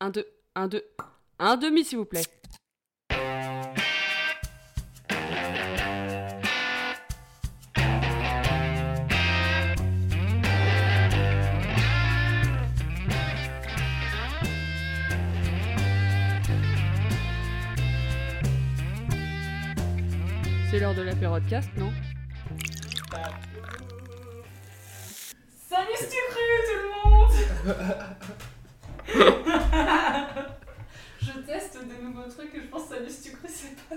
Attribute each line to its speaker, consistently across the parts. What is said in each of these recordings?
Speaker 1: Un, deux, un, deux, un demi, s'il vous plaît. C'est l'heure de la podcast, non
Speaker 2: Salut Stu Cru tout le monde Je teste des nouveaux trucs et je pense Salut Stu Cru c'est pas...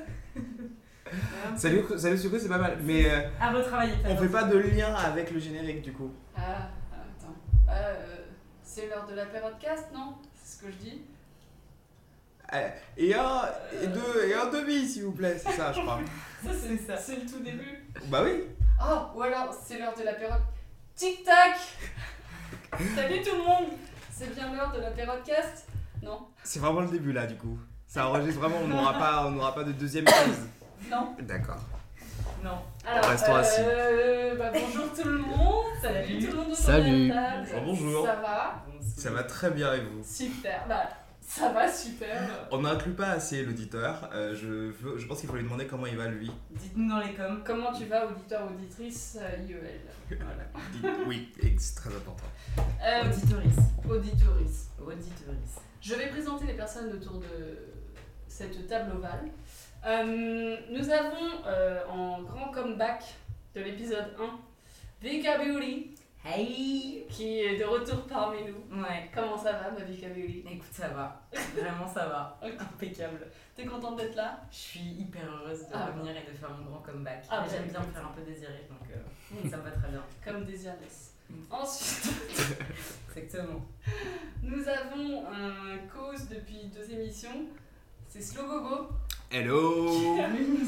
Speaker 3: Salut, salut Sucre, c'est pas mal. Mais euh,
Speaker 2: À retravailler
Speaker 3: on fait pas de lien avec le générique du coup.
Speaker 2: Ah, attends. Euh, c'est l'heure de la podcast, non C'est ce que je dis
Speaker 3: Allez, Euh, Et un, et deux, et un demi s'il vous plaît, c'est ça je crois.
Speaker 2: Ça c'est ça. C'est le tout début.
Speaker 3: bah oui.
Speaker 2: Oh, ou alors c'est l'heure de la période... Tic-tac Salut tout le monde C'est bien l'heure de la podcast Non
Speaker 3: C'est vraiment le début là du coup. Ça enregistre vraiment, on n'aura pas, on n'aura pas de deuxième prise.
Speaker 2: Non
Speaker 3: D'accord.
Speaker 2: Non. Alors,
Speaker 3: Restons
Speaker 2: euh,
Speaker 3: assis.
Speaker 2: bah, bonjour tout le monde. Salut tout le monde. autour de la
Speaker 4: Salut.
Speaker 2: table.
Speaker 3: Bonjour, bonjour.
Speaker 2: Ça va
Speaker 3: Ça va très bien et vous
Speaker 2: Super. Bah, ça va super.
Speaker 3: On n'inclut pas assez l'auditeur. Euh, je, veux- je pense qu'il faut lui demander comment il va lui.
Speaker 5: Dites-nous dans les coms.
Speaker 2: Comment tu vas, auditeur, auditrice euh, IEL Voilà.
Speaker 3: Dites- Oui, et c'est très important.
Speaker 2: Euh,
Speaker 5: Auditoris.
Speaker 2: auditoris.
Speaker 5: Auditoris.
Speaker 2: Je vais présenter les personnes autour de cette table ovale. Euh, nous avons euh, en grand comeback de l'épisode 1, Vika Beauty,
Speaker 5: Hey
Speaker 2: qui est de retour parmi nous.
Speaker 5: Ouais.
Speaker 2: Comment ça va, ma Vika Beauty
Speaker 5: Écoute, ça va. Vraiment, ça va. Impeccable.
Speaker 2: T'es contente d'être là
Speaker 5: Je suis hyper heureuse de
Speaker 2: Ah.
Speaker 5: revenir et de faire mon grand comeback.
Speaker 2: Ah,
Speaker 5: J'aime
Speaker 2: ouais.
Speaker 5: bien me faire un peu désirer, donc euh,
Speaker 2: Mm.
Speaker 5: ça me va très bien.
Speaker 2: comme des Ernest. Ensuite,
Speaker 5: Exactement.
Speaker 2: nous avons un cause depuis deux émissions. C'est Slogogo.
Speaker 3: Hello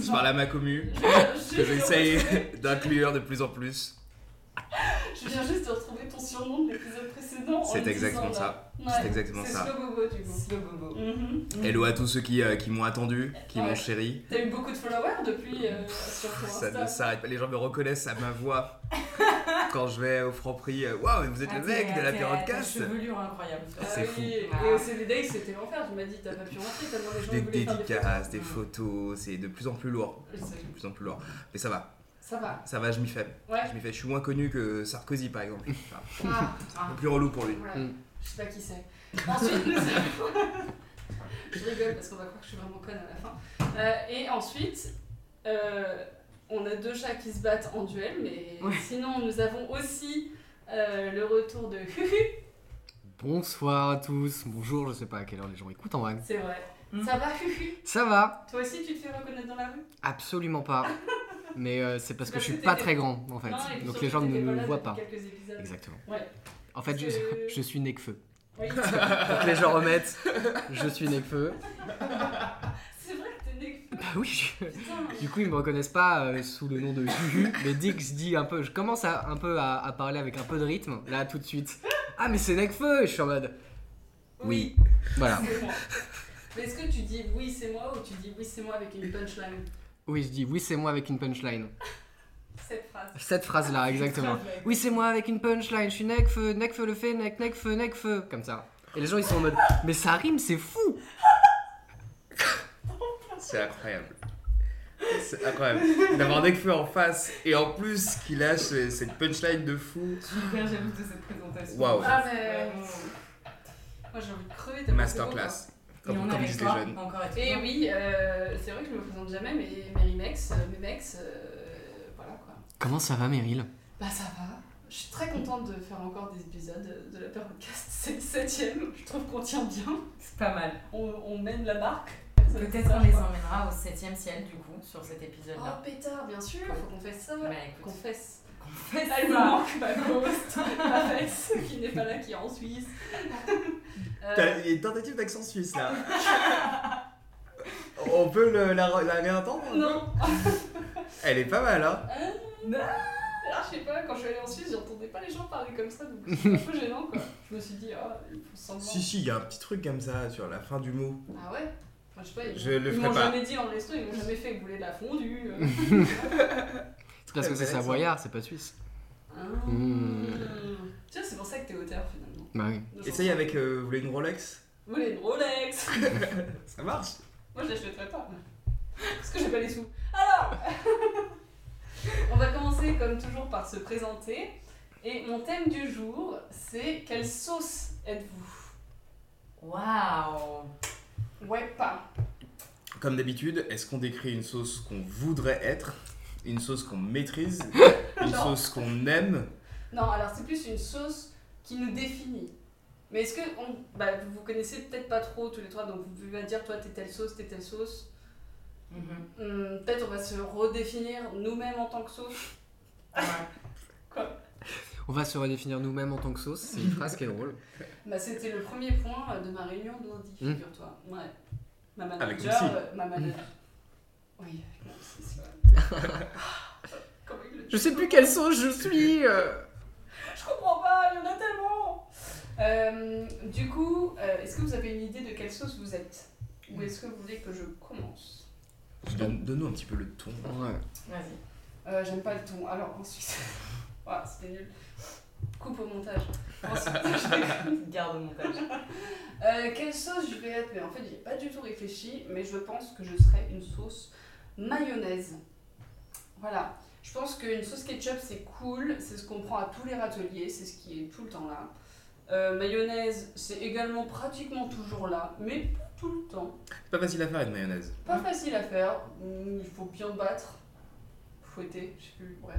Speaker 3: Je parle à ma commu.
Speaker 2: Je
Speaker 3: Que
Speaker 2: viens
Speaker 3: j'essaye
Speaker 2: juste de retrouver-
Speaker 3: d'inclure de plus en plus.
Speaker 2: Je viens juste de retrouver ton surnom de l'épisode précédent. en le
Speaker 3: C'est
Speaker 2: disant,
Speaker 3: exactement
Speaker 2: là.
Speaker 3: ça.
Speaker 2: Ouais,
Speaker 3: C'est exactement ça.
Speaker 2: C'est Slogogo du coup.
Speaker 5: Slow bobo.
Speaker 2: Mhm.
Speaker 3: Hello à tous ceux qui, euh, qui m'ont attendu, qui
Speaker 2: Ouais.
Speaker 3: m'ont chéri.
Speaker 2: T'as eu beaucoup de followers depuis euh, sur ton
Speaker 3: Ça
Speaker 2: Insta.
Speaker 3: ne s'arrête pas. Les gens me reconnaissent à ma voix quand je vais au Franprix. euh, Waouh, mais vous êtes le mec de la
Speaker 5: podcast.
Speaker 3: podcast
Speaker 5: chevelure incroyable.
Speaker 2: Ah
Speaker 3: C'est
Speaker 2: oui,
Speaker 3: fou.
Speaker 2: Et au CDD, c'était l'enfer. Je m'as dit, t'as pas pu rentrer tellement les gens
Speaker 3: Des
Speaker 2: voulaient faire
Speaker 3: dédicaces, des
Speaker 5: Mm.
Speaker 3: photos, c'est de plus en plus lourd.
Speaker 2: Je sais.
Speaker 3: C'est de plus en plus lourd. Mais ça va,
Speaker 2: Ça va.
Speaker 3: ça va, je m'y fais.
Speaker 2: Ouais.
Speaker 3: Je m'y fais. Je suis moins connu que Sarkozy par exemple. Enfin,
Speaker 2: Ah.
Speaker 3: un peu plus relou pour lui.
Speaker 2: Voilà.
Speaker 4: Mm.
Speaker 2: Je sais pas qui c'est. Ensuite, nous avons... je rigole parce qu'on va croire que je suis vraiment conne à la fin. Euh, et ensuite, euh, on a deux chats qui se battent en duel, mais
Speaker 5: Ouais.
Speaker 2: sinon, nous avons aussi euh, le retour de Huhu.
Speaker 4: Bonsoir à tous, bonjour, je sais pas à quelle heure les gens écoutent en vrai.
Speaker 2: C'est vrai.
Speaker 5: Mm.
Speaker 2: Ça va, Huhu
Speaker 4: Ça va
Speaker 2: Toi aussi, tu te fais reconnaître dans la rue
Speaker 4: Absolument pas. Mais euh, c'est parce
Speaker 2: C'est
Speaker 4: que
Speaker 2: parce
Speaker 4: je suis
Speaker 2: que
Speaker 4: pas
Speaker 2: t'étais-
Speaker 4: très grand en fait,
Speaker 2: Non, et puis
Speaker 4: donc
Speaker 2: surtout,
Speaker 4: les gens ne
Speaker 2: t'étais
Speaker 4: me
Speaker 2: là
Speaker 4: voient
Speaker 2: depuis
Speaker 4: pas.
Speaker 2: Quelques épisodes.
Speaker 4: Exactement.
Speaker 2: Ouais.
Speaker 4: En fait, je,
Speaker 2: C'est-
Speaker 4: je suis Necfeu.
Speaker 2: Oui.
Speaker 4: Pour que les gens remettent, je suis Necfeu.
Speaker 2: C'est vrai que t'es né.
Speaker 4: Bah oui, je-
Speaker 2: Putain.
Speaker 4: du coup ils me reconnaissent pas euh, sous le nom de Juju, mais dès que je dis un peu, je commence à, un peu à, à parler avec un peu de rythme, là tout de suite. Ah mais c'est Necfeu Et Je suis en mode. Oui. Voilà.
Speaker 2: C'est moi. Mais est-ce que tu dis oui, c'est moi ou tu dis oui, c'est moi avec une punchline
Speaker 4: Oui, je dis oui, c'est moi avec une punchline.
Speaker 2: Cette phrase.
Speaker 4: Cette phrase là, exactement. Oui, c'est moi avec une punchline, je suis Necfeu, Necfeu le fait, Nec, Necfeu, Necfeu, comme ça. Et les gens ils sont en mode, mais ça rime, c'est fou
Speaker 3: C'est incroyable. C'est incroyable. D'avoir Nekfeu en face et en plus qu'il lâche cette punchline de fou.
Speaker 5: Je suis hyper jalouse de cette présentation.
Speaker 3: Waouh.
Speaker 2: Ah,
Speaker 5: C'est
Speaker 2: mais-
Speaker 5: vraiment-
Speaker 2: Moi j'ai envie de crever tellement c'est beau, quoi.
Speaker 3: Masterclass.
Speaker 5: Et on
Speaker 3: Comme,
Speaker 5: a
Speaker 3: comme
Speaker 5: les
Speaker 3: disent les
Speaker 5: trois,
Speaker 3: jeunes.
Speaker 5: Encore et
Speaker 2: Et
Speaker 5: toujours.
Speaker 2: Eh oui, euh, c'est vrai que je me présente jamais, mais Mary Mex, euh, mes mex, euh, voilà quoi.
Speaker 4: Comment ça va, Meryl
Speaker 2: Bah ça va. Je suis très contente de faire encore des épisodes euh, de la Peur Podcast. C'est le septième. Je trouve qu'on tient bien.
Speaker 5: C'est pas mal.
Speaker 2: On, on mène la barque.
Speaker 5: Peut-être qu'on les emmènera au 7ème ciel du coup sur cet épisode-là.
Speaker 2: Oh pétard, bien sûr. Faut qu'on fasse ça.
Speaker 5: Bah, écoute.
Speaker 2: Oh. Qu'on fasse.
Speaker 5: Qu'on fait
Speaker 2: Elle me manque ma host, ma fesse, qui n'est pas là, qui est en Suisse. Euh,
Speaker 3: T'as- Il y a une tentative d'accent suisse là. On peut le- la, la réentendre un peu
Speaker 2: non,
Speaker 3: Elle est pas mal hein.
Speaker 2: alors je sais pas, quand je suis allée en Suisse, j'entendais pas les gens parler comme ça, donc c'est un peu gênant quoi. Je me suis dit, ah, il faut semblant.
Speaker 3: Si, si, il y a un petit truc comme ça sur la fin du mot.
Speaker 2: Ah ouais Enfin, je sais pas, ils,
Speaker 3: Je le
Speaker 2: ils
Speaker 3: ferai
Speaker 2: m'ont
Speaker 3: pas.
Speaker 2: jamais dit en resto, ils m'ont jamais fait bouler de la fondue. euh.
Speaker 4: C'est parce que c'est
Speaker 3: Intéressant.
Speaker 4: savoyard, c'est pas suisse.
Speaker 2: Ah.
Speaker 4: Mmh.
Speaker 3: Hmm.
Speaker 2: Tu vois, c'est pour ça que t'es auteur finalement.
Speaker 4: Bah oui.
Speaker 2: De
Speaker 3: Essaye avec, euh, vous voulez une Rolex
Speaker 2: Vous voulez une Rolex
Speaker 3: Ça marche
Speaker 2: Moi, je l'achèterais pas. Parce que j'ai pas les sous. Alors On va commencer, comme toujours, par se présenter. Et mon thème du jour, c'est quelle sauce êtes-vous
Speaker 5: Waouh
Speaker 2: Ouais, pas.
Speaker 3: Comme d'habitude, est-ce qu'on décrit une sauce qu'on voudrait être Une sauce qu'on maîtrise Une
Speaker 2: Non.
Speaker 3: sauce qu'on aime
Speaker 2: Non, alors c'est plus une sauce qui nous définit. Mais est-ce que on, bah, vous vous connaissez peut-être pas trop tous les trois, donc vous pouvez pas dire toi t'es telle sauce, t'es telle sauce.
Speaker 5: Mhm.
Speaker 2: Hum, peut-être on va se redéfinir nous-mêmes en tant que sauce.
Speaker 5: Ouais.
Speaker 4: On va se redéfinir nous-mêmes en tant que sauce, c'est une phrase qui est drôle.
Speaker 2: Bah, c'était le premier point euh, de ma réunion d'Andy,
Speaker 4: Mm.
Speaker 2: figure-toi. Ouais. Ma
Speaker 3: Avec
Speaker 2: manager.
Speaker 3: Nancy.
Speaker 2: euh,
Speaker 4: Hmm.
Speaker 2: ma manager. Oui, avec Nancy, c'est vrai. Comment il le dit
Speaker 4: Je sais plus quelle sauce je suis euh.
Speaker 2: Je comprends pas, il y en a tellement Euh, Du coup, euh, est-ce que vous avez une idée de quelle sauce vous êtes Ou est-ce que vous voulez que je commence
Speaker 3: Donne- Donne-nous un petit peu le ton.
Speaker 4: Ouais.
Speaker 5: Vas-y.
Speaker 2: Euh, J'aime pas le ton. Alors ensuite. Voilà, c'était nul. Coupe au montage. Ensuite, je vais-
Speaker 5: Garde au montage.
Speaker 2: Euh, quelle sauce je vais être Mais en fait, j'ai pas du tout réfléchi, mais je pense que je serai une sauce mayonnaise. Voilà. Je pense qu'une sauce ketchup, c'est cool. C'est ce qu'on prend à tous les râteliers. C'est ce qui est tout le temps là. Euh, mayonnaise, c'est également pratiquement toujours là, mais pas tout le temps.
Speaker 3: C'est pas facile à faire une mayonnaise.
Speaker 2: Pas facile à faire, mm, il faut bien battre, fouetter, je sais plus, bref.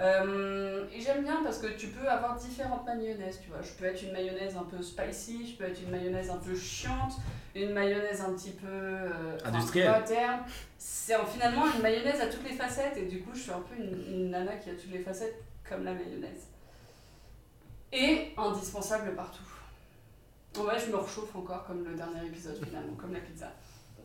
Speaker 2: Euh, et j'aime bien parce que tu peux avoir différentes mayonnaises, tu vois. Je peux être une mayonnaise un peu spicy, je peux être une mayonnaise un peu chiante, une mayonnaise un petit peu. euh, enfin,
Speaker 3: Industrielle.
Speaker 2: pas à terme. C'est en- finalement une mayonnaise à toutes les facettes et du coup je suis un peu une, une nana qui a toutes les facettes comme la mayonnaise. Et indispensable partout. Ouais, je me rechauffe encore comme le dernier épisode finalement, comme la pizza.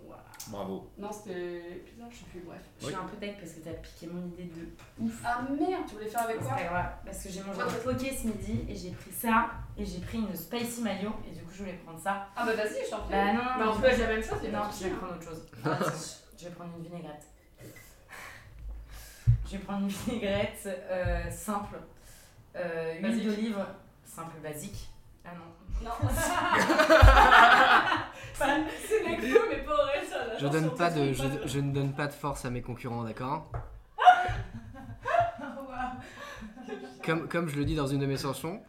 Speaker 2: Voilà.
Speaker 3: Bravo.
Speaker 2: Non, c'était épisode, je sais plus, bref.
Speaker 5: Je suis un peu deck parce que t'as piqué mon idée de
Speaker 2: Ah merde, tu voulais faire avec
Speaker 5: C'est
Speaker 2: quoi
Speaker 5: pas grave, parce que j'ai mangé un poké ce midi et j'ai pris ça et j'ai pris une spicy mayo et du coup je voulais prendre ça.
Speaker 2: Ah bah vas-y, je t'en prie.
Speaker 5: Bah non,
Speaker 2: Bah, on peut être la même chose, il y a
Speaker 5: non,
Speaker 2: pas de
Speaker 5: je vais
Speaker 2: souci, hein.
Speaker 5: prendre autre chose. je vais prendre une vinaigrette. Je vais prendre une vinaigrette euh, simple, euh, huile
Speaker 2: Basique.
Speaker 5: d'olive simple basique. Ah non.
Speaker 2: Non. c'est mec mais pas Aurel, ça. là,
Speaker 4: Je,
Speaker 2: j'en
Speaker 4: donne
Speaker 2: sors
Speaker 4: pas
Speaker 2: tout
Speaker 4: de,
Speaker 2: seul,
Speaker 4: je, je ne donne pas de force à mes concurrents, d'accord
Speaker 5: Ah,
Speaker 4: comme, comme je le dis dans une de mes chansons,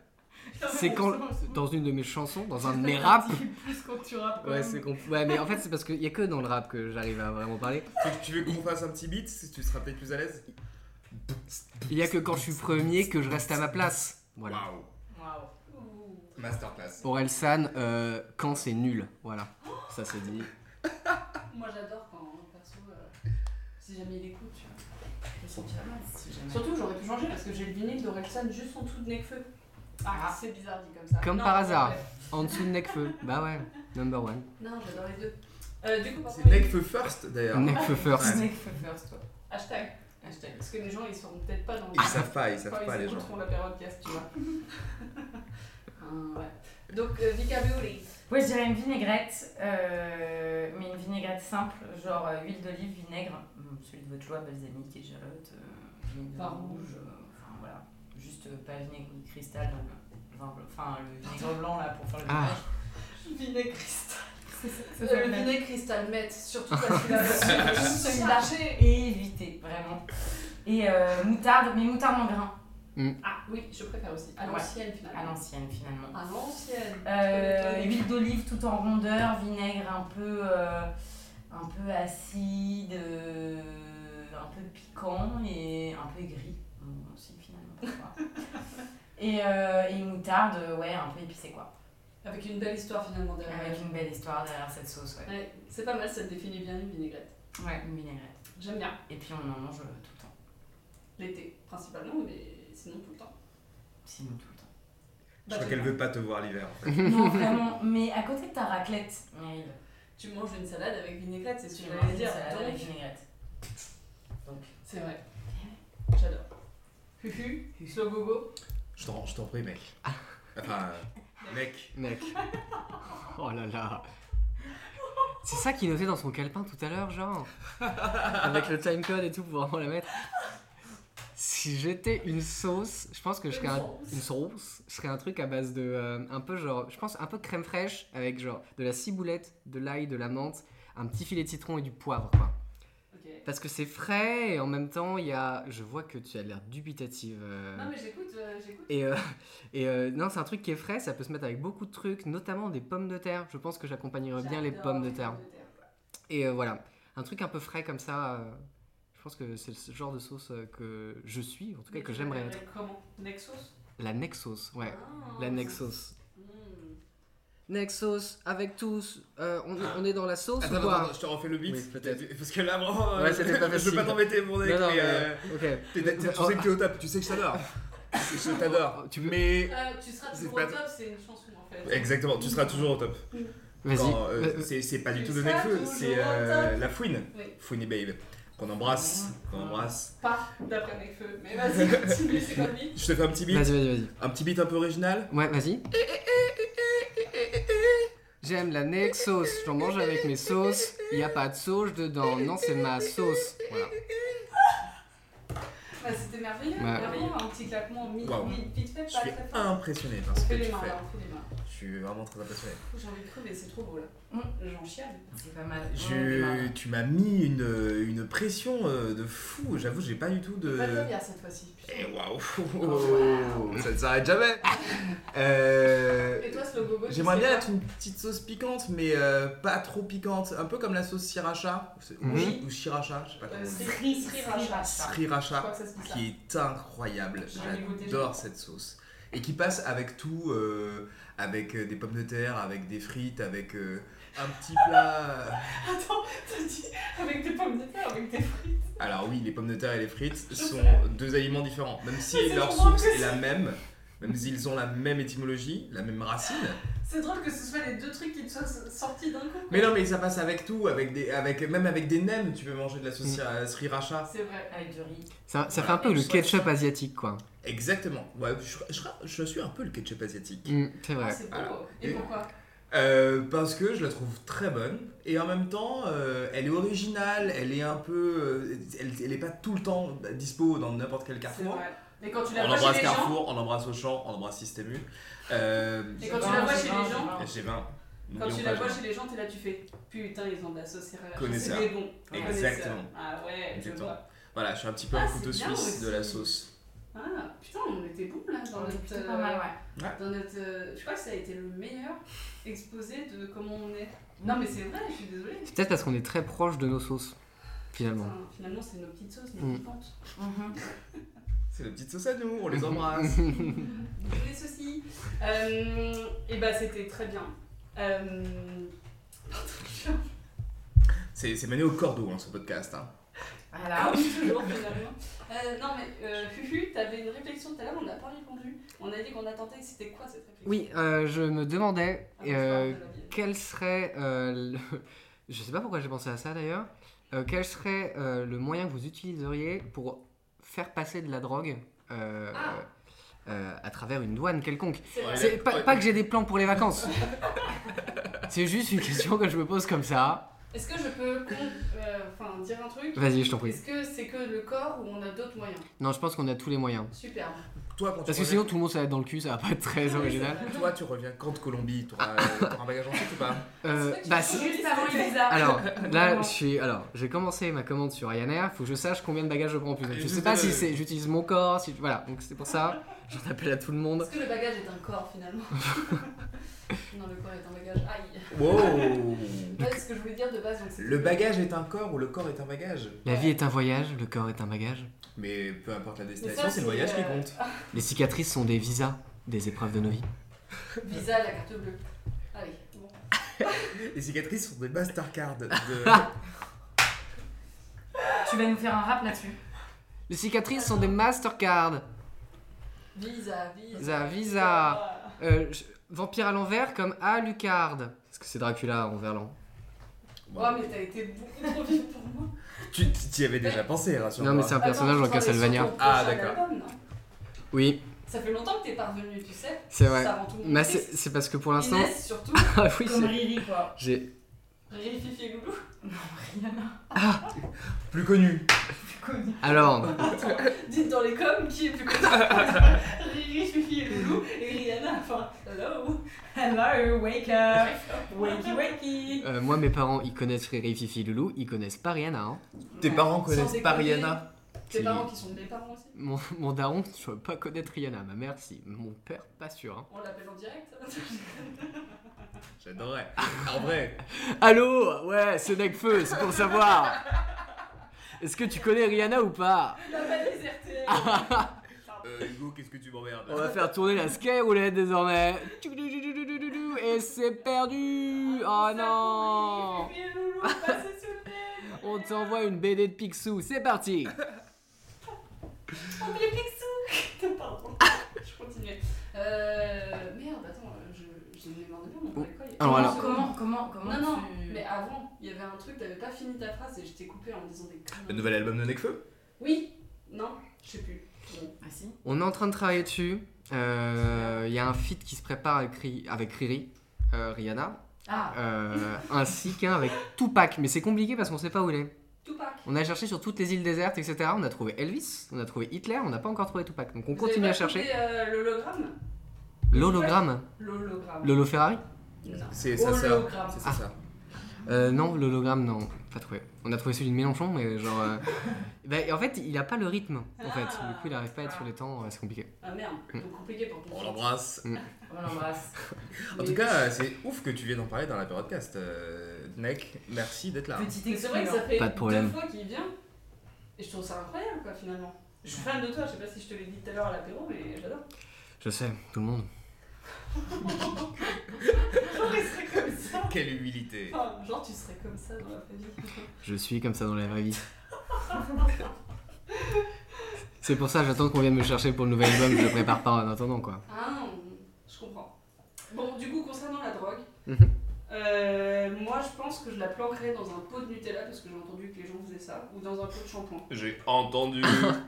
Speaker 4: c'est quand. Dans une de mes chansons, dans un de mes raps.
Speaker 5: Plus quand tu rappes.
Speaker 4: Ouais, c'est con- ouais, mais en fait, c'est parce qu'il y a que dans le rap que j'arrive à vraiment parler.
Speaker 3: Tu, tu veux qu'on fasse un petit beat si Tu seras peut-être plus à l'aise
Speaker 4: Il y a que quand je suis premier que je reste à ma place. Voilà.
Speaker 3: Waouh.
Speaker 5: Waouh.
Speaker 2: Ouh.
Speaker 3: Masterclass.
Speaker 4: Aurel San, euh, quand c'est nul. Voilà. Ça c'est dit.
Speaker 2: Moi j'adore quand, perso, euh, si jamais il écoute, tu vois. Je me sentirais mal.
Speaker 5: Si jamais.
Speaker 2: Surtout, j'aurais pu changer parce que j'ai le vinyle d'Orelsan juste en dessous de Necfeu. Ah, c'est bizarre dit comme ça.
Speaker 4: Comme
Speaker 2: Non,
Speaker 4: par
Speaker 2: ouais,
Speaker 4: hasard.
Speaker 2: ouais.
Speaker 4: En dessous de Necfeu. Bah ouais. Number one.
Speaker 2: Non, j'adore les deux. Euh, du coup, par
Speaker 3: C'est
Speaker 2: contre,
Speaker 3: Necfeu First d'ailleurs.
Speaker 4: Necfeu first.
Speaker 5: Snake first, toi.
Speaker 2: hashtag.
Speaker 5: Hashtag.
Speaker 2: Parce que les gens, ils seront peut-être pas dans
Speaker 3: Ils savent pas, ils savent
Speaker 2: Quand
Speaker 3: pas
Speaker 2: ils
Speaker 3: les gens.
Speaker 2: écouteront la période casse, tu vois. Euh, ouais. Donc, euh, Vika Beoli.
Speaker 5: Ouais, je dirais une vinaigrette, euh, mais une vinaigrette simple, genre euh, huile d'olive, vinaigre, hum, celui de votre choix, balsamique, échalote, euh, vinaigre
Speaker 2: Vin
Speaker 5: rouge, euh, enfin voilà, juste euh, pas vinaigre cristal, euh, vin blanc, enfin le vinaigre blanc là pour faire le
Speaker 4: Ah.
Speaker 5: vinaigre.
Speaker 2: Vinaigre cristal.
Speaker 5: C'est ça, c'est ça,
Speaker 2: Le
Speaker 5: le
Speaker 2: vinaigre cristal Euh, met, surtout parce qu'il a reçu le marché.
Speaker 5: Et éviter, vraiment. Et euh, moutarde, mais moutarde en grain,
Speaker 2: Ah oui, je préfère aussi. À
Speaker 5: Ouais.
Speaker 2: l'ancienne,
Speaker 5: à
Speaker 2: finalement.
Speaker 5: l'ancienne finalement.
Speaker 2: À l'ancienne.
Speaker 5: Euh,
Speaker 2: connais
Speaker 5: huile d'olive tout en rondeur, vinaigre un peu, euh, un peu acide, euh, un peu piquant et un peu gris. Bon, aussi, finalement, pourquoi pas. et, euh, et moutarde, ouais, un peu épicée quoi.
Speaker 2: Avec une belle histoire, finalement, derrière.
Speaker 5: Avec une belle histoire derrière cette sauce, ouais.
Speaker 2: Ouais, c'est pas mal, ça définit bien une vinaigrette.
Speaker 5: Ouais, une vinaigrette.
Speaker 2: J'aime bien.
Speaker 5: Et puis on en mange euh, tout le temps.
Speaker 2: L'été, principalement, mais sinon tout le temps. Bah,
Speaker 5: Sinon tout le temps.
Speaker 3: Je crois qu'elle veut pas te voir l'hiver en fait.
Speaker 5: non, vraiment, mais à côté de ta raclette, Meryl,
Speaker 2: Tu manges une salade avec vinaigrette, c'est ce
Speaker 5: tu
Speaker 2: que
Speaker 5: vas
Speaker 2: j'allais dire.
Speaker 5: dire salade
Speaker 2: Donc,
Speaker 5: avec vinaigrette. Donc,
Speaker 2: C'est vrai. J'adore. Fufu, slow gogo.
Speaker 3: Je t'en, je t'en prie, mec. Enfin, euh, mec.
Speaker 4: Mec. Oh là là. C'est ça qu'il notait dans son calepin tout à l'heure, genre. Avec le timecode et tout pour vraiment la mettre. Si j'étais une sauce, je pense que je
Speaker 5: Une
Speaker 4: serais un-
Speaker 5: sauce.
Speaker 4: une sauce. Je serais un truc à base de euh, un peu genre, je pense un peu crème fraîche avec genre de la ciboulette, de l'ail, de la menthe, un petit filet de citron et du poivre quoi.
Speaker 2: Ok.
Speaker 4: Parce que c'est frais et en même temps il y a, je vois que tu as l'air dubitative. euh.
Speaker 2: Non mais j'écoute, euh, j'écoute.
Speaker 4: Et, euh, et euh, non, c'est un truc qui est frais, ça peut se mettre avec beaucoup de trucs, notamment des pommes de terre. Je pense que j'accompagnerais bien les
Speaker 2: J'adore
Speaker 4: pommes de
Speaker 2: les
Speaker 4: terre. Et euh, voilà, un truc un peu frais comme ça, euh, je pense que c'est le genre de sauce euh, que je suis, en tout cas
Speaker 2: Mais
Speaker 4: que
Speaker 2: tu
Speaker 4: j'aimerais être.
Speaker 2: l'appellerais Comment Nexus
Speaker 4: La Nexos, ouais.
Speaker 2: Ah.
Speaker 4: La Nexos.
Speaker 2: Hmm.
Speaker 4: Nexos, avec tous, euh, on, est- on est dans la sauce
Speaker 3: Attends,
Speaker 4: ou
Speaker 3: attends,
Speaker 4: quoi
Speaker 3: attends, je te refais le beat.
Speaker 4: Oui, peut-être.
Speaker 3: Parce que là, vraiment, euh,
Speaker 4: Ouais, c'était pas
Speaker 3: je veux
Speaker 4: facile.
Speaker 3: pas t'embêter, mon mec,
Speaker 4: Non, non,
Speaker 3: mais,
Speaker 4: mais,
Speaker 3: euh,
Speaker 4: euh,
Speaker 3: t'es- t'es- tu sais que t'es au top, tu sais que je t'adore. Je je t'adore.
Speaker 4: ok. Tu veux...
Speaker 3: Mais.
Speaker 2: Euh, tu seras
Speaker 3: C'est
Speaker 2: toujours
Speaker 3: pas-
Speaker 2: au top, c'est une chanson en fait.
Speaker 3: Exactement, tu seras toujours au top.
Speaker 4: Vas-y.
Speaker 3: Quand, euh,
Speaker 4: Vas-
Speaker 3: c'est- c'est pas du
Speaker 2: Tu
Speaker 3: tout de
Speaker 2: seras
Speaker 3: Nekfeu,
Speaker 2: toujours
Speaker 3: c'est
Speaker 2: au
Speaker 3: euh,
Speaker 2: top.
Speaker 3: la fouine.
Speaker 2: Oui.
Speaker 3: Fouine Babe. Qu'on embrasse. Qu'on embrasse.
Speaker 2: Pas d'après Nekfeu, mais vas-y, continue, c'est comme lui.
Speaker 3: Je te fais un petit beat.
Speaker 4: Vas-y, vas-y, vas-y.
Speaker 3: Un petit beat un peu original.
Speaker 4: Ouais, vas-y. J'aime la Nexos, j'en mange avec mes sauces. Il a pas de sauce dedans, non, c'est ma sauce. Voilà.
Speaker 2: Bah, c'était merveilleux,
Speaker 4: Ouais.
Speaker 2: vraiment un petit claquement mi-
Speaker 3: Waouh.
Speaker 2: mi- vite fait,
Speaker 3: Je
Speaker 2: pas
Speaker 3: suis
Speaker 2: très fort.
Speaker 3: impressionné par ce
Speaker 2: On
Speaker 3: que
Speaker 2: fait
Speaker 3: tu
Speaker 2: les mains
Speaker 3: fais.
Speaker 2: là, on fait les mains.
Speaker 3: Je suis vraiment très impressionné.
Speaker 2: Ouh, J'ai envie de crever, c'est trop beau là.
Speaker 5: Mm.
Speaker 2: J'en chiale.
Speaker 5: C'est pas mal.
Speaker 2: Oh
Speaker 3: Je, tu m'as mis une, une pression euh, de fou. J'avoue, j'ai pas du tout de.
Speaker 2: Pas de bière cette fois-ci. putain.
Speaker 3: Euh, Eh
Speaker 4: Oh.
Speaker 3: waouh, ça ne s'arrête jamais. Euh,
Speaker 2: Et toi, ce logo
Speaker 3: J'aimerais bien être une petite sauce piquante, mais euh, pas trop piquante, un peu comme la sauce sriracha ou-
Speaker 4: Oui.
Speaker 3: ou sriracha, je sais pas comment. on dit.
Speaker 2: Euh, Sri Sri Racha. Je crois
Speaker 3: Sriracha,
Speaker 2: que ça se dit ça.
Speaker 3: qui est incroyable.
Speaker 2: J'en ai goûté,
Speaker 3: J'adore cette sauce et qui passe avec tout, euh, avec euh, des pommes de terre, avec des frites, avec euh, un petit plat.
Speaker 2: Attends, t'as dit avec des pommes de terre, avec des frites.
Speaker 3: Alors oui, les pommes de terre et les frites sont deux aliments différents, même si
Speaker 2: Mais c'est
Speaker 3: leur
Speaker 2: trop drôle
Speaker 3: source
Speaker 2: que
Speaker 3: est la même, même s'ils ont la même étymologie, la même racine.
Speaker 2: C'est drôle que ce soit les deux trucs qui te soient sortis d'un coup.
Speaker 3: Mais non, mais ça passe avec tout, avec des, avec, même avec des nems, tu peux manger de la sauce
Speaker 4: Mm.
Speaker 3: euh, sriracha.
Speaker 2: C'est vrai.
Speaker 5: Avec du riz.
Speaker 4: Ça, ça fait un peu le ketchup asiatique, quoi.
Speaker 3: Exactement. Ouais, je, je- je suis un peu le ketchup asiatique.
Speaker 4: Mm, c'est vrai.
Speaker 2: Ah, C'est
Speaker 3: Alors,
Speaker 2: beau. Et
Speaker 3: et-
Speaker 2: pourquoi
Speaker 3: Euh, parce que je la trouve très bonne et en même temps euh, elle est originale, elle est un peu. euh, elle, elle est pas tout le temps dispo dans n'importe quel
Speaker 2: C'est
Speaker 3: carrefour.
Speaker 2: vrai. Mais quand tu
Speaker 3: On
Speaker 2: la vois
Speaker 3: embrasse
Speaker 2: chez les gens.
Speaker 3: Carrefour, on embrasse Auchan, on embrasse Système U. Euh,
Speaker 2: Et quand tu la vois chez les gens,
Speaker 3: j'ai 20.
Speaker 2: Ah. Quand tu la vois chez les gens, t'es là, tu fais Putain, ils ont de la sauce sriracha.
Speaker 3: Connaisseur.
Speaker 2: C'est des bons.
Speaker 3: Exactement.
Speaker 2: Connaisseur. Ah ouais, je
Speaker 3: Exactement.
Speaker 2: vois.
Speaker 3: Voilà, je suis un petit peu un
Speaker 2: Ah,
Speaker 3: couteau
Speaker 2: c'est bien
Speaker 3: suisse de la
Speaker 2: aussi.
Speaker 3: sauce.
Speaker 2: Ah putain, on était bons là dans
Speaker 5: On est
Speaker 2: notre.
Speaker 5: plutôt
Speaker 2: euh,
Speaker 5: pas mal, ouais.
Speaker 2: Dans notre, euh, je crois que ça a été le meilleur exposé de comment on est. Non mais c'est vrai, je suis désolée.
Speaker 4: C'est peut-être parce qu'on est très proche de nos sauces, finalement.
Speaker 2: Enfin, finalement, c'est nos petites sauces, mais
Speaker 4: Mm.
Speaker 2: piquantes.
Speaker 5: Mhm.
Speaker 3: C'est la petite sauce à nous, on les embrasse.
Speaker 2: Vous les ceci. Euh, et bah c'était très bien. Euh...
Speaker 3: c'est c'est mené au cordeau hein, ce podcast. hein.
Speaker 5: Voilà.
Speaker 2: Ah toujours finalement. Euh, non mais euh, Fufu, t'avais une réflexion tout à l'heure, on n'a pas répondu. On a dit qu'on attendait, c'était quoi cette réflexion
Speaker 4: Oui, euh, je me demandais
Speaker 2: Avant que
Speaker 4: euh,
Speaker 2: je parle de la vie.
Speaker 4: quel serait. euh, le- Je sais pas pourquoi j'ai pensé à ça d'ailleurs. Euh, quel serait euh, le moyen que vous utiliseriez pour faire passer de la drogue euh,
Speaker 2: Ah.
Speaker 4: euh, à travers une douane quelconque
Speaker 2: C'est
Speaker 3: Ouais,
Speaker 2: vrai.
Speaker 4: C'est pas,
Speaker 3: ouais.
Speaker 4: pas que j'ai des plans pour les vacances. C'est juste une question que je me pose comme ça.
Speaker 2: Est-ce que je peux con- euh, enfin, dire un truc
Speaker 4: Vas-y, je t'en prie.
Speaker 2: Est-ce que c'est que le corps ou on a d'autres moyens
Speaker 4: Non, je pense qu'on a tous les moyens.
Speaker 2: Super.
Speaker 3: Toi, quand tu
Speaker 4: Parce que
Speaker 3: reviens,
Speaker 4: sinon tout le monde ça va être dans le cul, ça va pas être très original.
Speaker 3: toi, tu reviens quand de Colombie T'auras euh, t'auras un bagage en soute ou pas
Speaker 4: Euh, bah, si-
Speaker 2: Juste avant les visas.
Speaker 4: Alors là,
Speaker 5: Vraiment.
Speaker 4: je suis. Alors, j'ai commencé ma commande sur Ryanair. Faut que je sache combien de bagages je prends en plus. Donc,
Speaker 3: Et
Speaker 4: je
Speaker 3: juste
Speaker 4: sais pas
Speaker 3: de-
Speaker 4: si c'est. J'utilise mon corps. Si voilà. Donc c'est pour ça. J'en appelle à tout le monde.
Speaker 2: Est-ce que le bagage est un corps finalement Non, le corps est un bagage. Aïe
Speaker 3: Wow
Speaker 2: Ouais, c'est ce que je voulais dire de base. Donc c'est-
Speaker 3: Le bagage est un corps ou le corps est un bagage
Speaker 4: La vie est un voyage. Le corps est un bagage.
Speaker 3: Mais peu importe la
Speaker 2: Mais
Speaker 3: destination,
Speaker 2: ça,
Speaker 3: c'est le voyage qui
Speaker 2: euh,
Speaker 3: compte.
Speaker 4: Les cicatrices sont des visas, des épreuves de nos vies.
Speaker 2: Visa, la carte bleue. Allez, bon.
Speaker 3: Les cicatrices sont des Mastercard. De...
Speaker 5: Tu vas nous faire un rap là-dessus.
Speaker 4: Les cicatrices sont des Mastercard.
Speaker 2: Visa, visa.
Speaker 4: Visa, visa. Euh, je- Vampire à l'envers comme Alucard. Parce que c'est Dracula en verlan.
Speaker 2: Oh, mais t'as été beaucoup trop vite pour moi.
Speaker 3: Tu tu y avais déjà pensé, rassure-moi.
Speaker 4: Non mais c'est un personnage
Speaker 2: Attends,
Speaker 4: dans
Speaker 2: tu travailles
Speaker 4: Castlevania.
Speaker 2: sur ton
Speaker 3: Ah,
Speaker 2: prochain
Speaker 3: d'accord.
Speaker 2: album, non
Speaker 4: Oui,
Speaker 2: Ça fait longtemps que t'es parvenu, tu sais.
Speaker 4: c'est vrai.
Speaker 2: Ça rend tout le monde
Speaker 4: Mais c'est
Speaker 2: triste.
Speaker 4: c'est parce que pour l'instant.
Speaker 2: Inès, surtout.
Speaker 4: Ah oui,
Speaker 5: Comme
Speaker 4: c'est.
Speaker 5: Riri, quoi.
Speaker 4: J'ai.
Speaker 5: Riri, Fifi et Loulou Non, Rihanna.
Speaker 3: Plus connu.
Speaker 5: Plus connu.
Speaker 4: Alors,
Speaker 5: Dites dans les coms qui est plus connu. Riri, Fifi et Loulou et Rihanna. Enfin, hello. Hello, wake up. Wakey, wakey.
Speaker 4: euh, moi mes parents ils connaissent Riri, Fifi, Loulou, ils connaissent pas Rihanna. hein.
Speaker 3: Tes
Speaker 5: Ouais.
Speaker 3: parents
Speaker 2: Sans
Speaker 3: connaissent pas
Speaker 2: déconner.
Speaker 3: Rihanna
Speaker 2: Tes
Speaker 4: Si.
Speaker 2: parents qui sont mes parents aussi
Speaker 4: Mon, mon daron, je veux pas connaître Rihanna. Ma mère, si. Mon père, pas sûr. hein.
Speaker 2: On l'appelle en direct
Speaker 3: J'adorerais. En vrai.
Speaker 4: Allô Ouais, c'est Necfeu, c'est pour savoir. Est-ce que tu connais Rihanna ou pas
Speaker 5: La valise RTL.
Speaker 4: Ah,
Speaker 3: Euh, Hugo, qu'est-ce que tu m'emmerdes
Speaker 4: On va faire tourner la skyroulette désormais. Tchoudoudoudoudoudoudou, Et c'est perdu Oh non
Speaker 5: Fifi et Loulou, passez sous le nez.
Speaker 4: On t'envoie une BD de Picsou, c'est parti
Speaker 5: On met les pixous. Pardon.
Speaker 2: Je continue. Euh, merde, attends, je- j'ai une mémoire de merde, on parlait de quoi il y a-
Speaker 4: Oh. Alors,
Speaker 5: Comment-
Speaker 4: alors.
Speaker 5: Comment, comment, comment
Speaker 2: Non, non,
Speaker 5: tu-
Speaker 2: mais avant, il y avait un truc, t'avais pas fini ta phrase et je t'ai coupé en me disant des conneries.
Speaker 4: Euh,
Speaker 3: Le nouvel album de Nekfeu
Speaker 2: Oui Non, je sais plus. Bon.
Speaker 5: Ah si
Speaker 4: On est en train de travailler dessus. Euh, Il y a un feat qui se prépare avec, Ri- avec Riri, euh, Rihanna,
Speaker 5: Ah,
Speaker 4: euh, ainsi qu'un avec Tupac. Mais c'est compliqué parce qu'on sait pas où il est.
Speaker 2: Tupac.
Speaker 4: On a cherché sur toutes les îles désertes, etc. On a trouvé Elvis, on a trouvé Hitler, on n'a pas encore trouvé Tupac. Donc on
Speaker 2: Vous avez
Speaker 4: continue à
Speaker 2: pas
Speaker 4: chercher.
Speaker 2: trouvé, euh, L'hologramme
Speaker 4: L'hologramme
Speaker 2: L'hologramme.
Speaker 4: Lolo Ferrari
Speaker 2: Non.
Speaker 3: C'est ça, ça.
Speaker 2: Hologramme.
Speaker 3: C'est ça, ça.
Speaker 4: euh, Non, l'hologramme, non, pas trouvé. On a trouvé celui de Mélenchon, mais genre. euh, bah, en fait, il a pas le rythme, en fait.
Speaker 5: Ah.
Speaker 4: Du coup, il arrive pas à être sur les temps, euh, c'est compliqué.
Speaker 2: Ah merde,
Speaker 4: Mm.
Speaker 2: donc compliqué pour
Speaker 3: On
Speaker 2: comprendre.
Speaker 3: Oh, l'embrasse.
Speaker 5: on l'embrasse.
Speaker 3: En tout cas, euh, c'est ouf que tu viennes en parler dans la podcast. Euh, Nek, merci d'être là.
Speaker 5: Petit
Speaker 2: Mais c'est vrai que
Speaker 5: exploit.
Speaker 2: ça fait
Speaker 4: Pas de problème.
Speaker 2: deux fois qu'il vient. Et je trouve ça incroyable, quoi, finalement. Je suis fan de toi, je sais pas si je te l'ai dit tout à l'heure à l'apéro, mais j'adore.
Speaker 4: Je sais, tout le monde.
Speaker 2: Genre, il serait comme ça.
Speaker 3: Quelle humilité
Speaker 2: Enfin, genre, tu serais comme ça dans la vraie vie.
Speaker 4: Je suis comme ça dans la vraie vie. c'est pour ça, j'attends qu'on vienne me chercher pour le nouvel album, je le prépare pas en attendant, quoi.
Speaker 2: Ah non, je comprends. Bon, du coup, concernant la drogue,
Speaker 4: Mhm.
Speaker 2: euh, moi, je pense que je la planquerais dans un pot de Nutella, parce que j'ai entendu que les gens faisaient ça, ou dans un pot de shampoing.
Speaker 3: J'ai entendu.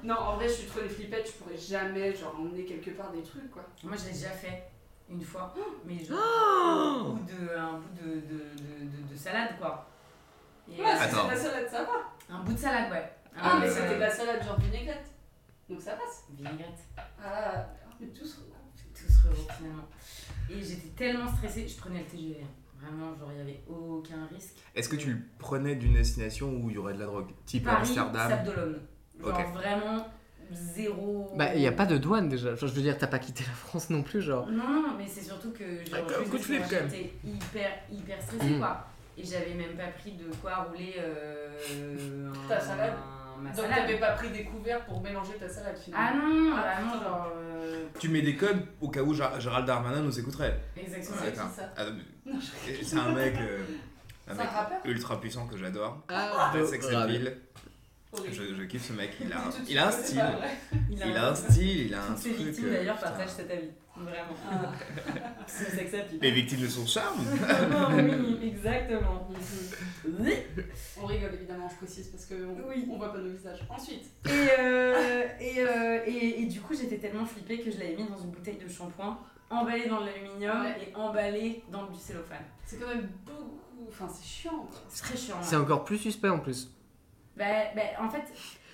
Speaker 2: Non, en vrai, je suis trop une flippette, je pourrais jamais, genre, emmener quelque part des trucs, quoi.
Speaker 5: Moi, je l'ai déjà fait une fois, mais genre un bout de, un bout de, de, de, de- de salade quoi. Et, euh,
Speaker 2: Ouais, si c'est
Speaker 3: Attends.
Speaker 2: de la salade, ça va.
Speaker 5: Un bout de salade, ouais. Un
Speaker 2: Ah,
Speaker 5: bout
Speaker 2: mais
Speaker 5: de
Speaker 2: c'était de
Speaker 5: salade.
Speaker 2: la salade, genre vinaigrette. Donc ça passe.
Speaker 5: Vinaigrette.
Speaker 2: Ah, mais tout se recoupe.
Speaker 5: Tout se regroupe finalement. Et j'étais tellement stressée, je prenais le TGV. hein. Vraiment, genre, il n'y avait aucun risque.
Speaker 3: Est-ce que tu le prenais d'une destination où il y aurait de la drogue Type
Speaker 5: Paris,
Speaker 3: Amsterdam
Speaker 5: Sable d'Olonne. Genre
Speaker 3: Ok.
Speaker 5: vraiment zéro.
Speaker 4: Bah, il a pas de douane déjà. Genre, je veux dire, t'as pas quitté la France non plus, genre.
Speaker 5: Non, non, mais c'est surtout que genre,
Speaker 3: Ah, coup de flip, quand même.
Speaker 5: j'étais hyper, hyper stressée,
Speaker 4: Mm.
Speaker 5: quoi. Et j'avais même pas pris de quoi rouler euh,
Speaker 2: Ta
Speaker 5: un-
Speaker 2: salade.
Speaker 5: ma
Speaker 2: Donc
Speaker 5: salade.
Speaker 2: t'avais pas pris des couverts pour mélanger ta salade
Speaker 5: Ah
Speaker 2: finalement
Speaker 5: non,
Speaker 2: Ah,
Speaker 5: vraiment,
Speaker 2: putain.
Speaker 5: genre. euh,
Speaker 3: Tu mets des codes au cas où Gérald Gérald Darmanin nous écouterait.
Speaker 5: exactement.
Speaker 2: Ouais.
Speaker 3: C'est un-
Speaker 2: qui ça
Speaker 3: Ah, mais- C'est un mec. euh, un
Speaker 2: C'est
Speaker 3: mec
Speaker 2: un rappeur
Speaker 3: ultra puissant que j'adore.
Speaker 4: Ah,
Speaker 3: Sex Appeal.
Speaker 2: Horrible.
Speaker 3: Je, je kiffe ce mec. Il a,
Speaker 2: Tout de suite,
Speaker 3: il a un
Speaker 2: c'est
Speaker 3: style.
Speaker 2: pas vrai.
Speaker 3: Il a un style, il a un
Speaker 5: Toutes ces
Speaker 3: truc.
Speaker 5: victimes
Speaker 3: euh,
Speaker 5: d'ailleurs
Speaker 3: putain.
Speaker 5: partagent cet avis. Vraiment.
Speaker 2: Ah.
Speaker 5: C'est sex appeal.
Speaker 3: Les victimes de son charme
Speaker 5: Oh oui, exactement. Oui.
Speaker 2: On rigole évidemment, je précise, parce qu'on
Speaker 5: Oui.
Speaker 2: on voit pas nos visages. Ensuite,
Speaker 5: Et, euh, et, euh, et, et du coup, j'étais tellement flippée que je l'avais mis dans une bouteille de shampoing, emballée dans de l'aluminium
Speaker 2: Ouais.
Speaker 5: et emballée dans du cellophane.
Speaker 2: c'est quand même beaucoup. Enfin, c'est chiant quoi.
Speaker 5: C'est très chiant.
Speaker 4: C'est
Speaker 5: hein.
Speaker 4: encore plus suspect en plus.
Speaker 5: Bah, bah, en fait.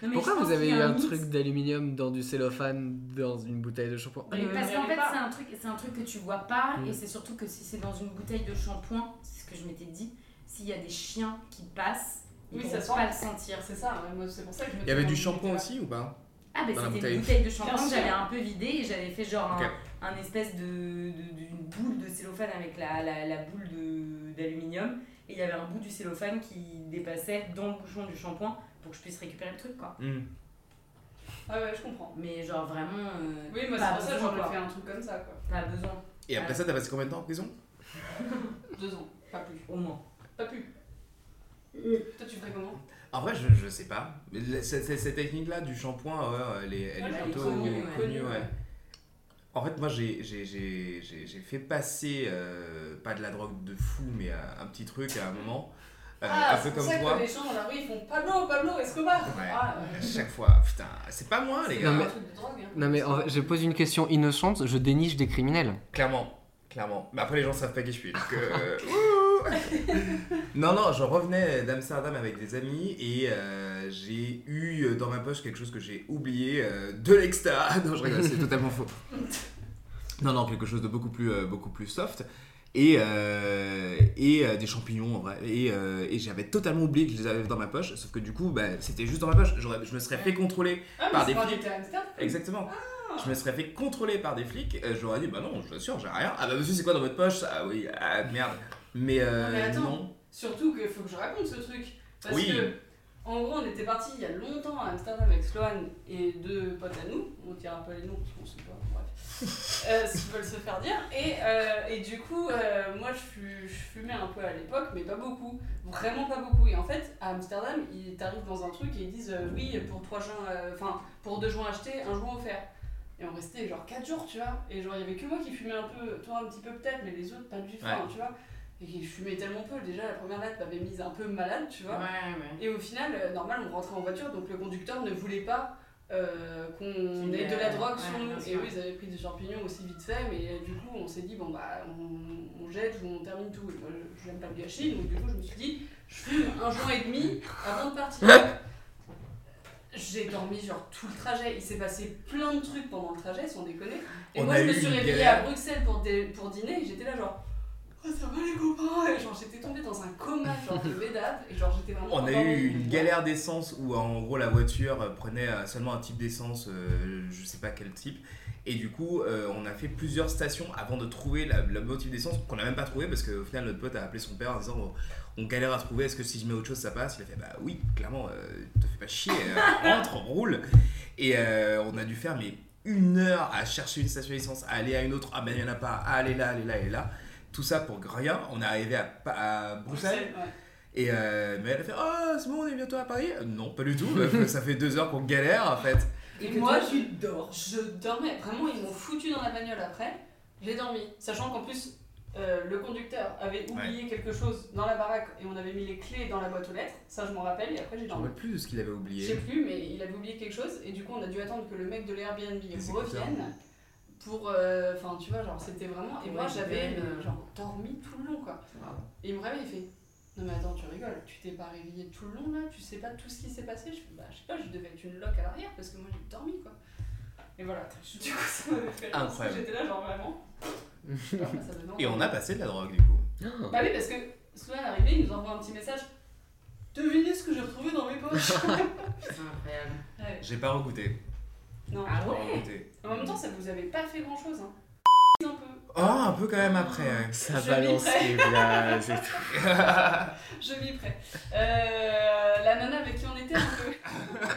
Speaker 5: non, mais
Speaker 4: Pourquoi
Speaker 5: je pense
Speaker 4: vous avez
Speaker 5: qu'il y
Speaker 4: eu
Speaker 5: a
Speaker 4: un
Speaker 5: mythe.
Speaker 4: truc d'aluminium dans du cellophane dans une bouteille de shampoing
Speaker 5: Mais
Speaker 2: Euh,
Speaker 5: parce
Speaker 2: vous
Speaker 5: qu'en
Speaker 2: l'avez
Speaker 5: fait,
Speaker 2: pas.
Speaker 5: c'est un, truc, c'est un truc que tu vois pas,
Speaker 4: Mm.
Speaker 5: et c'est surtout que si c'est dans une bouteille de shampoing, c'est ce que je m'étais dit, s'il y a des chiens qui passent, ils
Speaker 2: Oui,
Speaker 5: ne
Speaker 2: ça
Speaker 5: pourront
Speaker 2: sent.
Speaker 5: pas le sentir.
Speaker 2: C'est ça, hein, moi c'est pour ça que je me
Speaker 3: Il y avait
Speaker 2: demande
Speaker 3: du
Speaker 2: si
Speaker 3: shampoing
Speaker 2: t'as-
Speaker 3: aussi ou pas
Speaker 5: Ah, bah
Speaker 3: Dans la
Speaker 5: c'était
Speaker 3: bouteille.
Speaker 5: une bouteille de shampoing
Speaker 2: Bien
Speaker 5: que
Speaker 2: sûr.
Speaker 5: j'avais un peu vidée et j'avais fait genre
Speaker 3: Ok.
Speaker 5: un, un espèce de, de- d'une boule de cellophane avec la, la, la boule de, d'aluminium et il y avait un bout du cellophane qui dépassait dans le bouchon du shampoing pour que je puisse récupérer le truc quoi.
Speaker 3: Hmm.
Speaker 2: Ah ouais, je comprends.
Speaker 5: Mais genre vraiment. euh,
Speaker 2: Oui, moi c'est
Speaker 5: pas
Speaker 2: pour ça que
Speaker 5: besoin,
Speaker 2: j'aurais
Speaker 5: quoi.
Speaker 2: fait un truc comme ça quoi.
Speaker 5: Pas besoin,
Speaker 3: Et après ça, t'as passé combien de temps en prison
Speaker 2: Deux ans, pas plus.
Speaker 5: au moins.
Speaker 2: Pas plus. Toi tu ferais comment
Speaker 3: En vrai, je, je sais pas. Mais la- cette, cette- cette technique-là du shampoing, ouais, ouais, elle est, elle est
Speaker 2: Ouais, elle est
Speaker 3: plutôt
Speaker 2: connue,
Speaker 3: connue.
Speaker 5: ouais.
Speaker 3: ouais. En fait, moi, j'ai j'ai- j'ai- j'ai- j'ai fait passer, euh, pas de la drogue de fou, mais euh, un petit truc à un moment. euh, un peu
Speaker 2: Ah, c'est pour
Speaker 3: comme
Speaker 2: ça
Speaker 3: toi.
Speaker 2: que les gens dans la rue ils font Pablo, Pablo, Escobar
Speaker 3: Ouais.
Speaker 2: Ah,
Speaker 3: À chaque fois, putain, c'est pas moi, les
Speaker 2: c'est
Speaker 3: gars.
Speaker 2: un
Speaker 4: Non, mais-
Speaker 2: truc de drogue. hein.
Speaker 4: Non mais en fait, je pose une question innocente, je déniche des criminels.
Speaker 3: Clairement, clairement. Mais après, les gens savent pas qui je suis. Donc, euh, ouh. Non, non, je revenais d'Amsterdam avec des amis et euh, j'ai eu euh, dans ma poche quelque chose que j'ai oublié, euh, de l'extra. Non, je rigole, c'est totalement faux. Non, non, quelque chose de beaucoup plus, euh, beaucoup plus soft. Et, euh, et euh, des champignons en vrai. Et, euh, et j'avais totalement oublié que je les avais dans ma poche, sauf que du coup, bah, c'était juste dans ma poche. J'aurais- je me serais fait contrôler.
Speaker 2: Ah, mais
Speaker 3: Par
Speaker 2: c'est
Speaker 3: des
Speaker 2: quand
Speaker 3: flics.
Speaker 2: j'étais à Amsterdam.
Speaker 3: Exactement.
Speaker 2: Ah.
Speaker 3: Je me serais fait contrôler par des flics. euh, J'aurais dit, bah non, je suis sûr, j'ai rien. Ah bah monsieur, c'est quoi dans votre poche Ah oui, ah merde. Mais, euh,
Speaker 2: mais attends.
Speaker 3: non.
Speaker 2: Surtout qu'il faut que je raconte ce truc. Parce
Speaker 3: Oui.
Speaker 2: que, en gros, on était parti il y a longtemps à Amsterdam avec Sloane et deux potes à nous. On dira pas les noms parce qu'on sait pas, bref. euh, S'ils veulent se faire dire. Et, euh, et du coup, euh, moi, je, fu- je fumais un peu à l'époque, mais pas beaucoup. Vraiment pas beaucoup. Et en fait, à Amsterdam, ils t'arrivent dans un truc et ils disent euh, oui, pour trois joints, euh, enfin, pour deux joints achetés, un joint offert. Et on restait genre 4 jours, tu vois. Et genre, il y avait que moi qui fumais un peu, toi un petit peu peut-être, mais les autres pas du tout,
Speaker 3: Ouais.
Speaker 2: tu vois. Et je fumais tellement peu, déjà la première date m'avait mise un peu malade, tu vois.
Speaker 5: ouais.
Speaker 2: Et au final, euh, normal, on rentrait en voiture, donc le conducteur ne voulait pas euh, qu'on
Speaker 5: Qu'il
Speaker 2: ait
Speaker 5: y
Speaker 2: de la
Speaker 5: ait-
Speaker 2: drogue
Speaker 5: ouais,
Speaker 2: sur
Speaker 5: bien
Speaker 2: nous. Et
Speaker 5: sûr.
Speaker 2: eux, ils avaient pris des champignons aussi vite fait, mais euh, du coup, on s'est dit, bon bah, on, on jette ou on termine tout. Et moi, je- j'aime pas le gâchis, donc du coup, je me suis dit, je fume un joint et demi avant de partir. J'ai dormi genre tout le trajet. Il s'est passé plein de trucs pendant le trajet, sans déconner. Et
Speaker 3: On
Speaker 2: moi,
Speaker 3: a
Speaker 2: je me
Speaker 3: eu
Speaker 2: suis
Speaker 3: une
Speaker 2: réveillée
Speaker 3: galère.
Speaker 2: à Bruxelles pour, dé- pour dîner et j'étais là, genre, oh, ça va les copains Et genre, j'étais tombée dans un coma, genre de bédave. Et genre, j'étais vraiment.
Speaker 3: On a
Speaker 2: endormie.
Speaker 3: eu une galère d'essence où en gros la voiture euh, prenait euh, seulement un type d'essence, euh, je sais pas quel type. Et du coup, euh, on a fait plusieurs stations avant de trouver la, le bon type d'essence qu'on n'a même pas trouvé parce qu'au final, notre pote a appelé son père en disant Bon, On galère à trouver, est-ce que si je mets autre chose ça passe Il a fait Bah oui, clairement, euh, te fais pas chier, euh, rentre, roule. Et euh, on a dû faire mais une heure à chercher une station d'essence, à aller à une autre, ah ben il y en a pas, ah, allez là, allez là, allez là. Tout ça pour rien. On est arrivé à, Pa- à Bruxelles.
Speaker 2: ouais.
Speaker 3: Et euh, mais elle a fait Oh, c'est bon, on est bientôt à Paris Euh, Non, pas du tout, euh, ça fait deux heures qu'on galère en fait.
Speaker 2: Et,
Speaker 5: Et que
Speaker 2: moi,
Speaker 5: toi,
Speaker 2: je dors. Je dormais. Vraiment, ils m'ont foutu dans la bagnole après. J'ai dormi. Sachant qu'en plus, euh, le conducteur avait oublié quelque chose dans la baraque et on avait mis les clés dans la boîte aux lettres. Ça, je m'en rappelle. Et après, j'ai
Speaker 3: Je me
Speaker 2: dormi.
Speaker 3: rappelle plus de ce qu'il avait
Speaker 2: Je sais
Speaker 3: oublié.
Speaker 2: plus, mais il avait oublié quelque chose. Et du coup, on a dû attendre que le mec de l'Airbnb
Speaker 3: écouteurs.
Speaker 2: revienne. Pour. euh, Enfin, tu vois, genre, c'était vraiment. Et
Speaker 5: Ouais,
Speaker 2: moi, j'avais
Speaker 5: ouais.
Speaker 2: mais, genre dormi tout le long, quoi. Et il me réveille, il fait Non, mais attends, tu rigoles, tu t'es pas réveillé tout le long là, tu sais pas tout ce qui s'est passé Je fais Bah, je sais pas, je devais être une loque à l'arrière parce que moi j'ai dormi quoi. Et voilà, du coup, ça m'avait fait rire, parce que
Speaker 3: Incroyable.
Speaker 2: J'étais là, genre vraiment. Je sais pas, ça devait
Speaker 3: Et on a
Speaker 2: encore-
Speaker 3: passé de la drogue du coup.
Speaker 2: Bah oui, parce que Sloan est arrivé, il nous envoie un petit message Devinez ce que j'ai retrouvé dans mes poches
Speaker 5: C'est incroyable.
Speaker 2: Ouais.
Speaker 3: J'ai pas regoûté.
Speaker 2: Non,
Speaker 5: Ah
Speaker 3: J'ai pas
Speaker 5: ouais
Speaker 3: regoûté.
Speaker 2: en même temps, ça vous avait pas fait grand chose, hein. Un peu.
Speaker 3: Oh, un peu quand même après. ouais.
Speaker 4: Ça
Speaker 2: Je
Speaker 4: balance
Speaker 2: vibrais.
Speaker 4: les blagues et tout.
Speaker 2: Je m'y prête. Euh, la nana avec qui on était un peu.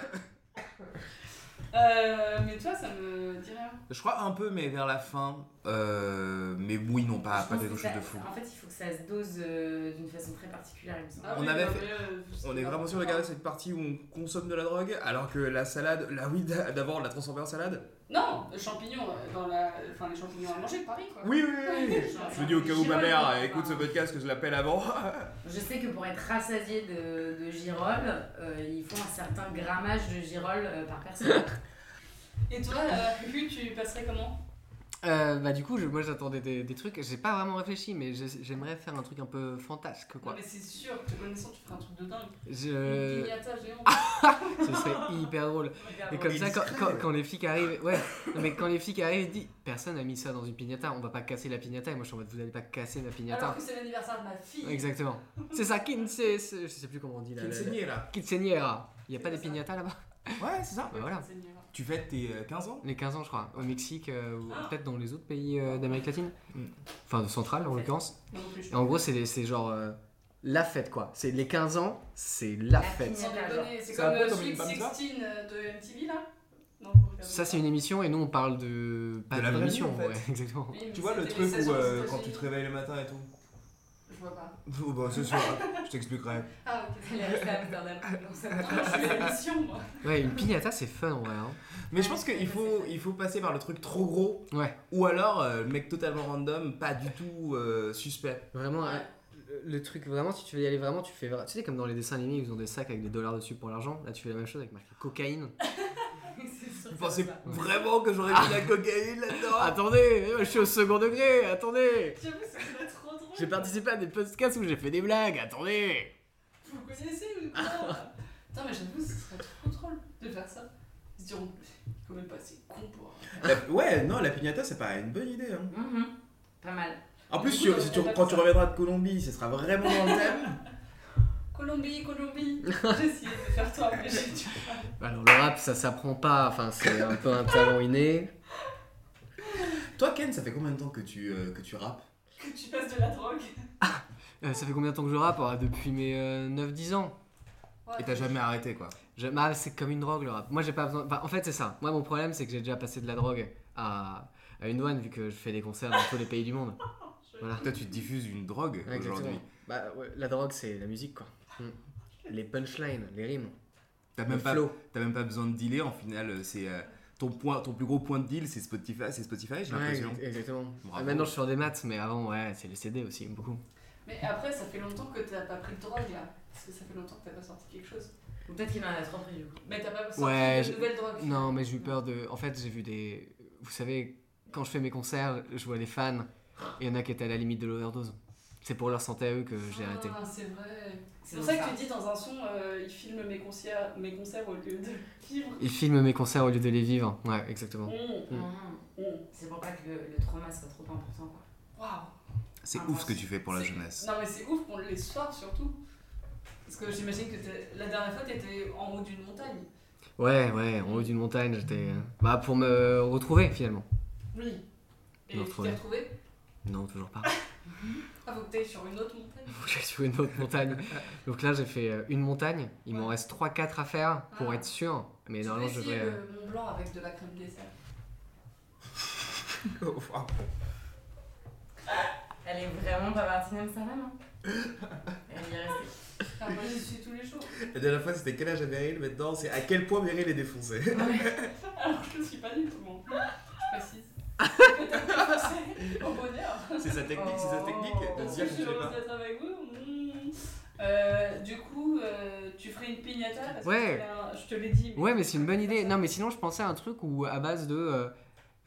Speaker 2: Euh, mais toi, ça me dit rien.
Speaker 3: Je crois un peu, mais vers la fin. Euh, mais oui, non, pas,
Speaker 5: Je
Speaker 3: pas
Speaker 5: pense
Speaker 3: quelque
Speaker 5: que
Speaker 3: chose
Speaker 5: ça-
Speaker 3: de fou.
Speaker 5: En fait, il faut que ça se dose euh, d'une façon très particulière, il me semble.
Speaker 2: Ah
Speaker 3: On
Speaker 2: oui,
Speaker 3: avait
Speaker 2: bah,
Speaker 3: fait-
Speaker 2: mais, euh, c'est
Speaker 3: On est
Speaker 2: pas
Speaker 3: vraiment sûr de
Speaker 2: grave.
Speaker 3: garder cette partie où on consomme de la drogue, alors que la salade, la oui, d'abord la transformer en salade
Speaker 2: Non, les champignons, euh, dans la... enfin les champignons à manger de Paris quoi.
Speaker 3: Oui, oui, oui Je me dis au cas où ma mère euh, écoute ce podcast que je l'appelle avant.
Speaker 5: Je sais que pour être rassasié de, de girolles, euh, il faut un certain grammage de girolles euh, par personne.
Speaker 2: Et toi, euh, Cucu, tu passerais comment
Speaker 4: Euh, bah du coup, je- moi j'attendais des, des trucs, j'ai pas vraiment réfléchi, mais je- j'aimerais faire un truc un peu fantasque
Speaker 2: Non
Speaker 4: quoi.
Speaker 2: mais c'est sûr, te connaissant, tu ferais un truc de dingue.
Speaker 3: Euh,
Speaker 2: Une
Speaker 4: Je...
Speaker 2: piñata géante.
Speaker 4: Ce serait hyper drôle. Et comme ça, quand, quand- quand les flics arrivent, ouais, non, mais quand les flics arrivent, ils disent personne n'a mis ça dans une piñata, on va pas casser la piñata. Et moi je suis en mode vous allez pas casser la
Speaker 2: Alors
Speaker 4: piñata.
Speaker 2: que c'est l'anniversaire de ma fille.
Speaker 4: Exactement. C'est ça, quince, je sais plus comment on dit là. la- la-
Speaker 3: saigné là.
Speaker 4: Quinceañera. Il y a pas des
Speaker 2: C'est ça.
Speaker 4: piñatas là-bas
Speaker 3: Ouais, c'est ça.
Speaker 4: Bah voilà.
Speaker 2: C'est nul, hein.
Speaker 3: Tu fêtes tes euh, 15 ans
Speaker 4: Les 15 ans je crois, au Mexique euh, ou
Speaker 2: Ah.
Speaker 4: peut-être dans les autres pays euh, d'Amérique latine.
Speaker 3: Mm.
Speaker 4: Enfin de centrale en
Speaker 5: Fête.
Speaker 4: l'occurrence.
Speaker 2: Non, non plus, je
Speaker 4: Et en gros, c'est les- c'est genre euh, la fête quoi. C'est les 15 ans, c'est la
Speaker 5: La
Speaker 4: fête.
Speaker 2: Sans déconner, c'est
Speaker 3: C'est
Speaker 2: comme
Speaker 3: un peu
Speaker 2: le
Speaker 3: comme
Speaker 2: Sweet
Speaker 3: une bamsa.
Speaker 2: 16 euh, de MTV là Non, faut regarder
Speaker 4: Ça, c'est une émission et nous on parle de pas
Speaker 3: De la
Speaker 4: de
Speaker 3: vraie
Speaker 4: l'émission,
Speaker 3: vie, en fait.
Speaker 4: ouais, exactement.
Speaker 2: Oui, mais
Speaker 3: Tu vois le
Speaker 2: c'était
Speaker 3: truc
Speaker 2: les
Speaker 3: où
Speaker 2: stations aux
Speaker 3: euh, quand tu
Speaker 2: États-Unis.
Speaker 3: te réveilles le matin et tout
Speaker 2: Je vois pas.
Speaker 3: Oh, Bah ce soir, je t'expliquerai.
Speaker 2: Ah ok.
Speaker 5: Elle est restée à Amsterdam plus longtemps.
Speaker 2: Non, je suis à l'émission moi.
Speaker 4: Ouais, une piñata, c'est fun en vrai. hein.
Speaker 3: Mais je pense qu'il faut, il faut passer par le truc trop gros.
Speaker 4: Ouais.
Speaker 3: Ou alors euh, le mec totalement random, pas du tout euh, suspect.
Speaker 4: Vraiment,
Speaker 2: Ouais.
Speaker 4: euh, le- le truc vraiment, si tu veux y aller vraiment, tu fais. vra- Tu sais, comme dans les dessins animés, ils ont des sacs avec des dollars dessus pour l'argent. Là, tu fais la même chose avec marqué cocaïne.
Speaker 5: C'est sûr
Speaker 3: Vous
Speaker 5: que
Speaker 3: pensez
Speaker 5: c'est ça.
Speaker 3: vraiment que
Speaker 4: Oh,
Speaker 3: j'aurais mis de la cocaïne là-dedans
Speaker 4: attendez, je suis au second degré, attendez
Speaker 2: J'avoue, ça serait trop drôle.
Speaker 4: J'ai participé à des podcasts où j'ai fait des blagues, attendez
Speaker 2: Vous connaissez ou quoi Putain, mais j'avoue, ce serait trop drôle de faire ça. Ils se diront, quand même pas, c'est con pour.
Speaker 3: La- Ouais, non, la piñata, ça paraît une bonne idée. hein.
Speaker 5: Mhm. Pas mal.
Speaker 3: En plus,
Speaker 2: Du coup,
Speaker 3: tu-
Speaker 2: on
Speaker 3: si tu-
Speaker 2: fait pas
Speaker 3: quand
Speaker 2: ça.
Speaker 3: tu reviendras de Colombie, ce sera vraiment dans le thème.
Speaker 2: Colombie, Colombie J'ai essayé de faire toi, mais j'ai du mal.
Speaker 4: Alors le rap, ça s'apprend pas, enfin c'est un peu un talent inné.
Speaker 3: Toi, Ken, ça fait combien de temps que tu, euh, que tu rappes
Speaker 2: Que tu passes de la drogue.
Speaker 4: Euh, ça fait combien de temps que je rappe Ah, Depuis mes euh, 9-10 ans.
Speaker 2: Ouais.
Speaker 3: Et t'as jamais arrêté, quoi.
Speaker 4: Je- bah, c'est comme une drogue le rap. Moi j'ai pas besoin. enfin, en fait c'est ça. Moi mon problème c'est que j'ai déjà passé de la drogue à, à une douane vu que je fais des concerts dans tous les pays du monde. Voilà.
Speaker 3: Toi, tu diffuses une drogue
Speaker 4: Ouais, exactement.
Speaker 3: aujourd'hui.
Speaker 4: Bah ouais, la drogue c'est la musique quoi. Mm. Les punchlines, les rimes,
Speaker 3: T'as
Speaker 4: le
Speaker 3: même, pas-
Speaker 4: flow.
Speaker 3: t'as même pas besoin de dealer, en final, c'est... euh, Ton, point, ton plus gros point de deal, c'est Spotify, c'est Spotify j'ai
Speaker 4: Ouais,
Speaker 3: l'impression.
Speaker 4: ex- exactement.
Speaker 3: Bravo.
Speaker 4: Ah, Maintenant je suis sur des maths mais avant ouais c'est les CD aussi beaucoup.
Speaker 2: Mais après, ça fait longtemps que t'as pas pris de drogue là. Parce que ça fait longtemps que t'as pas sorti quelque chose.
Speaker 5: Ou peut-être qu'il en a trop pris du coup.
Speaker 2: Mais t'as pas sorti
Speaker 4: Ouais,
Speaker 2: de
Speaker 4: je-
Speaker 2: nouvelles drogues.
Speaker 4: Non mais j'ai eu peur de. En fait j'ai vu des. Vous savez quand je fais mes concerts je vois des fans et il y en a qui étaient à la limite de l'overdose. C'est pour leur santé à eux que Euh, j'ai arrêté.
Speaker 2: Ah, c'est vrai. C'est
Speaker 5: C'est
Speaker 2: pour ça que tu dis dans un son, euh, il filme mes concerts, mes concerts au lieu de vivre.
Speaker 4: Ils filment mes concerts au lieu de les vivre. Ouais exactement.
Speaker 2: Mmh,
Speaker 5: Mhm.
Speaker 2: mmh.
Speaker 5: C'est pour pas que le, le trauma soit trop important quoi.
Speaker 2: Waouh.
Speaker 3: C'est
Speaker 5: Ah,
Speaker 3: ouf ce que
Speaker 5: mince.
Speaker 3: tu fais pour la
Speaker 2: C'est-
Speaker 3: jeunesse.
Speaker 2: Non mais c'est ouf qu'on les soirs surtout. Parce que j'imagine que t'es- la dernière fois t'étais en haut d'une montagne.
Speaker 4: Ouais, ouais, en haut d'une montagne, j'étais. Bah, pour me retrouver finalement.
Speaker 2: Oui. Et
Speaker 4: Me
Speaker 2: tu
Speaker 4: retrouver.
Speaker 2: t'es retrouvé
Speaker 4: Non, toujours pas.
Speaker 2: Ah faut que t'ailles sur une autre montagne.
Speaker 4: Je suis sur une autre montagne. Donc là, j'ai fait euh, une montagne. Il m'en
Speaker 2: Ouais.
Speaker 4: reste 3-4 à faire pour
Speaker 2: Ah.
Speaker 4: être sûr. Mais
Speaker 2: Tu
Speaker 4: normalement,
Speaker 2: peux
Speaker 4: je
Speaker 2: essayer
Speaker 4: devrais. euh,
Speaker 2: le Mont Blanc avec de la crème dessert.
Speaker 3: Ah,
Speaker 5: Elle est vraiment pas partie d'Amsterdam. Hein. Elle y est restée.
Speaker 2: Ah, moi j'y suis tous les jours.
Speaker 3: La dernière fois, c'était quel âge à Meryl Maintenant, c'est à quel point Meryl est défoncée.
Speaker 2: Alors je ne suis pas du tout bon. Je précise. Peut-être que je sais, au bonheur.
Speaker 3: c'est sa technique, c'est sa technique de
Speaker 2: Parce
Speaker 3: dire
Speaker 2: que je
Speaker 3: que tu
Speaker 2: suis
Speaker 3: sais pas.
Speaker 2: heureuse d'être avec vous. Mmh. Euh, du coup, euh, tu ferais une piñata parce
Speaker 4: Ouais.
Speaker 2: que c'était un- je te l'ai dit. mais-
Speaker 4: Ouais, mais c'est une bonne idée. Non, mais sinon, je pensais à un truc où, à base de. euh,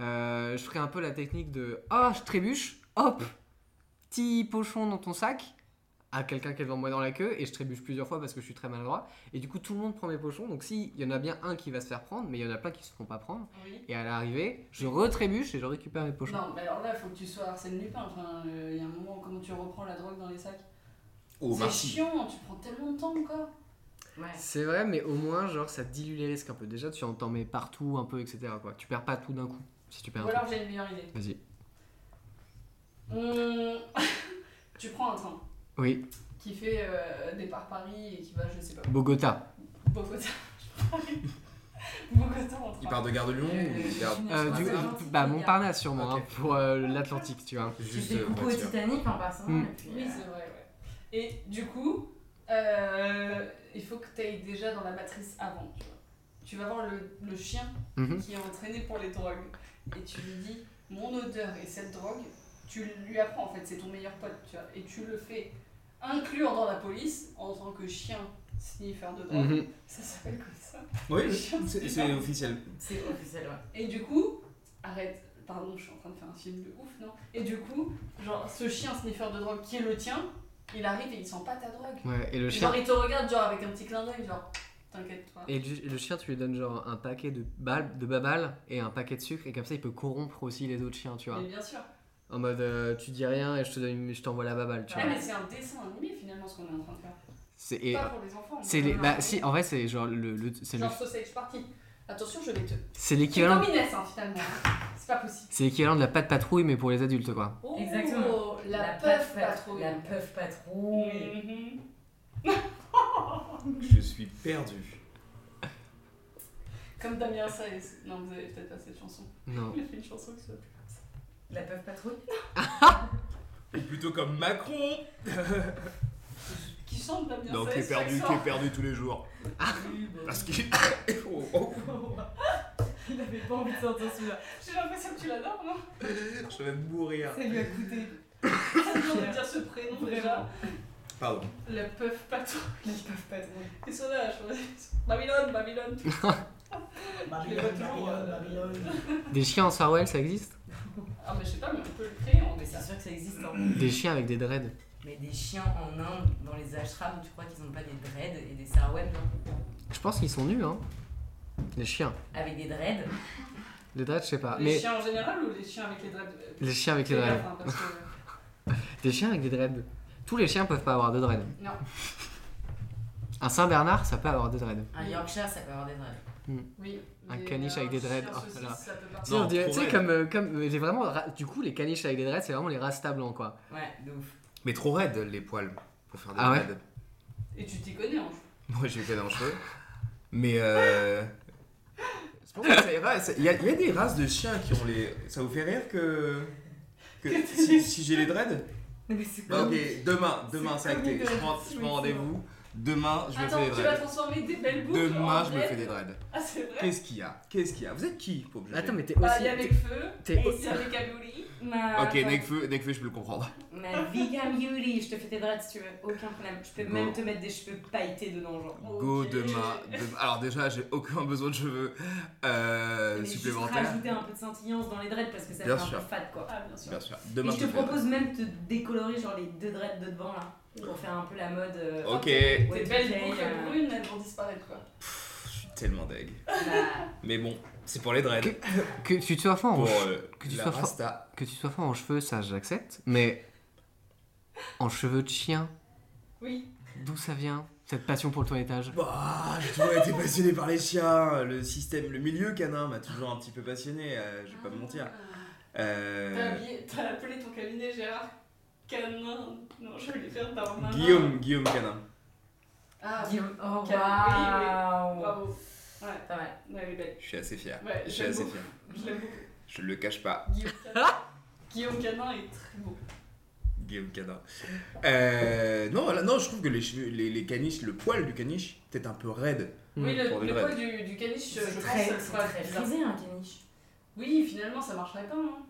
Speaker 4: euh, je ferais un peu la technique de. Oh, je trébuche, hop Petit pochon dans ton sac à quelqu'un qui est devant moi dans la queue et je trébuche plusieurs fois parce que je suis très maladroit. Et du coup, tout le monde prend mes pochons. Donc, si, il y en a bien un qui va se faire prendre, mais il y en a plein qui se font pas prendre.
Speaker 2: Oui.
Speaker 4: Et à l'arrivée, je retrébuche et je récupère mes pochons.
Speaker 2: Non, mais alors là, il faut que tu sois Arsène Lupin. Enfin, il y a un moment, comment tu reprends la drogue dans les sacs
Speaker 3: Oh,
Speaker 2: C'est
Speaker 3: merci.
Speaker 2: chiant, tu prends tellement de temps encore.
Speaker 5: Ouais.
Speaker 4: C'est vrai, mais au moins, genre, ça dilue les risques un peu. Déjà, tu en t'en mets partout un peu, etc. Quoi. Tu perds pas tout d'un coup. Si tu perds
Speaker 2: Ou
Speaker 4: un
Speaker 2: alors, j'ai une meilleure idée.
Speaker 4: truc. Vas-y.
Speaker 2: Mmh. tu prends un train
Speaker 4: Oui,
Speaker 2: qui fait euh, départ Paris et qui va, je sais pas,
Speaker 4: Bogota.
Speaker 2: Bogota. Bogota en train.
Speaker 3: Il part de Gare de Lyon ou de Gare
Speaker 4: Euh, du-
Speaker 5: Ah,
Speaker 4: du- bah, Montparnasse, sûrement,
Speaker 3: Ok.
Speaker 4: hein, pour euh, l'Atlantique, tu vois.
Speaker 5: Tu
Speaker 3: juste
Speaker 5: fais
Speaker 3: euh,
Speaker 5: coucou au
Speaker 3: voiture.
Speaker 5: Titanic en passant.
Speaker 4: Mm.
Speaker 5: Et puis,
Speaker 2: Oui,
Speaker 5: euh,
Speaker 2: c'est vrai, ouais. Et du coup, euh, il faut que tu ailles déjà dans la matrice avant, tu vois. Tu vas voir le, le chien
Speaker 4: Mhm.
Speaker 2: qui est entraîné pour les drogues et tu lui dis mon odeur et cette drogue, tu lui apprends en fait, c'est ton meilleur pote, tu vois. Et tu le fais inclure dans la police en tant que chien sniffer de drogue.
Speaker 4: Mhm.
Speaker 2: Ça s'appelle comme ça.
Speaker 3: Oui, c'est c'est officiel.
Speaker 5: c'est officiel, ouais.
Speaker 2: Et du coup, arrête, pardon, je suis en train de faire un film de ouf, non Et du coup, genre, ce chien sniffer de drogue qui est le tien, il arrive et il sent pas ta drogue.
Speaker 4: Ouais, et le
Speaker 2: Genre,
Speaker 4: chien.
Speaker 2: il te regarde, genre, avec un petit clin d'œil, genre, t'inquiète pas.
Speaker 4: Et le, le chien, tu lui donnes genre un paquet de balles, de babales et un paquet de sucre, et comme ça, il peut corrompre aussi les autres chiens, tu vois.
Speaker 2: Mais bien sûr.
Speaker 4: En mode, euh, tu dis rien et je te donne, je t'envoie la babale, tu
Speaker 2: Ah,
Speaker 4: vois.
Speaker 2: mais c'est un dessin animé finalement ce qu'on est en train de faire.
Speaker 4: C'est et-
Speaker 2: pas pour les enfants.
Speaker 4: c'est
Speaker 2: mais
Speaker 4: les,
Speaker 2: pour
Speaker 4: bah
Speaker 2: enfants.
Speaker 4: si, en vrai, c'est genre le, le- c'est le-
Speaker 2: Genre Sausage Party. Attention, je vais te.
Speaker 4: c'est
Speaker 2: C'est
Speaker 4: l'équivalent,
Speaker 2: comme Inès, hein, finalement. C'est pas possible.
Speaker 4: c'est l'équivalent de la pâte patrouille mais pour les adultes quoi.
Speaker 2: Oh,
Speaker 5: Exactement.
Speaker 2: La,
Speaker 5: puff
Speaker 2: puff patrouille.
Speaker 5: La puff patrouille.
Speaker 2: Mhm.
Speaker 3: Je suis perdu.
Speaker 2: Comme Damien Saez. Non, vous avez peut-être pas cette chanson.
Speaker 4: Non.
Speaker 2: Il a fait une chanson qui s'appelle.
Speaker 5: La puff patrouille.
Speaker 3: Ou plutôt comme Macron
Speaker 2: Qui chante Damien
Speaker 3: Non,
Speaker 2: Saez
Speaker 3: t'es
Speaker 2: chaque
Speaker 3: perdu,
Speaker 2: soir.
Speaker 3: t'es perdu tous les jours. Parce qu'il. Oh, oh.
Speaker 5: Il avait pas envie de sortir celui-là.
Speaker 2: J'ai l'impression que tu l'adores, non
Speaker 3: Je vais mourir.
Speaker 5: Ça lui a coûté.
Speaker 2: Ça te vient de dire ce prénom déjà.
Speaker 5: Vraiment.
Speaker 3: Pardon.
Speaker 2: La puff patrouille.
Speaker 5: La puff patrouille.
Speaker 2: Et ça là, je Babylone, Babylone.
Speaker 5: euh,
Speaker 6: Babylone, Babylone, Babylone.
Speaker 4: Des chiens en sarouel, ça existe
Speaker 2: Ah, mais je sais pas, mais on peut le créer en
Speaker 5: Mais
Speaker 2: dessin.
Speaker 5: c'est sûr que ça existe. hein.
Speaker 3: Mm.
Speaker 4: Des chiens avec des dreads.
Speaker 5: Mais des chiens en Inde, dans les ashrams, tu crois qu'ils n'ont pas des dreads et des sarouels
Speaker 4: Je pense qu'ils sont nus, hein. Les chiens.
Speaker 5: Avec des dreads
Speaker 4: Les dreads, je sais pas.
Speaker 2: Les
Speaker 4: Ah, Mais
Speaker 2: chiens en général ou les chiens avec les dreads
Speaker 4: les chiens avec les
Speaker 2: Fais
Speaker 4: dreads.
Speaker 2: gaffe, hein, parce que-
Speaker 4: Des chiens avec des dreads. Tous les chiens peuvent pas avoir de dreads.
Speaker 2: Non.
Speaker 4: Un Saint-Bernard, ça peut avoir des dreads.
Speaker 5: Un Yorkshire, ça peut avoir des dreads.
Speaker 2: Oui.
Speaker 4: Un
Speaker 2: mais
Speaker 4: caniche avec des dreads,
Speaker 2: chien
Speaker 4: oh,
Speaker 2: saucisse,
Speaker 4: là.
Speaker 2: ça peut pas.
Speaker 4: Tu sais, on
Speaker 3: Non,
Speaker 4: dirait-
Speaker 3: trop
Speaker 4: tu sais,
Speaker 3: raide.
Speaker 4: comme, euh, comme euh, j'ai vraiment. ra- Du coup, les caniches avec des dreads, c'est vraiment les rastas blancs, quoi.
Speaker 5: Ouais, de ouf.
Speaker 3: Mais trop raide les poils pour faire des
Speaker 4: Ah ouais
Speaker 3: dreads.
Speaker 2: Et tu t'y connais en fait.
Speaker 3: Moi j'ai pas d'un cheveu. Mais euh. Je pense que ça ira. ça- Il y, a- il y a des races de chiens qui ont les. Ça vous fait rire que. que si si j'ai les dreads
Speaker 5: Mais c'est
Speaker 3: Bah
Speaker 5: cool.
Speaker 3: ok, demain, demain
Speaker 5: C'est
Speaker 3: c'est acté.
Speaker 5: comique,
Speaker 3: Je prends,
Speaker 5: ouais.
Speaker 3: je prends rendez-vous. Demain je me
Speaker 2: Attends,
Speaker 3: fais des
Speaker 2: tu vas
Speaker 3: dreads.
Speaker 2: transformer des belles boucles.
Speaker 3: Demain
Speaker 2: en
Speaker 3: je me fais
Speaker 2: dreads.
Speaker 3: des dreads.
Speaker 2: Ah, c'est vrai.
Speaker 3: Qu'est-ce qu'il y a Qu'est-ce qu'il y a Vous êtes qui pour juger
Speaker 4: Attends, mais t'es
Speaker 2: Bah,
Speaker 4: aussi.
Speaker 2: il y a Nekfeu,
Speaker 4: t'es- t'es
Speaker 5: Et
Speaker 2: il y a les Kabouli.
Speaker 5: Ma...
Speaker 3: Ok,
Speaker 5: attends.
Speaker 3: Nekfeu, Nekfeu, je peux le comprendre.
Speaker 5: Ma vegan beauty, je te fais tes dreads si tu veux, aucun problème. Je peux
Speaker 3: Go.
Speaker 5: même te mettre des cheveux pailletés dedans, genre.
Speaker 3: Go
Speaker 2: Ok.
Speaker 3: demain, demain. Alors déjà, j'ai aucun besoin de cheveux euh,
Speaker 5: Mais juste
Speaker 3: supplémentaires.
Speaker 5: rajouter un peu de scintillance dans les dreads parce que ça
Speaker 3: Bien
Speaker 5: fait
Speaker 3: sûr.
Speaker 5: un peu fat quoi.
Speaker 2: Ah, bien sûr.
Speaker 3: Bien sûr.
Speaker 5: Et
Speaker 3: Demain
Speaker 5: je te
Speaker 3: me fais des
Speaker 5: propose même de te décolorer genre les deux dreads de devant là pour faire un peu la mode. euh,
Speaker 3: dreads. Ok,
Speaker 2: Tes
Speaker 5: Ouais,
Speaker 2: belles
Speaker 5: ok,
Speaker 2: boucles
Speaker 5: euh,
Speaker 2: brunes, elles vont disparaître quoi.
Speaker 3: je suis tellement deg.
Speaker 5: bah,
Speaker 3: Mais bon, c'est pour les dreads.
Speaker 4: Que tu te sois fort en,
Speaker 3: Pour
Speaker 4: che-
Speaker 3: euh,
Speaker 4: que tu
Speaker 3: la
Speaker 4: sois fort.
Speaker 3: rasta.
Speaker 4: que tu sois fort en cheveux, ça j'accepte. Mais en cheveux de chien,
Speaker 2: Oui.
Speaker 4: d'où ça vient cette passion pour le toilettage
Speaker 3: Bah, j'ai toujours été passionné par les chiens. Le système, le milieu canin m'a toujours un petit peu passionné, euh, je vais
Speaker 5: Ah.
Speaker 3: pas me mentir. Euh,
Speaker 2: T'as habillé- t'as appelé ton cabinet Gérard Canin. Non, je voulais faire Darmanin.
Speaker 3: Guillaume, Guillaume canin.
Speaker 2: Ah,
Speaker 5: Guillaume- Oh
Speaker 2: Quel- oui, oui.
Speaker 5: waouh
Speaker 2: bravo. Ouais,
Speaker 5: Pas mal.
Speaker 2: ouais, elle est belle.
Speaker 3: Je suis assez fier.
Speaker 2: Ouais,
Speaker 3: je suis
Speaker 2: j'aime
Speaker 3: assez
Speaker 2: beaucoup.
Speaker 3: fier.
Speaker 2: Je l'aime beaucoup.
Speaker 3: Je le cache pas.
Speaker 2: Guillaume Canin. Guillaume Canin est très beau.
Speaker 3: Guillaume Canin. Euh, non, là, non, je trouve que les, cheveux, les, les caniches, le poil du caniche, peut-être un peu raide.
Speaker 2: Oui, le,
Speaker 3: Mm, Pour des
Speaker 2: le
Speaker 3: dreads.
Speaker 2: poil du, du caniche, je
Speaker 5: C'est
Speaker 2: pense
Speaker 5: très,
Speaker 2: que ça
Speaker 5: c'est
Speaker 2: sera
Speaker 5: très hein,
Speaker 2: bizarre.
Speaker 5: frisé un caniche.
Speaker 2: Oui, finalement, ça marcherait pas. hein.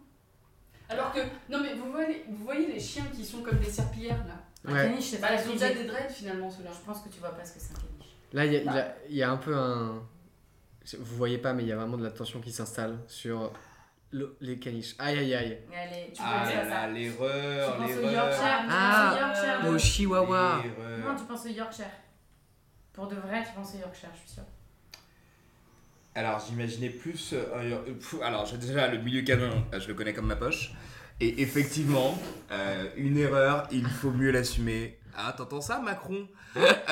Speaker 2: Alors que, non mais vous voyez, vous voyez les chiens qui sont comme des serpillères là.
Speaker 5: Un
Speaker 4: Ouais.
Speaker 5: caniche Ah, c'est
Speaker 2: Bah,
Speaker 5: pas
Speaker 2: ils ont déjà des
Speaker 5: frisé.
Speaker 2: dreads finalement ceux-là.
Speaker 5: Je pense que tu vois pas ce que c'est un caniche.
Speaker 4: Là, il y, a- il y
Speaker 2: Bah.
Speaker 4: a- il y a un peu un. Vous voyez pas, mais il y a vraiment de la tension qui s'installe sur le- les caniches. Aïe aïe aïe.
Speaker 5: Mais allez, tu
Speaker 3: Ah
Speaker 5: penses
Speaker 3: là
Speaker 5: à ça.
Speaker 3: là, l'erreur,
Speaker 5: Tu penses au
Speaker 3: l'erreur.
Speaker 5: Yorkshire, tu
Speaker 4: Ah.
Speaker 5: penses au Yorkshire.
Speaker 4: Au chihuahua.
Speaker 5: Non,
Speaker 3: L'erreur.
Speaker 5: tu penses au Yorkshire. Pour de vrai, tu penses au Yorkshire, je suis sûre.
Speaker 3: Alors j'imaginais plus. euh, euh, pfff, alors j'ai déjà le milieu canin, euh, je le connais comme ma poche. Et effectivement, euh, une erreur, il faut mieux l'assumer. Ah, t'entends ça, Macron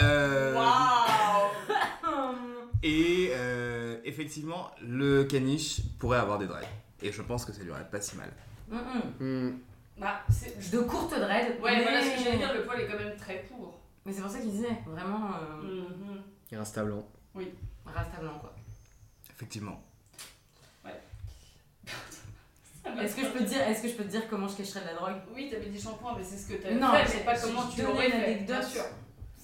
Speaker 3: Euh,
Speaker 2: Waouh
Speaker 5: Hum,
Speaker 3: Et euh, effectivement, le caniche pourrait avoir des dreads. Et je pense que ça lui irait pas si mal.
Speaker 5: Hum, hum.
Speaker 4: Hmm.
Speaker 2: Bah, c'est.
Speaker 5: De courte dread.
Speaker 2: Ouais,
Speaker 5: mais...
Speaker 2: voilà ce que j'allais dire, le poil est quand même très court.
Speaker 5: Mais c'est pour ça qu'ils disaient vraiment euh,
Speaker 2: Mhm.
Speaker 4: Il reste à blanc.
Speaker 5: rasta blanc quoi.
Speaker 3: Effectivement.
Speaker 5: Est-ce que je peux te dire, est-ce que je peux te dire comment je cacherais de la drogue
Speaker 2: Oui, t'avais dit shampoing, mais c'est ce que t'avais
Speaker 5: Non,
Speaker 2: fait,
Speaker 5: mais
Speaker 2: c'est pas
Speaker 5: je-
Speaker 2: comment
Speaker 5: je
Speaker 2: tu
Speaker 5: donnais
Speaker 2: l'aurais fait.
Speaker 5: l'anecdote
Speaker 2: Bien sûr.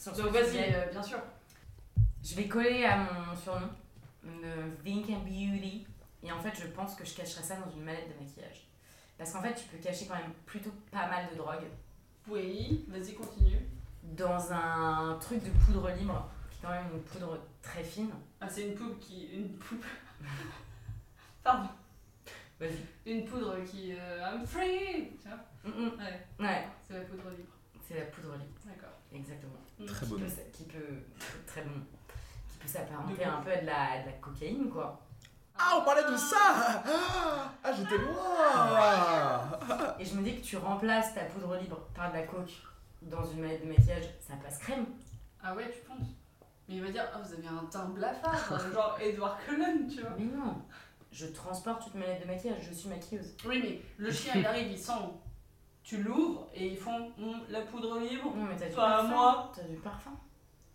Speaker 5: sur ce
Speaker 2: Donc
Speaker 5: que je
Speaker 2: vas-y,
Speaker 5: disais.
Speaker 2: euh, bien sûr.
Speaker 5: Je vais coller à mon surnom, le Vegan Beauty, et en fait je pense que je cacherais ça dans une mallette de maquillage. Parce qu'en fait tu peux cacher quand même plutôt pas mal de drogue
Speaker 2: Oui, vas-y, continue.
Speaker 5: dans un truc de poudre libre, qui est quand même une poudre très fine.
Speaker 2: Ah, c'est une poupe qui. Une poupe. Pardon.
Speaker 5: Vas-y.
Speaker 2: Une poudre qui. euh, I'm free Tu vois
Speaker 5: Mm, mm.
Speaker 2: Ouais,
Speaker 5: Ouais,
Speaker 2: c'est la poudre libre.
Speaker 5: c'est la poudre libre,
Speaker 2: D'accord.
Speaker 5: exactement.
Speaker 3: Très
Speaker 5: Qui
Speaker 3: beau.
Speaker 5: peut,
Speaker 3: nom.
Speaker 5: s- qui peut- très bon, qui peut s'apparenter
Speaker 2: De
Speaker 5: un peu à de la, de la cocaïne quoi.
Speaker 3: Ah, on parlait de ça Ah, ah, j'étais loin
Speaker 5: Et je me dis que tu remplaces ta poudre libre par de la coke dans une mallette de maquillage, ça passe crème.
Speaker 2: Ah ouais, tu penses Mais il va dire, ah vous avez un teint blafard, euh, genre Edouard Cullen, tu vois.
Speaker 5: Mais non, je transporte toute ma lettre de maquillage, je suis maquilleuse.
Speaker 2: Oui, mais le chien, il arrive, il sent. Tu l'ouvres et ils font Hum, la poudre libre.
Speaker 5: Non mais t'as du
Speaker 2: Pas à
Speaker 5: parfum.
Speaker 2: moi.
Speaker 5: T'as du parfum.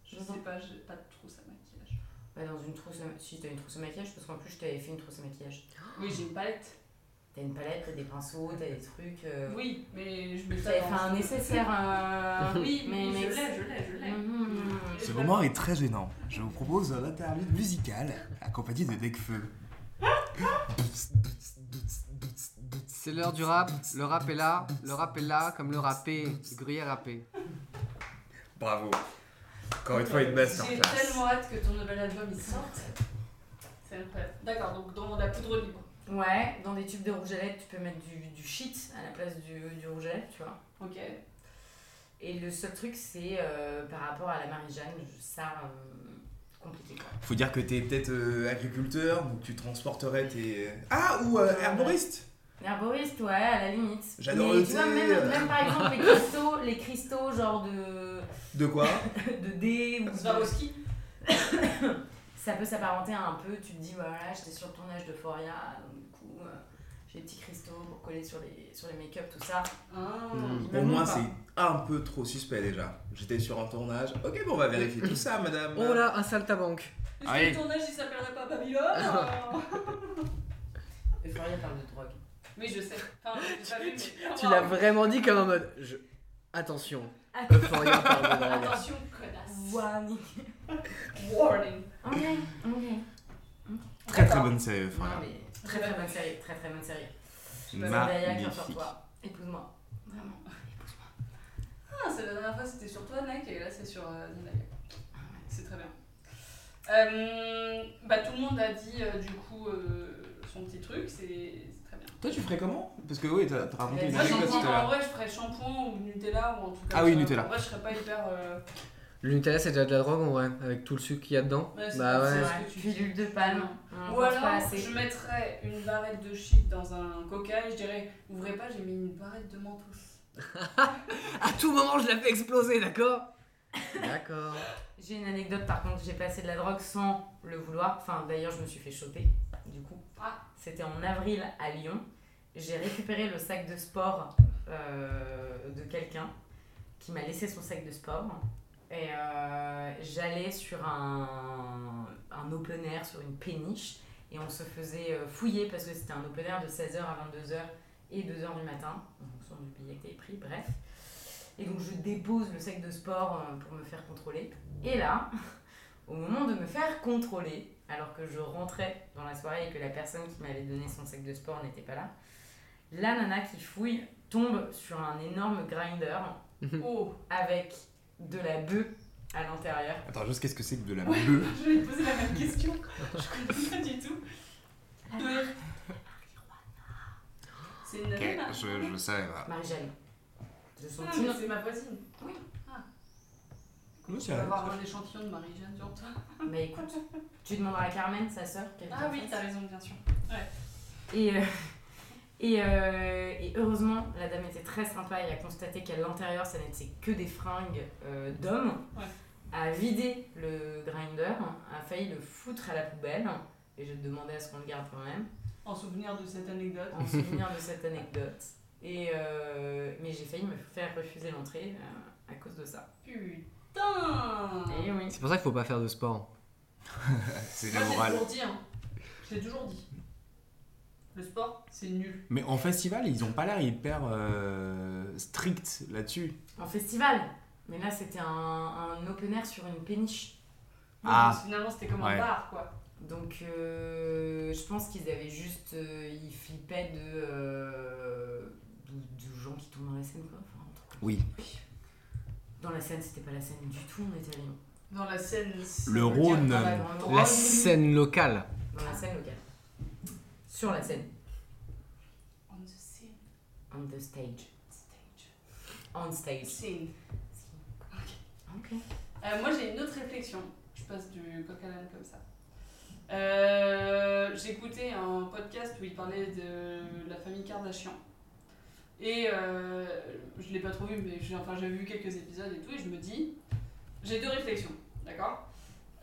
Speaker 2: Je sais pas, j'ai pas de trousse à maquillage.
Speaker 5: Bah dans une trousse, à- si t'as une trousse à maquillage, parce qu'en plus je t'avais fait une trousse à maquillage.
Speaker 2: Oui, j'ai une palette.
Speaker 5: T'as une palette, t'as des pinceaux, t'as des trucs. euh,
Speaker 2: Oui, mais je mets
Speaker 5: Je
Speaker 2: ça
Speaker 5: t'avais
Speaker 2: dans-
Speaker 5: fait un nécessaire. euh,
Speaker 2: Oui, mais,
Speaker 5: mais
Speaker 2: je
Speaker 5: mais-
Speaker 2: l'ai, je l'ai, je l'ai.
Speaker 5: Mhm.
Speaker 3: Ce moment est très gênant. Je vous propose un interlude musical accompagné de Necfeu.
Speaker 4: C'est l'heure du rap. Le rap est là. Le rap est là, comme le râpé. Le gruyère râpé.
Speaker 3: Bravo. Encore une fois, une masterclass.
Speaker 2: J'ai tellement hâte que ton nouvel album il sorte. C'est incroyable. D'accord, donc dans la poudre libre.
Speaker 5: Ouais, dans des tubes de rouge à lèvres, tu peux mettre du, du shit à la place du, du rouge à lèvres, tu vois.
Speaker 2: Ok.
Speaker 5: Et le seul truc, c'est euh, par rapport à la Marie-Jeanne, je- ça, euh, compliqué quoi.
Speaker 3: Faut dire que t'es peut-être euh, agriculteur ou que tu transporterais tes. Ah, ou euh, herboriste
Speaker 5: L'herboriste, ouais, à la limite.
Speaker 3: J'adore
Speaker 5: Mais
Speaker 3: le
Speaker 5: tu vois,
Speaker 3: thé.
Speaker 5: même, même par exemple, les cristaux, les cristaux genre de,
Speaker 3: De quoi
Speaker 5: de dés ou de-
Speaker 2: Swarovski
Speaker 5: Ça peut s'apparenter à un peu, tu te dis, bah, voilà, j'étais sur le tournage de Foria, donc du coup, euh, j'ai des petits cristaux pour coller sur les, sur les make-up, tout ça.
Speaker 2: Ah.
Speaker 4: Hmm.
Speaker 3: Pour moi, c'est un peu trop suspect déjà. J'étais sur un tournage. Ok, bon, on va vérifier tout ça, madame.
Speaker 4: Oh là, un saltabanque.
Speaker 2: Est-ce
Speaker 3: Allez.
Speaker 2: que le tournage il s'appellerait pas
Speaker 3: Ah
Speaker 2: Babylone
Speaker 5: Et Foria parle de drogue.
Speaker 2: Oui, je sais. Enfin, j'ai pas vu, mais. Oh,
Speaker 4: Tu l'as vraiment dit comme en mode. Je... Attention,
Speaker 5: Attends,
Speaker 4: Euphoria parle de drogue.
Speaker 2: Attention, connasse.
Speaker 5: warning.
Speaker 2: Warning.
Speaker 5: Ok, ok.
Speaker 3: Très très bonne série,
Speaker 5: Non,
Speaker 3: frère.
Speaker 5: mais très très bonne série, très très bonne série. Zendaya, cœur sur
Speaker 3: Magnifique.
Speaker 5: toi. Épouse-moi. Vraiment. Épouse-moi.
Speaker 2: Ah, c'est la dernière fois c'était sur toi, Nike, et là c'est sur euh, Zendaya. C'est très bien. Euh, bah, tout le monde a dit euh, du coup euh, son petit truc, c'est c'est très bien.
Speaker 3: Toi, tu ferais comment Parce que oui, t'as t'as raconté
Speaker 5: Mais
Speaker 3: une
Speaker 5: moi,
Speaker 2: Moi,
Speaker 5: j'en
Speaker 3: anecdote tout
Speaker 5: prends
Speaker 3: à
Speaker 2: shampoing, en
Speaker 3: l'heure.
Speaker 2: vrai, je ferais shampoing ou Nutella ou un truc comme
Speaker 3: Ah oui,
Speaker 2: ça.
Speaker 3: Nutella.
Speaker 2: En vrai, je serais pas hyper. euh,
Speaker 4: Le Nutella, c'est déjà de la drogue en vrai, avec tout le sucre qu'il y a dedans.
Speaker 2: Ouais, c'est
Speaker 4: bah
Speaker 2: pas-
Speaker 4: ouais.
Speaker 2: c'est-
Speaker 5: Ouais,
Speaker 2: ce que tu
Speaker 5: puis
Speaker 2: dis.
Speaker 5: l'huile de palme. Hein, On
Speaker 2: Ou
Speaker 5: pense
Speaker 2: alors,
Speaker 5: pas assez.
Speaker 2: je mettrais une barrette de shit dans un coca et je dirais Ouvrez pas, j'ai mis une barrette de mentos.
Speaker 4: À tout moment, je la fais exploser, d'accord D'accord.
Speaker 5: J'ai une anecdote par contre, j'ai passé de la drogue sans le vouloir. Enfin, d'ailleurs, je me suis fait choper, du coup.
Speaker 2: Ah.
Speaker 5: C'était en avril à Lyon. J'ai récupéré le sac de sport euh, de quelqu'un qui m'a laissé son sac de sport. Et euh, j'allais sur un, un open air, sur une péniche. Et on se faisait euh, fouiller parce que c'était un open air de 16h à 22h et 2h du matin, en fonction du billet que t'avais pris, bref. Et donc je dépose le sac de sport euh, pour me faire contrôler. Et là, au moment de me faire contrôler, alors que je rentrais dans la soirée et que la personne qui m'avait donné son sac de sport n'était pas là, la nana qui fouille tombe sur un énorme grinder
Speaker 2: Oh
Speaker 5: avec de la bœuf à l'intérieur.
Speaker 3: Attends, juste qu'est-ce que c'est que de la
Speaker 2: Ouais.
Speaker 3: bleue
Speaker 2: Je vais te poser la même question. je comprends pas du tout. Ouais. C'est une
Speaker 3: Ok,
Speaker 2: nana.
Speaker 3: je, je savais pas.
Speaker 5: Marie-Jeanne. De son
Speaker 2: Ah,
Speaker 5: petit
Speaker 2: mais
Speaker 5: nom.
Speaker 2: c'est ma voisine. Oui. Ah.
Speaker 3: Oui,
Speaker 2: Tu
Speaker 3: c'est
Speaker 2: vas
Speaker 3: vrai.
Speaker 2: avoir un échantillon de Marie-Jeanne sur toi.
Speaker 5: Bah écoute, tu demanderas à Carmen, sa sœur, qu'elle
Speaker 2: Ah
Speaker 5: t'en
Speaker 2: oui,
Speaker 5: fasse.
Speaker 2: t'as raison, bien sûr.
Speaker 5: Et, euh, et, euh, et heureusement, la dame était très sympa et a constaté qu'à l'intérieur, ça n'était que des fringues euh, d'hommes.
Speaker 2: Ouais.
Speaker 5: A vidé le grinder, hein, a failli le foutre à la poubelle. Et je demandais à ce qu'on le garde quand même,
Speaker 2: En souvenir de cette anecdote.
Speaker 5: en souvenir de cette anecdote. Et euh, mais j'ai failli me faire refuser l'entrée euh, à cause de ça.
Speaker 2: Putain
Speaker 5: Et oui.
Speaker 4: C'est pour ça qu'il faut pas faire de sport.
Speaker 3: C'est
Speaker 2: Moi,
Speaker 3: la
Speaker 2: j'ai
Speaker 3: morale.
Speaker 2: toujours dit, hein. Je l'ai toujours dit. Le sport, c'est nul.
Speaker 3: Mais en festival, ils ont pas l'air hyper euh, stricts là-dessus.
Speaker 5: En festival Mais là, c'était un, un open air sur une péniche.
Speaker 2: Oui,
Speaker 3: Ah.
Speaker 2: donc Finalement, c'était comme
Speaker 3: Ouais.
Speaker 2: un bar, quoi.
Speaker 5: Donc euh, je pense qu'ils avaient juste... euh, ils flippaient de, euh, de, de gens qui tombent dans la scène quoi. Enfin, un truc comme
Speaker 3: Oui.
Speaker 5: ça. Dans la scène, c'était pas la scène du tout, on était à Lyon.
Speaker 2: Dans la scène.
Speaker 3: Le Rhône.
Speaker 5: Dans la, grande-
Speaker 4: La scène locale.
Speaker 5: dans
Speaker 6: Ah.
Speaker 5: la scène locale. Sur la scène.
Speaker 2: On the scene.
Speaker 5: On the stage.
Speaker 2: Stage.
Speaker 5: On stage.
Speaker 2: Scene.
Speaker 5: Ok.
Speaker 2: Euh, moi, j'ai une autre réflexion. Je passe du coq à l'âne comme ça. Euh, J'écoutais un podcast où il parlait de la famille Kardashian. Et euh, je l'ai pas trop vu, mais j'ai enfin, j'ai vu quelques épisodes et tout. Et je me dis, j'ai deux réflexions, d'accord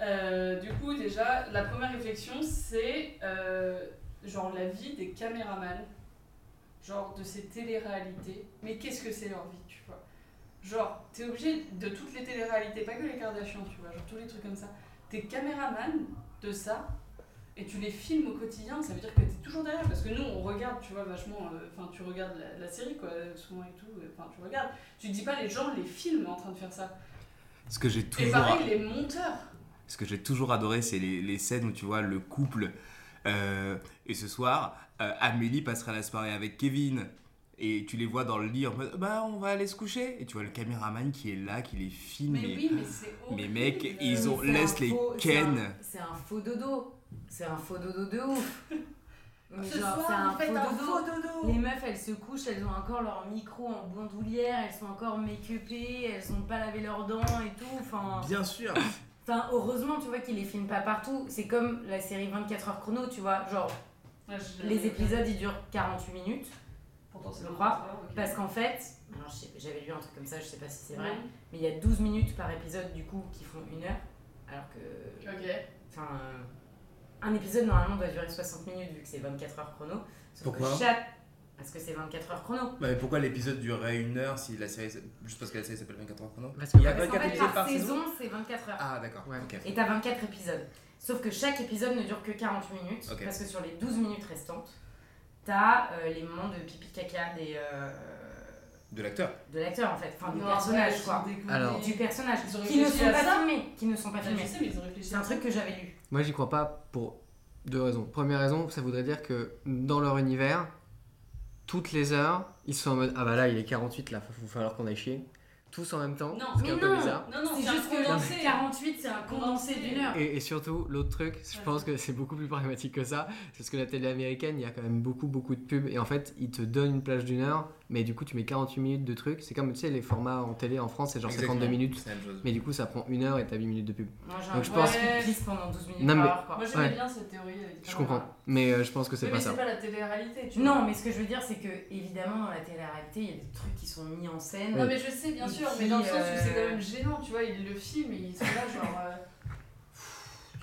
Speaker 2: Euh, Du coup, déjà, la première réflexion, c'est euh, genre la vie des caméramans, genre de ces téléréalités. Mais qu'est-ce que c'est leur vie, tu vois Genre, t'es obligé de toutes les téléréalités, pas que les Kardashians, tu vois, genre tous les trucs comme ça. T'es caméraman de ça et tu les filmes au quotidien, ça veut dire que t'es toujours derrière. Parce que nous, on regarde, tu vois, vachement. euh, Enfin, tu regardes la, la série, quoi, souvent et tout. euh, Enfin, tu regardes. Tu te dis pas les gens les filment en train de faire ça.
Speaker 3: Ce que j'ai
Speaker 2: Et
Speaker 3: toujours.
Speaker 2: pareil, les monteurs.
Speaker 3: Ce que j'ai toujours adoré, c'est les, les scènes où tu vois le couple. euh, et ce soir, euh, Amélie passera la soirée avec Kevin. Et tu les vois dans le lit en mode bah on va aller se coucher. Et tu vois le caméraman qui est là, qui les filme.
Speaker 2: Mais
Speaker 3: et-
Speaker 2: oui, mais c'est horrible.
Speaker 3: mais mec, ils ont-
Speaker 5: Mais Euh, c'est
Speaker 3: laisse
Speaker 5: un
Speaker 3: les
Speaker 5: faux-
Speaker 3: ken.
Speaker 5: c'est un- C'est un faux dodo. C'est un faux dodo de ouf. Mais
Speaker 6: Ce
Speaker 5: genre, c'est
Speaker 6: soir, vous faites un faux
Speaker 5: Les
Speaker 6: dodo.
Speaker 5: meufs, elles se couchent, elles ont encore leur micro en bandoulière, elles sont encore make-upées, elles ont pas lavé leurs dents et tout. Enfin,
Speaker 3: Bien sûr.
Speaker 5: enfin, heureusement, tu vois qu'ils les filment pas partout. C'est comme la série 24 heures chrono, tu vois. Genre,
Speaker 2: Ouais, je-
Speaker 5: les épisodes, ils durent 48 minutes.
Speaker 2: Pourtant, c'est
Speaker 5: Je
Speaker 2: pas
Speaker 5: crois,
Speaker 2: grave, ok.
Speaker 5: Parce qu'en fait, alors, je sais- j'avais lu un truc comme ça, je sais pas si c'est vrai,
Speaker 2: Ouais.
Speaker 5: mais il y a 12 minutes par épisode, du coup, qui font une heure. Alors que.
Speaker 2: Ok.
Speaker 5: Enfin. euh, un épisode, normalement, doit durer 60 minutes, vu que c'est 24 heures chrono. Sauf
Speaker 3: Pourquoi
Speaker 5: que chaque. Parce que c'est 24 heures chrono.
Speaker 3: Bah, mais pourquoi l'épisode durerait une heure si la série. Juste parce que la série s'appelle 24 heures chrono
Speaker 4: Parce
Speaker 3: Il y a
Speaker 4: que-
Speaker 5: Parce qu'en
Speaker 3: 24
Speaker 5: fait,
Speaker 3: épisodes
Speaker 5: par
Speaker 3: par saison
Speaker 5: saison, c'est 24 heures.
Speaker 3: Ah, d'accord.
Speaker 4: Ouais.
Speaker 3: Ok.
Speaker 5: Et t'as 24 épisodes. Sauf que chaque épisode ne dure que 40 minutes.
Speaker 3: Ok.
Speaker 5: Parce que sur les 12 minutes restantes, t'as euh, les moments de pipi caca des, euh,
Speaker 3: De l'acteur.
Speaker 5: de l'acteur en fait. Enfin, du
Speaker 2: Non,
Speaker 5: personnage
Speaker 2: ouais,
Speaker 5: quoi.
Speaker 2: ils sont
Speaker 4: Alors.
Speaker 5: Du
Speaker 2: dégoûtés.
Speaker 5: personnage.
Speaker 2: Ils ont
Speaker 5: Qui ne
Speaker 2: réfléchi
Speaker 5: sont
Speaker 2: à
Speaker 5: pas
Speaker 2: ça
Speaker 5: filmés. Qui ne sont pas
Speaker 2: Ah,
Speaker 5: filmés.
Speaker 2: Je sais, mais ils ont réfléchi.
Speaker 5: C'est un truc que j'avais lu.
Speaker 4: Moi, j'y crois pas pour deux raisons. Première raison, ça voudrait dire que dans leur univers, toutes les heures, ils sont en mode Ah bah là, il est 48, là, il va falloir qu'on aille chier. Tous en même temps,
Speaker 2: Non,
Speaker 4: ce
Speaker 5: mais
Speaker 4: qui est un peu
Speaker 5: non.
Speaker 4: bizarre.
Speaker 2: Non, non,
Speaker 5: C'est juste que
Speaker 2: condensé.
Speaker 5: 48, c'est un condensé d'une heure.
Speaker 4: Et, et surtout, l'autre truc, je
Speaker 2: Ouais.
Speaker 4: pense que c'est beaucoup plus pragmatique que ça, c'est parce que la télé américaine, il y a quand même beaucoup, beaucoup de pubs, et en fait, ils te donnent une plage d'une heure, mais du coup, tu mets 48 minutes de trucs. C'est comme, tu sais, les formats en télé en France, c'est genre
Speaker 3: Exactement.
Speaker 4: 52 minutes,
Speaker 3: C'est la même chose.
Speaker 4: mais du coup, ça prend une heure et t'as 8 minutes de pub.
Speaker 5: Moi j'ai un
Speaker 4: Donc,
Speaker 5: je
Speaker 4: je
Speaker 5: pense
Speaker 4: pense-
Speaker 5: qui glisse pendant 12 minutes
Speaker 4: Non,
Speaker 5: par
Speaker 4: mais-
Speaker 5: heure quoi.
Speaker 2: Moi j'aimais
Speaker 4: Ouais.
Speaker 2: bien cette théorie. euh, elle était
Speaker 4: Je
Speaker 2: pas
Speaker 4: comprends,
Speaker 2: mal.
Speaker 4: mais euh, je pense que c'est
Speaker 2: Ah. Oui,
Speaker 4: pas
Speaker 2: mais
Speaker 4: ça.
Speaker 2: c'est pas la télé-réalité, tu vois.
Speaker 5: Non, mais ce que je veux dire, c'est que évidemment, dans la télé-réalité, il y a des trucs qui sont mis en scène.
Speaker 2: Non, mais je sais, bien
Speaker 5: Et
Speaker 2: sûr,
Speaker 5: puis,
Speaker 2: mais dans le sens où c'est
Speaker 5: euh,
Speaker 2: quand même gênant, tu vois, ils le filment et ils sont là, genre. euh,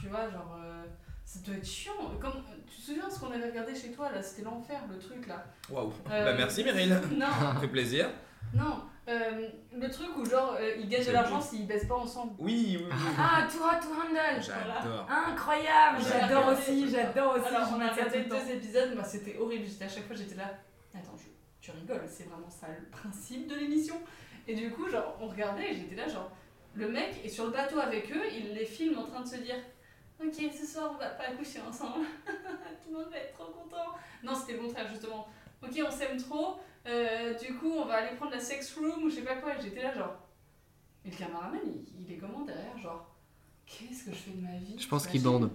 Speaker 2: tu vois, genre. euh, ça doit être chiant. Comme, euh, tu te souviens ce qu'on avait regardé chez toi, là C'était l'enfer, le truc, là.
Speaker 3: Waouh.
Speaker 2: Euh,
Speaker 3: Bah, merci Meryl.
Speaker 2: Non,
Speaker 3: Ça fait plaisir.
Speaker 2: non. euh, le truc où, genre, euh, ils gagnent de l'argent s'ils baissent pas ensemble.
Speaker 3: Oui, oui, oui.
Speaker 5: Ah, Too Hot to Handle
Speaker 3: J'adore.
Speaker 5: Incroyable, j'adore aussi, j'adore aussi.
Speaker 2: Alors,
Speaker 5: je
Speaker 2: on
Speaker 5: me
Speaker 2: a
Speaker 5: retiens
Speaker 2: regardé
Speaker 5: tout le temps.
Speaker 2: deux épisodes, bah, c'était horrible. J'étais à chaque fois, j'étais là. Attends, je- tu rigoles, c'est vraiment ça le principe de l'émission. Et du coup, genre, on regardait et j'étais là, genre, le mec est sur le bateau avec eux, il les filme en train de se dire Ok, ce soir, on va pas coucher ensemble. Tout le monde va être trop content. Non, c'était le contraire, justement. Ok, on s'aime trop, euh, du coup, on va aller prendre la sex room ou je sais pas quoi. Et J'étais là, genre. Mais le cameraman, il, il est comment derrière Genre, qu'est-ce que je fais de ma vie
Speaker 4: Je pense qu'ils
Speaker 2: T'imagines
Speaker 4: bandent.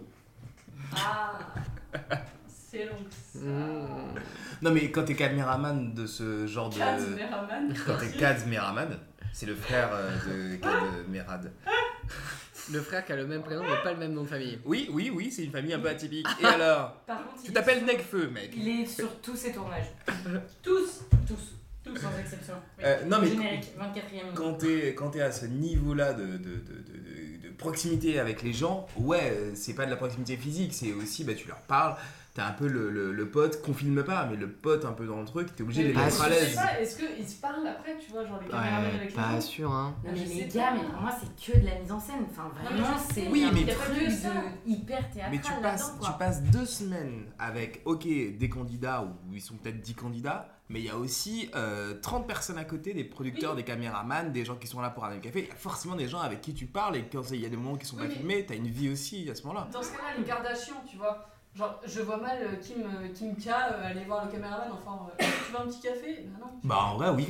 Speaker 2: ah C'est long ça.
Speaker 3: Hmm.
Speaker 4: Mmh.
Speaker 3: Non, mais quand t'es caméraman de ce genre de.
Speaker 2: Ah, Caméraman.
Speaker 3: Quand t'es Kaz Meraman, c'est le frère euh, de Kad Merad.
Speaker 4: Le frère qui a le même prénom, mais pas le même nom de famille.
Speaker 3: Oui, oui, oui, c'est une famille un peu atypique. Et alors
Speaker 5: Par contre, il
Speaker 3: Tu
Speaker 5: est
Speaker 3: t'appelles
Speaker 5: sur-
Speaker 3: Negfeu, mec.
Speaker 5: Il est sur tous ses tournages,
Speaker 2: Tous
Speaker 5: tous, tous sans exception. Oui.
Speaker 3: Euh, non, mais-
Speaker 5: Générique, 24 e minute.
Speaker 3: Quand t'es quand t'es à ce niveau-là de, de, de- de- de- de proximité avec les gens, ouais, euh, c'est pas de la proximité physique, c'est aussi, bah, tu leur parles, t'as un peu le, le, le pote qu'on filme pas, mais le pote un peu dans le truc, t'es obligé de les
Speaker 4: Ah,
Speaker 3: mettre à
Speaker 2: je sais
Speaker 3: l'aise.
Speaker 2: pas, est-ce qu'ils se parlent après, tu vois, genre les caméramans
Speaker 4: Ouais,
Speaker 2: avec les
Speaker 4: pas
Speaker 2: gens
Speaker 4: sûr, hein.
Speaker 5: Non,
Speaker 2: Je
Speaker 5: mais
Speaker 2: sais
Speaker 5: les gars,
Speaker 2: pas.
Speaker 5: mais pour moi, c'est que de la mise en scène. Enfin,
Speaker 2: mais
Speaker 5: vraiment,
Speaker 2: je sais,
Speaker 5: c'est
Speaker 3: Oui,
Speaker 5: un
Speaker 3: mais
Speaker 5: truc
Speaker 2: tu-
Speaker 5: de
Speaker 2: ça.
Speaker 5: hyper théâtral.
Speaker 3: Mais tu passes,
Speaker 5: là-dedans,
Speaker 3: tu
Speaker 5: quoi.
Speaker 3: passes deux semaines avec, ok, des candidats, ou ils sont peut-être 10 candidats, mais il y a aussi euh, 30 personnes à côté, des producteurs, des caméramans, des gens qui sont là pour ramener le café. Il y a forcément des gens avec qui tu parles, et quand il y a des moments qui sont
Speaker 2: Oui,
Speaker 3: pas
Speaker 2: mais-
Speaker 3: filmés, t'as une vie aussi à ce moment-là.
Speaker 2: Dans ce cas-là, les Kardashian, tu vois. Genre, je vois mal euh, Kim, euh, Kim K euh, aller voir le caméraman, enfin, euh, tu veux un petit café Bah non.
Speaker 3: Bah en vrai, oui.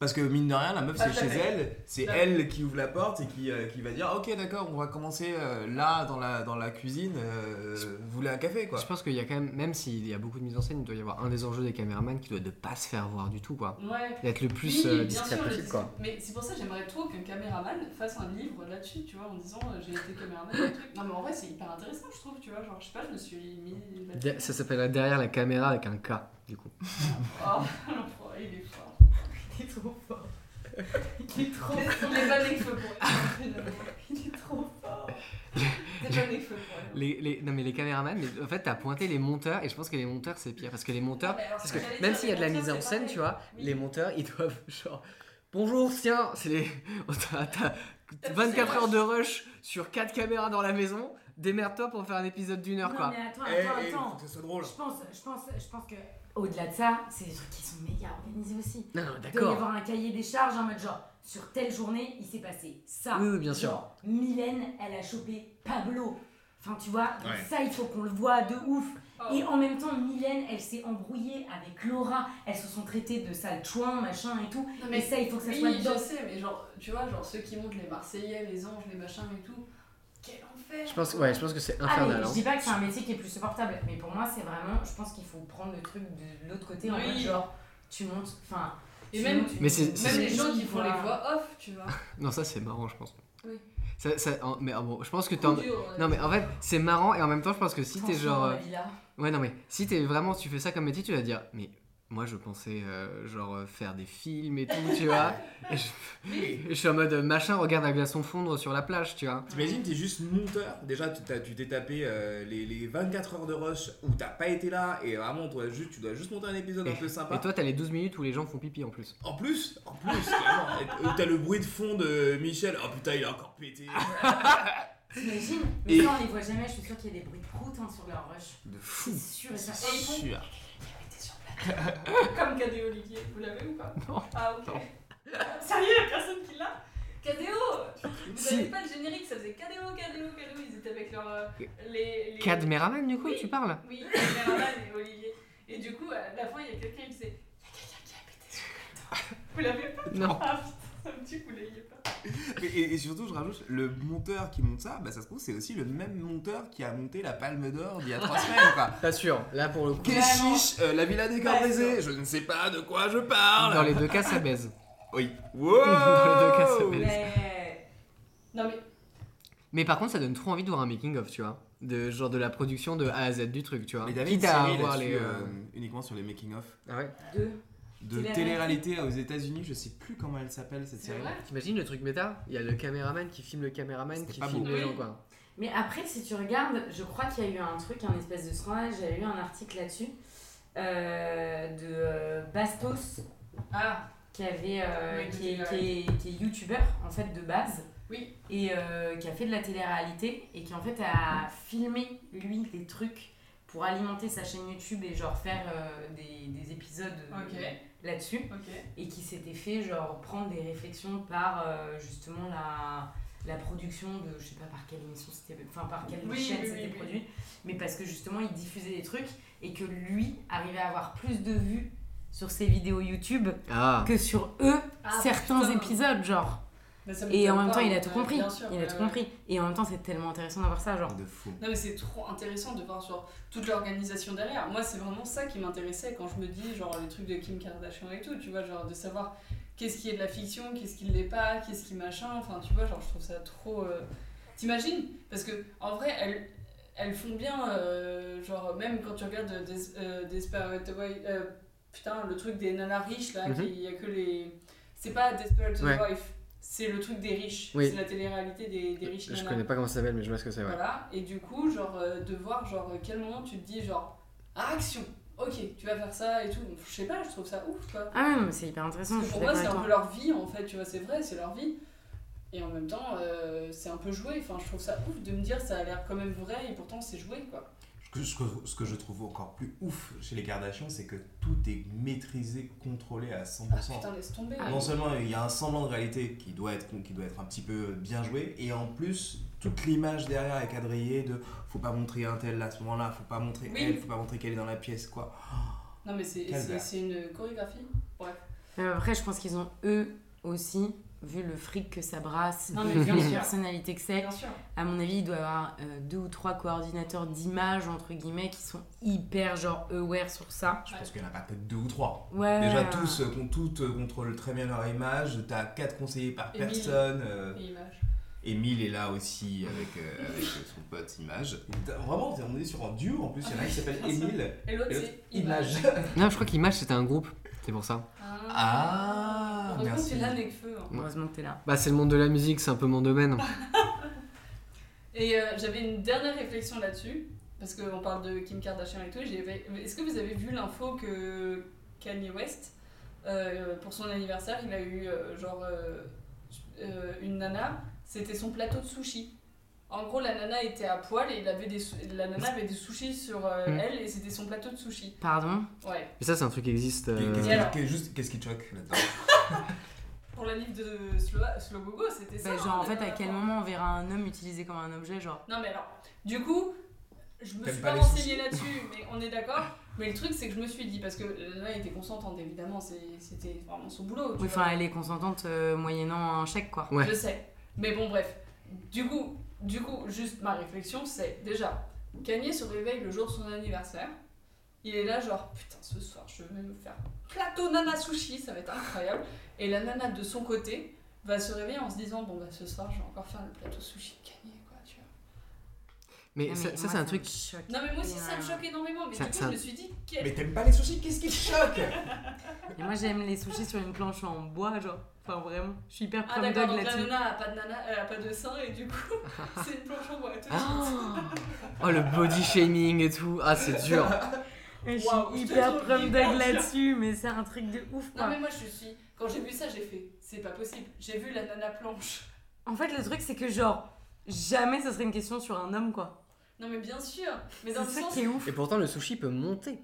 Speaker 3: Parce que mine de rien, la meuf,
Speaker 2: Pas
Speaker 3: c'est
Speaker 2: tout à
Speaker 3: chez
Speaker 2: fait.
Speaker 3: elle, c'est
Speaker 2: Là.
Speaker 3: elle qui ouvre la porte et qui, euh, qui va dire, ok, d'accord, on va commencer euh, là, dans la, dans la cuisine, euh, vous voulez un café, quoi.
Speaker 4: Je pense qu'il y a quand même, même s'il y a beaucoup de mise en scène, il doit y avoir un des enjeux des caméramans qui doit de pas se faire voir du tout, quoi.
Speaker 2: Ouais.
Speaker 4: D'être le
Speaker 2: Oui,
Speaker 4: plus euh,
Speaker 2: bien
Speaker 4: discret
Speaker 2: sûr, le
Speaker 4: possible,
Speaker 2: dis-
Speaker 4: quoi.
Speaker 2: Mais c'est pour ça que j'aimerais trop qu'un caméraman fasse un livre là-dessus, tu vois, en disant euh, j'ai été caméraman, un truc. Non, mais en vrai, c'est hyper intéressant, je trouve, tu vois. Genre, je sais pas, je me suis mis. là-dedans.
Speaker 4: Ça s'appellerait derrière la caméra avec un K, du coup.
Speaker 2: Oh, l'enfant, il est fort.
Speaker 5: Il est trop fort. Il est trop
Speaker 2: Il est
Speaker 5: fort.
Speaker 2: pas Nekfeu pour elle. Il est trop fort. C'est pas Nekfeu pour elle.
Speaker 4: Les, les- non, mais les caméramans, mais en fait, t'as pointé les monteurs, et je pense que les monteurs, c'est pire. Parce que les monteurs,
Speaker 2: Mais alors,
Speaker 4: parce
Speaker 2: ce
Speaker 4: que
Speaker 2: j'allais
Speaker 4: même
Speaker 2: dire,
Speaker 4: s'il y a de la
Speaker 2: les
Speaker 4: mise en
Speaker 2: monteurs,
Speaker 4: scène,
Speaker 2: c'est
Speaker 4: tu vois,
Speaker 2: Oui.
Speaker 4: les monteurs, ils doivent genre. Bonjour, tiens, c'est les. t'as- t'as 24 heures de rush sur 4 caméras dans la maison, démerde-toi pour faire un épisode d'une heure,
Speaker 5: Non,
Speaker 4: quoi.
Speaker 5: mais attends,
Speaker 3: Eh,
Speaker 5: attends,
Speaker 3: eh,
Speaker 5: attends.
Speaker 3: faut que ce soit drôle.
Speaker 5: Je pense, je pense, je pense que au-delà de ça, c'est des trucs qui sont méga organisés aussi.
Speaker 4: Non, non,
Speaker 5: Il doit y
Speaker 4: d'accord.
Speaker 5: avoir un cahier des charges en mode genre sur telle journée il s'est passé ça.
Speaker 4: Oui, oui, bien sûr.
Speaker 5: Genre, Mylène elle a chopé Pablo. Enfin tu vois donc
Speaker 3: Ouais.
Speaker 5: ça il faut qu'on le voit de ouf.
Speaker 2: Oh.
Speaker 5: Et en même temps Mylène elle s'est embrouillée avec Laura. Elles se sont traitées de sale chouin machin et tout.
Speaker 2: Non,
Speaker 5: Mais
Speaker 2: mais
Speaker 5: ça il faut que ça soit
Speaker 2: oui,
Speaker 5: dedans.
Speaker 2: je sais, mais genre, tu vois, genre ceux qui montent les Marseillais, les Anges, les machins et tout. Quel enfer
Speaker 4: Je pense, ouais, je pense que c'est
Speaker 5: Ah,
Speaker 4: infernal.
Speaker 5: mais je
Speaker 4: hein.
Speaker 5: dis pas que c'est un métier qui est plus supportable, mais pour moi, c'est vraiment. Je pense qu'il faut prendre le truc de l'autre côté. En
Speaker 2: Oui.
Speaker 5: mode genre, tu montes. Enfin.
Speaker 2: Et
Speaker 5: tu
Speaker 2: même-
Speaker 5: montes-
Speaker 4: Mais c'est-
Speaker 2: Même
Speaker 4: c'est-
Speaker 2: les gens qui font les
Speaker 5: Voilà.
Speaker 2: voix off, tu vois.
Speaker 4: Non, ça c'est marrant, je pense.
Speaker 2: Oui.
Speaker 4: Ça, ça- en- mais ah bon, je pense que t'es en...
Speaker 2: Trop dur, ouais.
Speaker 4: Non mais en fait c'est marrant et en même temps je pense que si t'es
Speaker 5: Franchement,
Speaker 4: genre euh,
Speaker 5: la villa.
Speaker 4: ouais non mais si t'es vraiment tu fais ça comme métier tu vas dire mais moi je pensais euh, genre euh, faire des films et tout tu vois et je... et je suis en mode euh, machin regarde un glaçon fondre sur la plage tu vois
Speaker 3: T'imagines, t'es juste monteur. Déjà, tu t'as- tu t'es tapé euh, les, les 24 heures de rush où t'as pas été là et vraiment, toi, juste, tu dois juste monter un épisode un peu sympa.
Speaker 4: et toi t'as les 12 minutes où les gens font pipi en plus
Speaker 3: En plus, en plus, clairement, et- et t'as le bruit de fond de Michel. Oh putain, il a encore pété.
Speaker 5: T'imagines
Speaker 3: Et-
Speaker 5: Mais ça, on les voit jamais. Je suis sûre qu'il y a des bruits de proutes hein, sur leur rush.
Speaker 3: De fou.
Speaker 5: C'est sûr et certain. Et ils font-
Speaker 3: Sûr.
Speaker 2: Comme Cadet Olivier, vous l'avez ou pas
Speaker 4: Non.
Speaker 2: Ah ok.
Speaker 4: Non.
Speaker 2: Sérieux, y a personne qui l'a Cadéo Vous
Speaker 4: Si.
Speaker 2: avez pas le générique, ça faisait Cadéo, Cadéo, Cadéo, ils étaient avec leurs... euh, les, les...
Speaker 4: Cadméraman du coup
Speaker 2: Oui.
Speaker 4: tu parles
Speaker 2: Oui, Caméraman et Olivier. Et du coup, à la fin, il y a quelqu'un qui disait « Il y a quelqu'un qui a pété sur le Vous l'avez pas
Speaker 4: Non
Speaker 2: Ah putain, ça me tue que vous l'ayez pas.
Speaker 3: Et, et- et surtout, je rajoute, le monteur qui monte ça, bah, ça se trouve, c'est aussi le même monteur qui a monté la Palme d'Or d'il y a trois semaines. Quoi.
Speaker 4: pas sûr là pour le coup
Speaker 5: Vraiment.
Speaker 3: Keshish, euh, la villa des
Speaker 5: Pas
Speaker 3: Cambrisés, je ne sais pas de quoi je parle.
Speaker 4: dans les deux cas ça baise
Speaker 3: Oui. Wow
Speaker 4: Dans les deux cas, ça fait-
Speaker 5: Mais.
Speaker 2: Non mais,
Speaker 4: mais par contre ça donne trop envie de voir un making of tu vois de genre de la production de A à Z du truc tu vois
Speaker 3: Mais t'avais une
Speaker 4: quitte à
Speaker 3: série
Speaker 4: avoir
Speaker 3: là-dessus,
Speaker 4: les
Speaker 3: euh,
Speaker 4: euh,
Speaker 3: uniquement sur les making-of
Speaker 4: ah ouais
Speaker 5: Deux.
Speaker 3: de
Speaker 5: Télé-réalité.
Speaker 3: télé-réalité aux États-Unis, je sais plus comment elle s'appelle cette
Speaker 2: c'est
Speaker 3: série.
Speaker 2: vrai
Speaker 4: T'imagines le truc méta Il y a le caméraman qui filme le caméraman
Speaker 3: C'était
Speaker 4: qui
Speaker 3: pas
Speaker 4: filme
Speaker 2: beau.
Speaker 4: les
Speaker 2: Oui.
Speaker 4: gens quoi.
Speaker 5: Mais après, si tu regardes, je crois qu'il y a eu un truc, un espèce de scandale. J'avais lu un article là-dessus euh, de euh, Bastos,
Speaker 2: Ah,
Speaker 5: qui avait, euh,
Speaker 2: Ouais,
Speaker 5: qui, est,
Speaker 2: de
Speaker 5: qui est- qui est youtubeur en fait de base.
Speaker 2: Oui.
Speaker 5: Et euh, qui a fait de la télé-réalité et qui en fait a filmé lui des trucs pour alimenter sa chaîne YouTube et genre faire euh, des, des épisodes euh,
Speaker 2: ok,
Speaker 5: là-dessus
Speaker 2: ok.
Speaker 5: et qui s'était fait genre prendre des réflexions par euh, justement la, la production de je sais pas par quelle émission c'était enfin par quelle
Speaker 2: Oui,
Speaker 5: chaîne
Speaker 2: oui,
Speaker 5: c'était
Speaker 2: oui, oui.
Speaker 5: produit mais parce que justement il diffusait des trucs et que lui arrivait à avoir plus de vues sur ses vidéos YouTube
Speaker 4: Ah
Speaker 5: que sur eux
Speaker 2: Ah,
Speaker 5: certains
Speaker 2: putain.
Speaker 5: épisodes genre
Speaker 2: Bah, ça me
Speaker 5: et en
Speaker 2: donne
Speaker 5: même
Speaker 2: pas,
Speaker 5: temps il a
Speaker 2: hein,
Speaker 5: tout
Speaker 2: euh,
Speaker 5: compris
Speaker 2: bien sûr,
Speaker 5: il a
Speaker 2: ouais,
Speaker 5: tout
Speaker 2: ouais.
Speaker 5: compris et en même temps c'est tellement intéressant d'avoir ça genre
Speaker 3: De fou.
Speaker 2: Non mais c'est trop intéressant de voir genre toute l'organisation derrière. Moi c'est vraiment ça qui m'intéressait quand je me dis genre les trucs de Kim Kardashian et tout, tu vois, genre de savoir qu'est-ce qui est de la fiction, qu'est-ce qui ne l'est pas, qu'est-ce qui machin, enfin tu vois, genre je trouve ça trop... euh, T'imagines Parce que en vrai elles, elles font bien, euh, genre même quand tu regardes euh, Des- euh, Desperate Way- euh, putain le truc des nanas riches là,
Speaker 4: Mhm.
Speaker 2: qui- il y a que les... C'est pas Desperate
Speaker 4: Ouais.
Speaker 2: Wife, c'est le truc des riches,
Speaker 4: Oui.
Speaker 2: c'est la télé-réalité des, des riches
Speaker 4: Euh, Je
Speaker 2: nanas.
Speaker 4: connais pas comment ça s'appelle mais je vois ce que c'est ouais.
Speaker 2: Voilà, et du coup, genre, euh, de voir, genre, euh, quel moment tu te dis, genre, Ah, action, ok, tu vas faire ça et tout. Je sais pas, je trouve ça ouf, quoi.
Speaker 5: ah ouais, non, mais c'est hyper intéressant
Speaker 2: Parce
Speaker 5: je
Speaker 2: que
Speaker 5: suis
Speaker 2: pour moi,
Speaker 5: d'accord
Speaker 2: c'est
Speaker 5: avec
Speaker 2: un
Speaker 5: toi
Speaker 2: peu leur vie, en fait, tu vois, c'est vrai, c'est leur vie. Et en même temps, euh, c'est un peu joué. Enfin, je trouve ça ouf de me dire, ça a l'air quand même vrai et pourtant, c'est joué, quoi.
Speaker 3: Ce que, ce que- ce que je trouve encore plus ouf chez les Kardashians, c'est que tout est maîtrisé, contrôlé à 100%.
Speaker 2: Ah, putain, laisse tomber.
Speaker 5: Ah,
Speaker 3: non seulement il y a un semblant de réalité qui doit être qui doit être un petit peu bien joué et en plus toute l'image derrière est quadrillée de faut pas montrer un tel à ce moment-là faut pas montrer
Speaker 2: Oui.
Speaker 3: elle faut pas montrer qu'elle est dans la pièce quoi
Speaker 2: Non, mais c'est- c'est
Speaker 3: Calvaire.
Speaker 2: c'est une chorégraphie. Bref.
Speaker 5: Mais Euh, après je pense qu'ils ont eux aussi vu le fric que ça brasse
Speaker 2: Non, mais
Speaker 5: vu
Speaker 2: bien
Speaker 5: les
Speaker 2: sûr.
Speaker 5: personnalités que c'est
Speaker 2: Bien sûr.
Speaker 5: À mon avis, il doit y avoir euh, deux ou trois coordinateurs d'images, entre guillemets, qui sont hyper, genre, aware sur ça.
Speaker 3: je pense qu'il y en a pas que deux ou trois
Speaker 5: Ouais.
Speaker 3: déjà tous euh, con- toutes euh, contrôlent très bien leur image t'as quatre conseillers par
Speaker 2: Émile.
Speaker 3: personne euh,
Speaker 2: Et image.
Speaker 3: Émile est là aussi avec, euh, avec son pote Image vraiment on est sur un duo en plus il y en a un qui s'appelle Émile
Speaker 2: Et l'autre,
Speaker 3: Et l'autre,
Speaker 2: c'est image.
Speaker 4: Non je crois qu'Image c'était un groupe, c'est pour ça.
Speaker 3: ah
Speaker 2: Heureusement,
Speaker 3: merci
Speaker 2: c'est là, Necfeu. hein.
Speaker 5: Heureusement que t'es là.
Speaker 4: Bah c'est le monde de la musique, c'est un peu mon domaine.
Speaker 2: Et euh, j'avais une dernière réflexion là-dessus, parce qu'on parle de Kim Kardashian et tout. et j'avais- Est-ce que vous avez vu l'info que Kanye West, euh, pour son anniversaire, il a eu euh, genre euh, euh, une nana, c'était son plateau de sushi. En gros, la nana était à poil et il avait des sou- la nana avait des sushis sur euh,
Speaker 4: Mm.
Speaker 2: elle et c'était son plateau de sushi.
Speaker 5: Pardon
Speaker 2: Ouais.
Speaker 4: Mais ça c'est un truc qui existe. euh,
Speaker 3: Qu'est-ce qui-
Speaker 2: alors
Speaker 3: qu'est- juste, qu'est-ce qui te choque là-dedans
Speaker 2: Pour la livre de Slo- Slow Gogo, c'était ça.
Speaker 5: Bah, Genre,
Speaker 2: hein,
Speaker 5: en fait, à
Speaker 2: la-
Speaker 5: quel moment on verra un homme utilisé comme un objet, genre...
Speaker 2: Non mais alors, du coup, je me
Speaker 3: T'aimes
Speaker 2: suis
Speaker 3: pas
Speaker 2: pas
Speaker 3: les
Speaker 2: renseignée là-dessus, mais on est d'accord. Mais le truc c'est que je me suis dit, parce que là elle était consentante évidemment, c'est- c'était vraiment son boulot. tu
Speaker 5: Oui,
Speaker 2: vois.
Speaker 5: enfin, elle est consentante euh, moyennant un chèque, quoi.
Speaker 4: Ouais.
Speaker 2: Je sais. Mais bon bref. Du coup, Du coup, juste ma réflexion, c'est déjà, Kanye se réveille le jour de son anniversaire. Il est là, genre, putain, ce soir, je vais me faire plateau nana sushi, ça va être incroyable. Et la nana de son côté va se réveiller en se disant, bon, bah ce soir, je vais encore faire le plateau sushi de Kanye, quoi, tu vois.
Speaker 4: Mais,
Speaker 5: Non,
Speaker 4: ça,
Speaker 5: Ah, mais
Speaker 4: ça,
Speaker 5: moi,
Speaker 4: c'est un
Speaker 5: me
Speaker 4: truc.
Speaker 5: choque.
Speaker 2: Non, mais moi aussi, ça me choque énormément. Mais
Speaker 4: Ça-
Speaker 2: du coup,
Speaker 4: ça-
Speaker 2: je me suis dit, quel.
Speaker 6: Mais t'aimes pas les sushis Qu'est-ce qui te choque
Speaker 5: Et moi, j'aime les sushis sur une planche en bois, genre. Enfin, vraiment. Je suis hyper
Speaker 2: Ah,
Speaker 5: prom
Speaker 2: d'accord,
Speaker 5: dog
Speaker 2: donc la
Speaker 5: là-dessus.
Speaker 2: nana a pas de, nana, elle a pas de sein, et du coup, c'est une planche en bois. tout de
Speaker 5: Hein
Speaker 2: suite.
Speaker 4: Ah oh le body shaming et tout. Ah, c'est dur.
Speaker 5: Je suis
Speaker 2: Waouh, je te
Speaker 5: hyper
Speaker 2: trouve
Speaker 5: prom
Speaker 2: hyper
Speaker 5: dog
Speaker 2: dur.
Speaker 5: là-dessus, mais c'est un truc de ouf,
Speaker 2: Non,
Speaker 5: quoi.
Speaker 2: mais moi, je suis. Quand j'ai vu ça, j'ai fait, c'est pas possible. J'ai vu la nana planche.
Speaker 5: En fait, le truc, c'est que, genre, jamais ça serait une question sur un homme, quoi.
Speaker 2: Non, mais bien sûr. Mais
Speaker 5: C'est
Speaker 2: dans le
Speaker 5: ça
Speaker 2: sens.
Speaker 5: qui est ouf.
Speaker 4: Et pourtant, le sushi peut monter.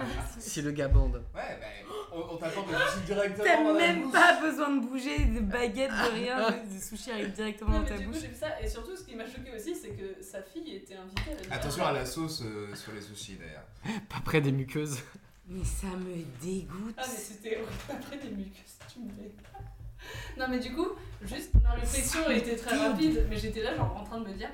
Speaker 4: Ah, si le gars bande.
Speaker 6: Ouais, bah, on, on t'apporte le sushi directement. dans
Speaker 5: T'as
Speaker 6: la
Speaker 5: même
Speaker 6: bouche.
Speaker 5: pas besoin de bouger, de baguette, de rien, de, de sushi arrive directement
Speaker 2: Ah. Non,
Speaker 5: dans
Speaker 2: mais
Speaker 5: ta
Speaker 2: du coup,
Speaker 5: bouche.
Speaker 2: j'ai vu ça. Et surtout, ce qui m'a choqué aussi, c'est que sa fille était invitée à la dernière
Speaker 3: Attention à la sauce euh, sur les sushis d'ailleurs.
Speaker 4: Pas près des muqueuses.
Speaker 5: Mais ça me dégoûte.
Speaker 2: Ah, mais c'était horrible. après des mucus, tu me fais. Non, mais du coup, juste ma réflexion était très rapide, mais j'étais là, genre en train de me dire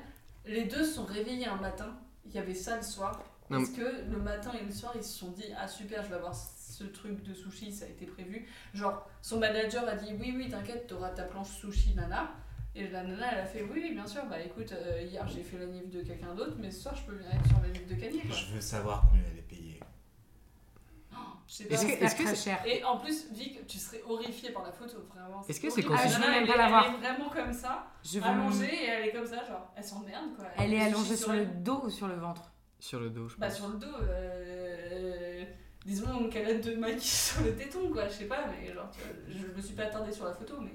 Speaker 2: les deux se sont réveillés un matin, il y avait ça le soir.
Speaker 4: Non,
Speaker 2: Est-ce que le matin et le soir, ils se sont dit Ah, super, je vais avoir ce truc de sushi, ça a été prévu Genre, son manager a dit Oui, oui, t'inquiète, t'auras ta planche sushi, nana. Et la nana, elle a fait Oui, oui, bien sûr, bah écoute, euh, hier j'ai fait la nif de quelqu'un d'autre, mais ce soir, je peux venir être sur la nif de Kanye, quoi.
Speaker 6: Je veux savoir combien elle est payée.
Speaker 2: Oh, je sais pas.
Speaker 4: Est-ce que-
Speaker 5: C'est
Speaker 4: est-ce que
Speaker 5: très
Speaker 4: c'est-
Speaker 5: cher.
Speaker 2: Et en plus, Vic, tu serais horrifié par la photo, vraiment.
Speaker 4: Est-ce que c'est
Speaker 2: horrible.
Speaker 5: Ah, je veux
Speaker 2: La nana,
Speaker 5: même
Speaker 2: elle
Speaker 5: pas
Speaker 2: est-
Speaker 5: la voir.
Speaker 2: Elle est vraiment comme ça,
Speaker 5: Je veux
Speaker 2: allongée, et elle est comme ça, genre, elle s'emmerde quoi.
Speaker 5: Elle est
Speaker 2: se
Speaker 5: allongée
Speaker 2: chie
Speaker 5: sur le dos ou sur le ventre
Speaker 4: Sur le dos, je
Speaker 2: Bah,
Speaker 4: pense.
Speaker 2: sur le dos, euh... disons qu'elle a deux maquis sur le téton, quoi, je sais pas, mais genre, tu vois, je me suis pas attardée sur la photo, mais.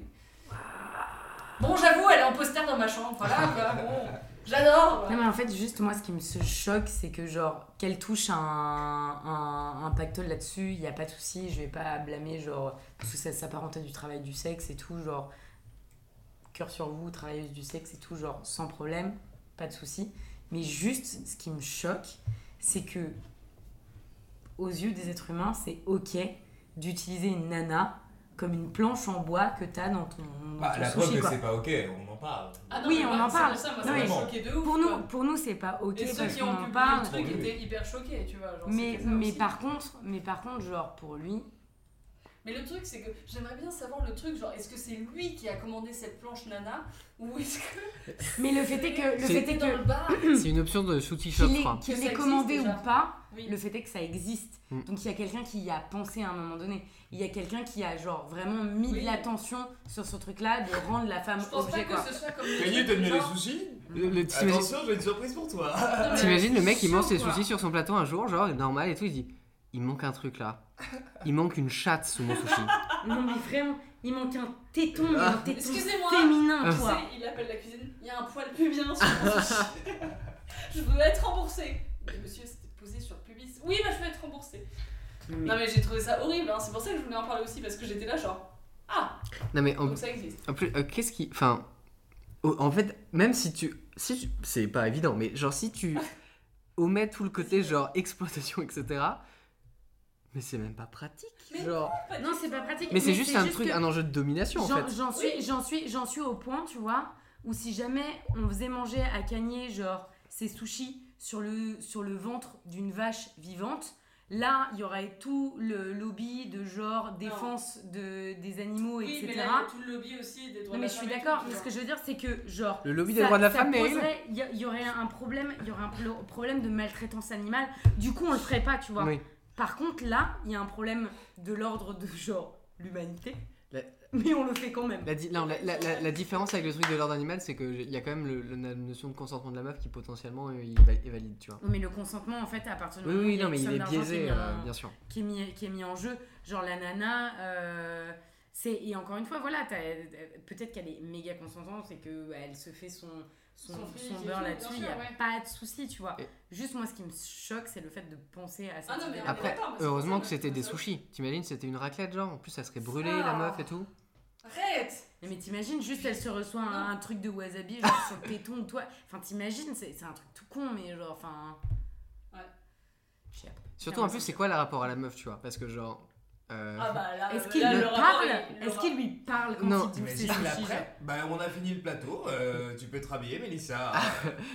Speaker 2: Bon, j'avoue, elle est en poster dans ma chambre, voilà, quoi, bon, j'adore
Speaker 5: Non mais en fait juste moi ce qui me se choque c'est que genre qu'elle touche un, un, un pactole là-dessus, il n'y a pas de souci, je vais pas blâmer genre parce que ça s'apparentait du travail du sexe et tout genre cœur sur vous, travailleuse du sexe et tout genre sans problème, pas de souci. Mais juste ce qui me choque c'est que aux yeux des êtres humains c'est ok d'utiliser une nana comme une planche en bois que t'as dans ton, dans
Speaker 6: Bah,
Speaker 5: ton
Speaker 6: la
Speaker 5: sushi
Speaker 6: preuve que
Speaker 5: quoi.
Speaker 6: c'est pas ok, on en parle.
Speaker 2: Ah non,
Speaker 5: Oui,
Speaker 2: mais
Speaker 5: on
Speaker 3: Bah,
Speaker 2: moi,
Speaker 5: en
Speaker 2: c'est
Speaker 5: parle.
Speaker 2: pour Ça, moi,
Speaker 6: Non,
Speaker 2: ça m'a
Speaker 6: mais
Speaker 2: choqué de ouf.
Speaker 5: Pour nous,
Speaker 2: quoi.
Speaker 5: pour nous c'est pas ok
Speaker 2: et ceux
Speaker 5: parce
Speaker 2: qui
Speaker 5: qu'on
Speaker 2: ont
Speaker 5: en
Speaker 2: publié
Speaker 5: parle.
Speaker 2: le truc
Speaker 6: Oui, oui.
Speaker 2: étaient hyper choqués, tu vois. Genre,
Speaker 5: Mais,
Speaker 2: c'était ça
Speaker 5: mais
Speaker 2: aussi.
Speaker 5: par contre, mais par contre, genre pour lui,
Speaker 2: Mais le truc, c'est que j'aimerais bien savoir le truc, genre, est-ce que c'est lui qui a commandé cette planche nana Ou est-ce que.
Speaker 5: mais le fait est que le fait
Speaker 4: C'est-
Speaker 5: est
Speaker 2: c'était dans
Speaker 5: que
Speaker 2: le bar
Speaker 4: C'est une option de sushi shop,
Speaker 5: qu'il
Speaker 4: je
Speaker 5: ait-
Speaker 4: crois.
Speaker 5: qu'il
Speaker 2: Que ça
Speaker 5: l'ait
Speaker 2: existe
Speaker 5: commandé
Speaker 2: déjà.
Speaker 5: ou pas,
Speaker 2: Oui.
Speaker 5: le fait est que ça existe.
Speaker 4: Mm.
Speaker 5: Donc il y a quelqu'un qui y a pensé à un moment donné. Il y a quelqu'un qui a genre vraiment mis
Speaker 2: Oui.
Speaker 5: de l'attention sur ce truc-là de rendre la femme
Speaker 2: Je pense pas
Speaker 5: objet
Speaker 2: que
Speaker 5: quoi.
Speaker 2: ce soit comme. le
Speaker 6: Kanye,
Speaker 2: truc,
Speaker 6: t'aimes bien les
Speaker 2: genre-
Speaker 6: sushis
Speaker 4: Le- le- t'imagines-
Speaker 6: Attention, j'ai une surprise pour toi.
Speaker 2: Non, mais
Speaker 4: T'imagines le mec il mange
Speaker 2: chaud,
Speaker 4: ses
Speaker 2: quoi.
Speaker 4: sushis sur son plateau un jour, genre normal et tout, il dit il manque un truc là. Il manque une chatte sous mon sushi.
Speaker 5: Non mais vraiment, il manque un téton, mais un
Speaker 2: Ah.
Speaker 5: téton
Speaker 2: Excusez-moi Ah.
Speaker 5: féminin
Speaker 2: Tu
Speaker 5: quoi.
Speaker 2: sais, il appelle la cuisine, il y a un poil pubien sur mon sushi. Je veux être remboursé. Mais monsieur, c'était posé sur le pubis. Oui, bah je veux être remboursé.
Speaker 5: Mm.
Speaker 2: Non, mais j'ai trouvé ça horrible, hein. c'est pour ça que je voulais en parler aussi, parce que j'étais là, genre. Ah,
Speaker 4: Non
Speaker 5: Oh.
Speaker 4: mais en,
Speaker 2: donc ça existe.
Speaker 4: en plus, euh, qu'est-ce qui. Enfin. au- En fait, même si tu. Si tu- C'est pas évident, mais genre si tu omets tout le côté genre exploitation, etc. Mais c'est même pas pratique.
Speaker 2: Mais
Speaker 4: genre.
Speaker 2: Pas
Speaker 5: Non
Speaker 2: du
Speaker 5: c'est
Speaker 2: tout.
Speaker 5: pas pratique.
Speaker 4: Mais c'est juste un truc,
Speaker 5: que-
Speaker 4: un enjeu de domination en
Speaker 5: J'en-
Speaker 4: fait.
Speaker 5: J'en suis, j'en suis, j'en suis au point, tu vois, où si jamais on faisait manger à Kanye genre ses sushis sur le sur le ventre d'une vache vivante, là il y aurait tout le lobby de genre défense de des animaux,
Speaker 2: Oui, mais là,
Speaker 5: etc.
Speaker 2: il y a tout le lobby aussi des droits
Speaker 5: non
Speaker 2: de
Speaker 5: mais
Speaker 2: la
Speaker 5: je suis
Speaker 2: femme et
Speaker 5: d'accord,
Speaker 2: tout,
Speaker 5: mais ce
Speaker 2: genre.
Speaker 5: que je veux dire c'est que genre
Speaker 4: Le lobby des
Speaker 5: ça-
Speaker 4: droits de la
Speaker 5: ça
Speaker 4: femme, mais
Speaker 5: poserait- il y, a- il y aurait un problème, il y aurait un pro- problème de maltraitance animale. Du coup on le ferait pas, tu vois.
Speaker 4: Oui.
Speaker 5: Par contre là il y a un problème de l'ordre de genre l'humanité,
Speaker 4: La-
Speaker 5: mais on le fait quand même.
Speaker 4: La, di- non, la, la- la- la différence avec le truc de l'ordre animal, c'est qu'il y a quand même le- la notion de consentement de la meuf qui potentiellement euh, il va- est valide, tu vois.
Speaker 5: Non, mais le consentement, en fait, à partir du
Speaker 4: Oui,
Speaker 5: moment où
Speaker 4: oui,
Speaker 5: y a
Speaker 4: non,
Speaker 5: une
Speaker 4: mais il
Speaker 5: somme
Speaker 4: est
Speaker 5: d'argent qui
Speaker 4: biaisé,
Speaker 5: mis
Speaker 4: euh,
Speaker 5: en-
Speaker 4: bien sûr.
Speaker 5: qui, est mis, qui est mis en jeu, genre la nana, euh, c'est et encore une fois, voilà, t'as- euh, peut-être qu'elle est méga consentante et que bah, elle se fait son son,
Speaker 2: Son fric
Speaker 5: son
Speaker 2: et
Speaker 5: beurre
Speaker 2: tout,
Speaker 5: là-dessus, il
Speaker 2: bien
Speaker 5: y
Speaker 2: sûr,
Speaker 5: a
Speaker 2: ouais.
Speaker 5: pas de souci, tu vois.
Speaker 4: Et-
Speaker 5: Juste moi, ce qui me choque, c'est le fait de penser à ça.
Speaker 2: Ah non, mais on est
Speaker 4: Après,
Speaker 2: d'accord, mais c'est
Speaker 4: heureusement
Speaker 2: pour
Speaker 4: que
Speaker 2: ça
Speaker 4: c'était des
Speaker 2: ça-
Speaker 4: sushis. T'imagines, c'était une raclette, genre. En plus, ça serait brûlée, la
Speaker 2: Ah.
Speaker 4: meuf et tout.
Speaker 2: Arrête
Speaker 5: Mais t'imagines juste, elle se reçoit
Speaker 2: Non.
Speaker 5: un, un truc de wasabi genre sur le téton ou toi. Enfin, t'imagines, c'est c'est un truc tout con, mais genre, enfin.
Speaker 2: Ouais.
Speaker 5: Je sais pas.
Speaker 4: Surtout, en plus, c'est quoi le rapport à la meuf, tu vois Parce que, genre, euh,
Speaker 7: Ah bah là,
Speaker 5: Est-ce qu'il
Speaker 7: là,
Speaker 5: lui
Speaker 7: le rapport,
Speaker 5: parle
Speaker 7: il- le
Speaker 5: Est-ce
Speaker 7: ra-
Speaker 5: qu'il lui parle quand
Speaker 4: Non.
Speaker 5: il bouffe ses
Speaker 3: T'imagines
Speaker 5: sushis genre
Speaker 3: après Bah on a fini le plateau, euh, tu peux te rhabiller Mélissa.
Speaker 4: Ah,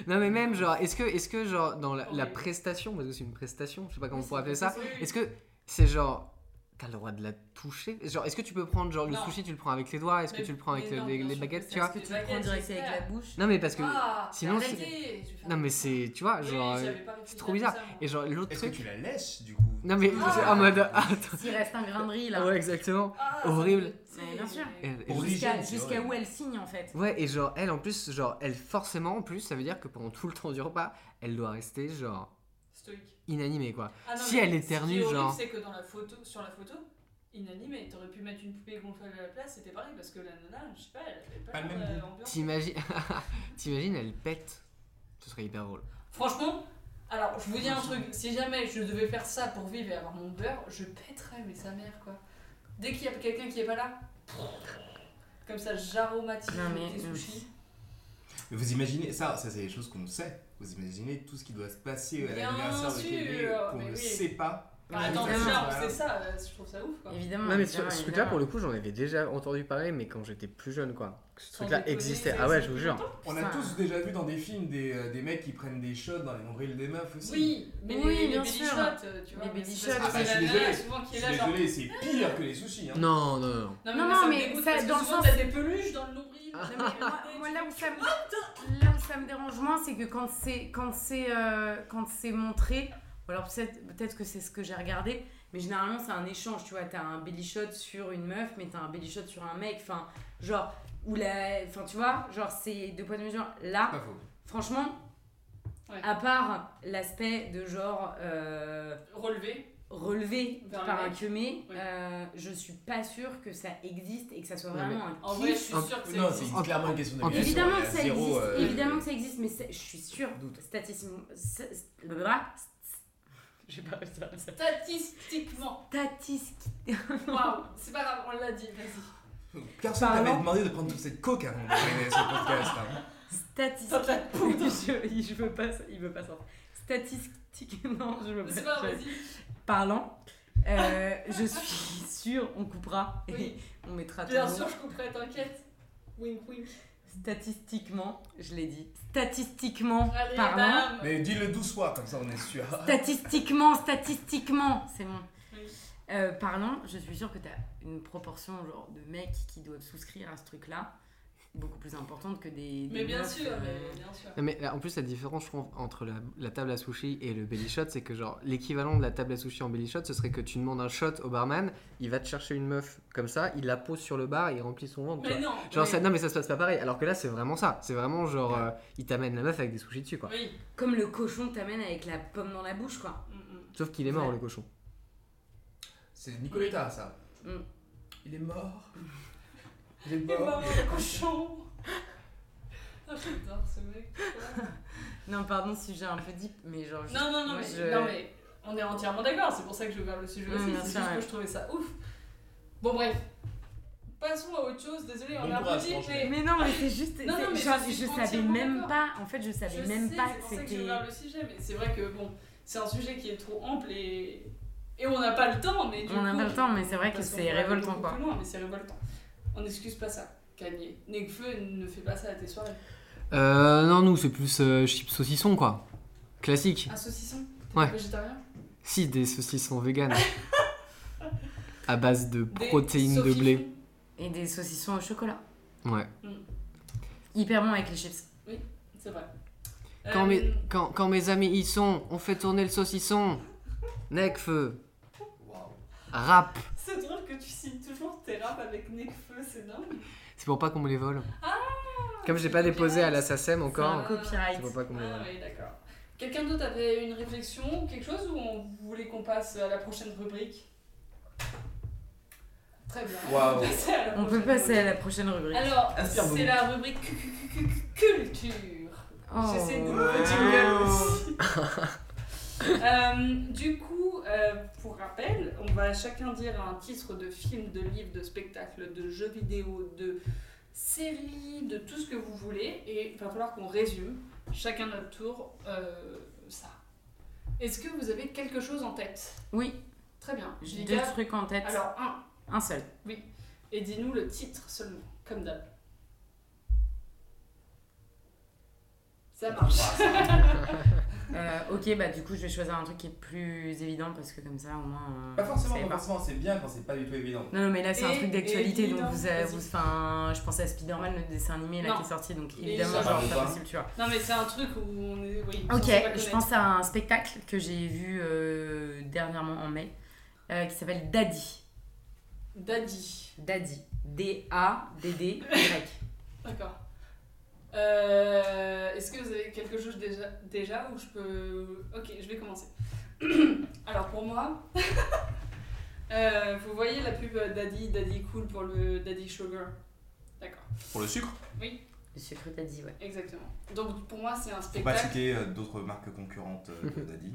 Speaker 4: Non mais même genre, est-ce que, est-ce que genre dans la, la
Speaker 7: Oui.
Speaker 4: prestation, parce que c'est une prestation, je sais pas comment
Speaker 7: Oui,
Speaker 4: on pourrait
Speaker 7: c'est
Speaker 4: appeler
Speaker 7: une
Speaker 4: ça, est-ce que c'est genre, t'as le droit de la toucher Genre, est-ce que tu peux prendre genre le
Speaker 7: Non.
Speaker 4: sushi, tu le prends avec les doigts, est-ce que
Speaker 7: Mais-
Speaker 4: tu le prends avec
Speaker 7: mais non,
Speaker 4: les,
Speaker 7: bien
Speaker 4: les
Speaker 7: sûr
Speaker 4: baguettes,
Speaker 7: que
Speaker 4: tu
Speaker 7: ça,
Speaker 4: vois
Speaker 7: c'est-
Speaker 5: Est-ce que tu le prends direct avec la bouche
Speaker 4: Non mais parce que,
Speaker 2: Ah,
Speaker 4: sinon,
Speaker 2: arrêtez, je vais faire-
Speaker 4: non mais c'est, tu vois,
Speaker 2: Oui,
Speaker 4: genre, euh,
Speaker 2: j'avais pas réfléchi
Speaker 4: trop
Speaker 2: à
Speaker 4: bizarre.
Speaker 2: ça, moi.
Speaker 4: et genre l'autre
Speaker 3: Est-ce que
Speaker 4: truc,
Speaker 3: tu la lèches du coup
Speaker 4: non mais
Speaker 2: Ah.
Speaker 4: c'est en mode, attends,
Speaker 5: S'il reste un grain de riz là.
Speaker 4: ouais exactement,
Speaker 2: Ah,
Speaker 4: horrible.
Speaker 5: Mais bien sûr.
Speaker 4: Et- et-
Speaker 3: Horrible. Origine,
Speaker 5: Jusqu'à
Speaker 3: c'est
Speaker 5: jusqu'à
Speaker 3: vrai.
Speaker 5: où elle signe en fait.
Speaker 4: Ouais, et genre, elle en plus, genre, elle forcément en plus, ça veut dire que pendant tout le temps du repas, elle doit rester genre
Speaker 2: Stoïque.
Speaker 4: inanimée quoi.
Speaker 2: Ah
Speaker 4: Si
Speaker 2: mais
Speaker 4: elle
Speaker 2: ce
Speaker 4: éternue,
Speaker 2: qui est horrible,
Speaker 4: genre-
Speaker 2: C'est que dans la photo, sur la photo, inanimée, t'aurais pu mettre une poupée gonflable à la place, c'était pareil, parce que la nana, je sais pas, elle avait pas,
Speaker 3: Pas le
Speaker 2: l'air,
Speaker 3: même
Speaker 2: euh,
Speaker 3: goût.
Speaker 2: ambiante.
Speaker 4: T'imagines, t'imagines, elle pète, ce serait hyper drôle.
Speaker 2: Franchement, alors je vous dis un truc, si jamais je devais faire ça pour vivre et avoir mon beurre, je pèterais, mais sa mère quoi. Dès qu'il y a quelqu'un qui est pas là, comme ça j'aromatise
Speaker 5: Non, mais- euh,
Speaker 2: tes sushis.
Speaker 3: Mais vous imaginez, ça, ça c'est des choses qu'on sait. Vous imaginez tout ce qui doit se passer à
Speaker 2: Bien
Speaker 3: l'anniversaire de
Speaker 2: sûr,
Speaker 3: quelqu'un qu'on
Speaker 2: mais
Speaker 3: ne
Speaker 2: oui.
Speaker 3: sait pas.
Speaker 2: Bah, attends,
Speaker 5: évidemment.
Speaker 2: genre, c'est ça, euh, je trouve ça ouf quoi.
Speaker 5: Évidemment.
Speaker 4: Non mais
Speaker 5: évidemment,
Speaker 4: sur- ce truc-là
Speaker 5: évidemment.
Speaker 4: pour le coup j'en avais déjà entendu parler mais quand j'étais plus jeune quoi. Ce
Speaker 2: Sans
Speaker 4: truc-là
Speaker 2: déconner,
Speaker 4: existait.
Speaker 2: c'est-
Speaker 4: Ah ouais
Speaker 2: c'est
Speaker 4: je vous
Speaker 2: plus
Speaker 4: jure.
Speaker 3: On a
Speaker 5: Ça.
Speaker 3: tous déjà vu dans des films des, euh, des mecs qui prennent des shots dans les nombrils des meufs aussi.
Speaker 2: Oui, mais
Speaker 5: Oui,
Speaker 2: les, les
Speaker 5: bien
Speaker 2: baby
Speaker 5: sûr.
Speaker 2: shots, euh, tu vois.
Speaker 5: Les
Speaker 2: mais
Speaker 5: baby
Speaker 2: c'est parce que
Speaker 5: shots. Ah, bah,
Speaker 2: c'est la
Speaker 3: je suis
Speaker 2: nana
Speaker 3: désolé.
Speaker 2: souvent qui
Speaker 3: Je
Speaker 2: est
Speaker 3: suis
Speaker 2: là, genre.
Speaker 3: désolé, c'est pire que les sushis. Hein.
Speaker 4: Non non non.
Speaker 2: moi,
Speaker 5: Non, non,
Speaker 2: ça me
Speaker 5: mais
Speaker 2: dégoûte
Speaker 5: ça,
Speaker 2: parce que
Speaker 5: dans le
Speaker 2: souvent,
Speaker 5: sens-
Speaker 2: t'as des peluches dans le nombril.
Speaker 5: Non, mais moi, moi, là où ça me, là où ça me dérange moins, c'est que quand c'est quand c'est euh, quand c'est montré, ou alors peut-être peut-être que c'est ce que j'ai regardé, mais généralement c'est un échange, tu vois, t'as un belly shot sur une meuf, mais t'as un belly shot sur un mec, enfin genre ou la, enfin tu vois, genre c'est deux points de mesure. Là,
Speaker 3: Pas faux.
Speaker 5: franchement,
Speaker 2: Ouais.
Speaker 5: à part l'aspect de genre euh,
Speaker 2: Relevé.
Speaker 5: relevé
Speaker 2: Vers
Speaker 5: par
Speaker 2: le
Speaker 5: un
Speaker 2: mec.
Speaker 5: cumé,
Speaker 2: Ouais.
Speaker 5: euh, je suis pas sûre que ça existe et que ça soit
Speaker 4: Non,
Speaker 5: vraiment
Speaker 2: En
Speaker 5: un
Speaker 2: vrai, je
Speaker 5: kiff.
Speaker 2: suis sûre que c'est.
Speaker 3: Euh, Non, c'est clairement une question de
Speaker 5: Évidemment que ça existe,
Speaker 3: euh,
Speaker 5: évidemment que ça existe, mais c'est- je suis sûre, statistiquement, c'est- c'est- blablabla, j'ai pas réussi à le dire.
Speaker 2: Statistiquement.
Speaker 5: Statistique.
Speaker 2: Waouh, c'est pas grave, on l'a dit, vas-y.
Speaker 3: Personne m'avait
Speaker 5: Pardon
Speaker 3: demandé de prendre toute cette coke avant de terminer ce podcast. hein.
Speaker 5: Statistique. je, je veux pas, ça- il veut pas sortir. Statistique, non, je veux pas.
Speaker 2: C'est pas grave,
Speaker 5: je-
Speaker 2: vas-y.
Speaker 5: Parlant, euh, je suis sûre, on coupera et
Speaker 2: Oui.
Speaker 5: on mettra
Speaker 2: Bien
Speaker 5: ton nom.
Speaker 2: sûr, je couperai, t'inquiète. Wink wink.
Speaker 5: Statistiquement, je l'ai dit, statistiquement
Speaker 2: Allez,
Speaker 5: parlant,
Speaker 2: bam.
Speaker 3: Mais dis-le douze fois, comme ça on est sûr.
Speaker 5: statistiquement, statistiquement, c'est bon.
Speaker 2: Oui.
Speaker 5: Euh, parlant, je suis sûre que tu as une proportion genre, de mecs qui doivent souscrire à ce truc-là, beaucoup plus importante que des. des
Speaker 2: Mais bien
Speaker 5: meufs,
Speaker 2: sûr,
Speaker 5: euh,
Speaker 2: mais bien sûr.
Speaker 4: Non, mais là, en plus la différence je trouve entre la, la table à sushi et le belly shot c'est que genre l'équivalent de la table à sushi en belly shot ce serait que tu demandes un shot au barman, il va te chercher une meuf comme ça, il la pose sur le bar et il remplit son ventre.
Speaker 2: Mais
Speaker 4: quoi.
Speaker 2: non.
Speaker 4: Genre
Speaker 2: oui.
Speaker 4: ça, non mais ça se passe pas pareil alors que là c'est vraiment ça, c'est vraiment genre euh, il t'amène la meuf avec des sushis dessus quoi.
Speaker 2: Oui.
Speaker 5: Comme le cochon que t'amènes avec la pomme dans la bouche, quoi.
Speaker 2: Mm, mm.
Speaker 4: Sauf qu'il est mort
Speaker 5: Ouais.
Speaker 4: le cochon.
Speaker 3: C'est Nicoletta, ça.
Speaker 5: Mm.
Speaker 3: Il est mort. Il est
Speaker 2: Mm, Il est mort,
Speaker 3: mort.
Speaker 2: le cochon. Ah, J'adore ce mec.
Speaker 5: Non, pardon, sujet un peu deep, mais genre. je-
Speaker 2: Non, non, non,
Speaker 5: moi,
Speaker 2: mais,
Speaker 5: je-
Speaker 2: non, mais on est entièrement d'accord. C'est pour ça que j'ai ouvert le sujet
Speaker 5: Oui,
Speaker 2: aussi.
Speaker 5: bien
Speaker 2: C'est
Speaker 5: sûr,
Speaker 2: juste
Speaker 5: ouais.
Speaker 2: que je trouvais ça ouf. Bon, bref. Passons à autre chose. Désolé, on
Speaker 3: Bon
Speaker 2: est un peu
Speaker 3: courage,
Speaker 2: vite,
Speaker 3: franchement.
Speaker 2: mais.
Speaker 5: Mais non, mais c'est juste.
Speaker 2: Non, non, mais
Speaker 5: genre,
Speaker 2: je
Speaker 5: je,
Speaker 2: suis
Speaker 5: savais
Speaker 2: entièrement
Speaker 5: même
Speaker 2: d'accord.
Speaker 5: pas, en fait, je savais
Speaker 2: Je
Speaker 5: même
Speaker 2: sais,
Speaker 5: pas
Speaker 2: c'est
Speaker 5: que
Speaker 2: pour ça que j'ai
Speaker 5: c'était.
Speaker 2: ouvert le sujet, mais c'est vrai que bon, c'est un sujet qui est trop ample et, et on n'a pas le temps, mais du
Speaker 5: On n'a
Speaker 2: coup,
Speaker 5: pas le temps, mais c'est vrai que
Speaker 2: parce qu'on
Speaker 5: c'est
Speaker 2: pourrait aller
Speaker 5: révoltant,
Speaker 2: beaucoup
Speaker 5: quoi.
Speaker 2: plus loin, mais c'est révoltant. On n'excuse pas ça, Kanye. Nekfeu ne fait pas ça à tes soirées.
Speaker 4: Euh, non, nous, c'est plus euh, chips saucisson, quoi. Classique.
Speaker 2: Un saucisson T'es
Speaker 4: Ouais.
Speaker 2: végétarien
Speaker 4: Si, des saucissons vegan. à base de
Speaker 2: Des
Speaker 4: protéines de
Speaker 2: saucissons.
Speaker 4: blé.
Speaker 5: Et des saucissons au chocolat.
Speaker 4: Ouais.
Speaker 5: Hyper bon avec les chips.
Speaker 2: C'est vrai.
Speaker 4: Quand,
Speaker 2: Euh,
Speaker 4: mes, quand, quand mes amis y sont, on fait tourner le saucisson. Necfeu.
Speaker 3: Waouh.
Speaker 4: Rap.
Speaker 2: C'est drôle que tu cites toujours tes raps avec Nekfeu, c'est dingue.
Speaker 4: C'est pour pas qu'on me les vole.
Speaker 5: Ah,
Speaker 4: Comme j'ai pas déposé à la SACEM E encore,
Speaker 5: C'est un
Speaker 4: c'est
Speaker 5: copyright.
Speaker 4: pour pas qu'on me les
Speaker 2: Ah
Speaker 4: vole.
Speaker 2: oui, d'accord. Quelqu'un d'autre avait une réflexion, quelque chose, ou on voulait qu'on passe à la prochaine rubrique Très bien.
Speaker 3: Waouh.
Speaker 2: peut passer à la
Speaker 5: On peut
Speaker 2: prochaine
Speaker 5: passer à
Speaker 2: rubrique.
Speaker 5: la prochaine rubrique.
Speaker 2: Alors,
Speaker 3: Inspire-nous.
Speaker 2: c'est la rubrique cu- cu- cu- cu- culture.
Speaker 5: Oh.
Speaker 2: J'essaie de nouveau jingle aussi. Euh, du coup, euh, pour rappel, on va chacun dire un titre de film, de livre, de spectacle, de jeu vidéo, de série, de tout ce que vous voulez, et il va falloir qu'on résume chacun notre tour euh, ça. Est-ce que vous avez quelque chose en tête
Speaker 5: Oui.
Speaker 2: Très bien.
Speaker 5: J'ai
Speaker 2: J'ai
Speaker 5: deux trucs en tête.
Speaker 2: Alors, un.
Speaker 5: un seul.
Speaker 2: Et dis-nous le titre seulement, comme d'hab. Ça marche.
Speaker 5: Euh, ok, bah du coup, je vais choisir un truc qui est plus évident parce que comme ça, au moins. euh,
Speaker 8: Pas forcément,
Speaker 5: vous savez
Speaker 8: pas forcément, c'est bien quand c'est pas du tout évident.
Speaker 5: Non, non, mais là, c'est un
Speaker 2: Et-
Speaker 5: truc
Speaker 2: et
Speaker 5: d'actualité, donc
Speaker 2: évident,
Speaker 5: vous, euh,
Speaker 2: vas-y.
Speaker 5: vous- enfin, je pensais à Spider-Man, le dessin animé là
Speaker 2: Non.
Speaker 5: qui est sorti, donc
Speaker 2: Et
Speaker 5: évidemment,
Speaker 2: ça
Speaker 5: genre,
Speaker 8: va
Speaker 5: pas
Speaker 8: pas.
Speaker 5: possible, tu vois.
Speaker 2: Non, mais c'est un truc où on est. Oui, on
Speaker 5: Ok,
Speaker 2: sait pas
Speaker 5: je
Speaker 2: connaître.
Speaker 5: pense à un spectacle que j'ai vu euh, dernièrement en mai, euh, qui s'appelle Daddy.
Speaker 2: Daddy.
Speaker 5: Daddy. D-A-D-D-Y.
Speaker 2: D'accord. Euh, Est-ce que vous avez quelque chose déjà, déjà où je peux. Ok, je vais commencer. Alors pour moi, euh, vous voyez la pub Daddy, Daddy Cool pour le Daddy Sugar. D'accord,
Speaker 3: Pour le sucre
Speaker 5: Le sucre Daddy, ouais.
Speaker 2: exactement. Donc pour moi, c'est un
Speaker 3: Faut pas
Speaker 2: spectacle.
Speaker 3: citer euh, d'autres marques concurrentes euh, de Daddy.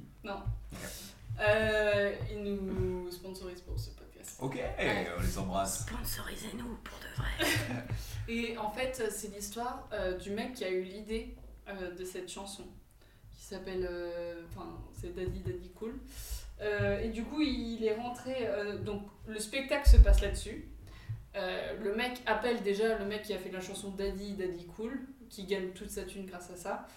Speaker 2: Euh, ils nous sponsorisent pour ce podcast.
Speaker 3: Ok, Eh, on les embrasse.
Speaker 5: Sponsorisez-nous pour de vrai.
Speaker 2: Et en fait, c'est l'histoire euh, du mec qui a eu l'idée euh, de cette chanson qui s'appelle. euh, Enfin, c'est Daddy Daddy Cool. Euh, et du coup, il est rentré. euh, donc, le spectacle se passe là-dessus. Euh, le mec appelle déjà le mec qui a fait la chanson Daddy Daddy Cool, qui gagne toute sa thune grâce à ça.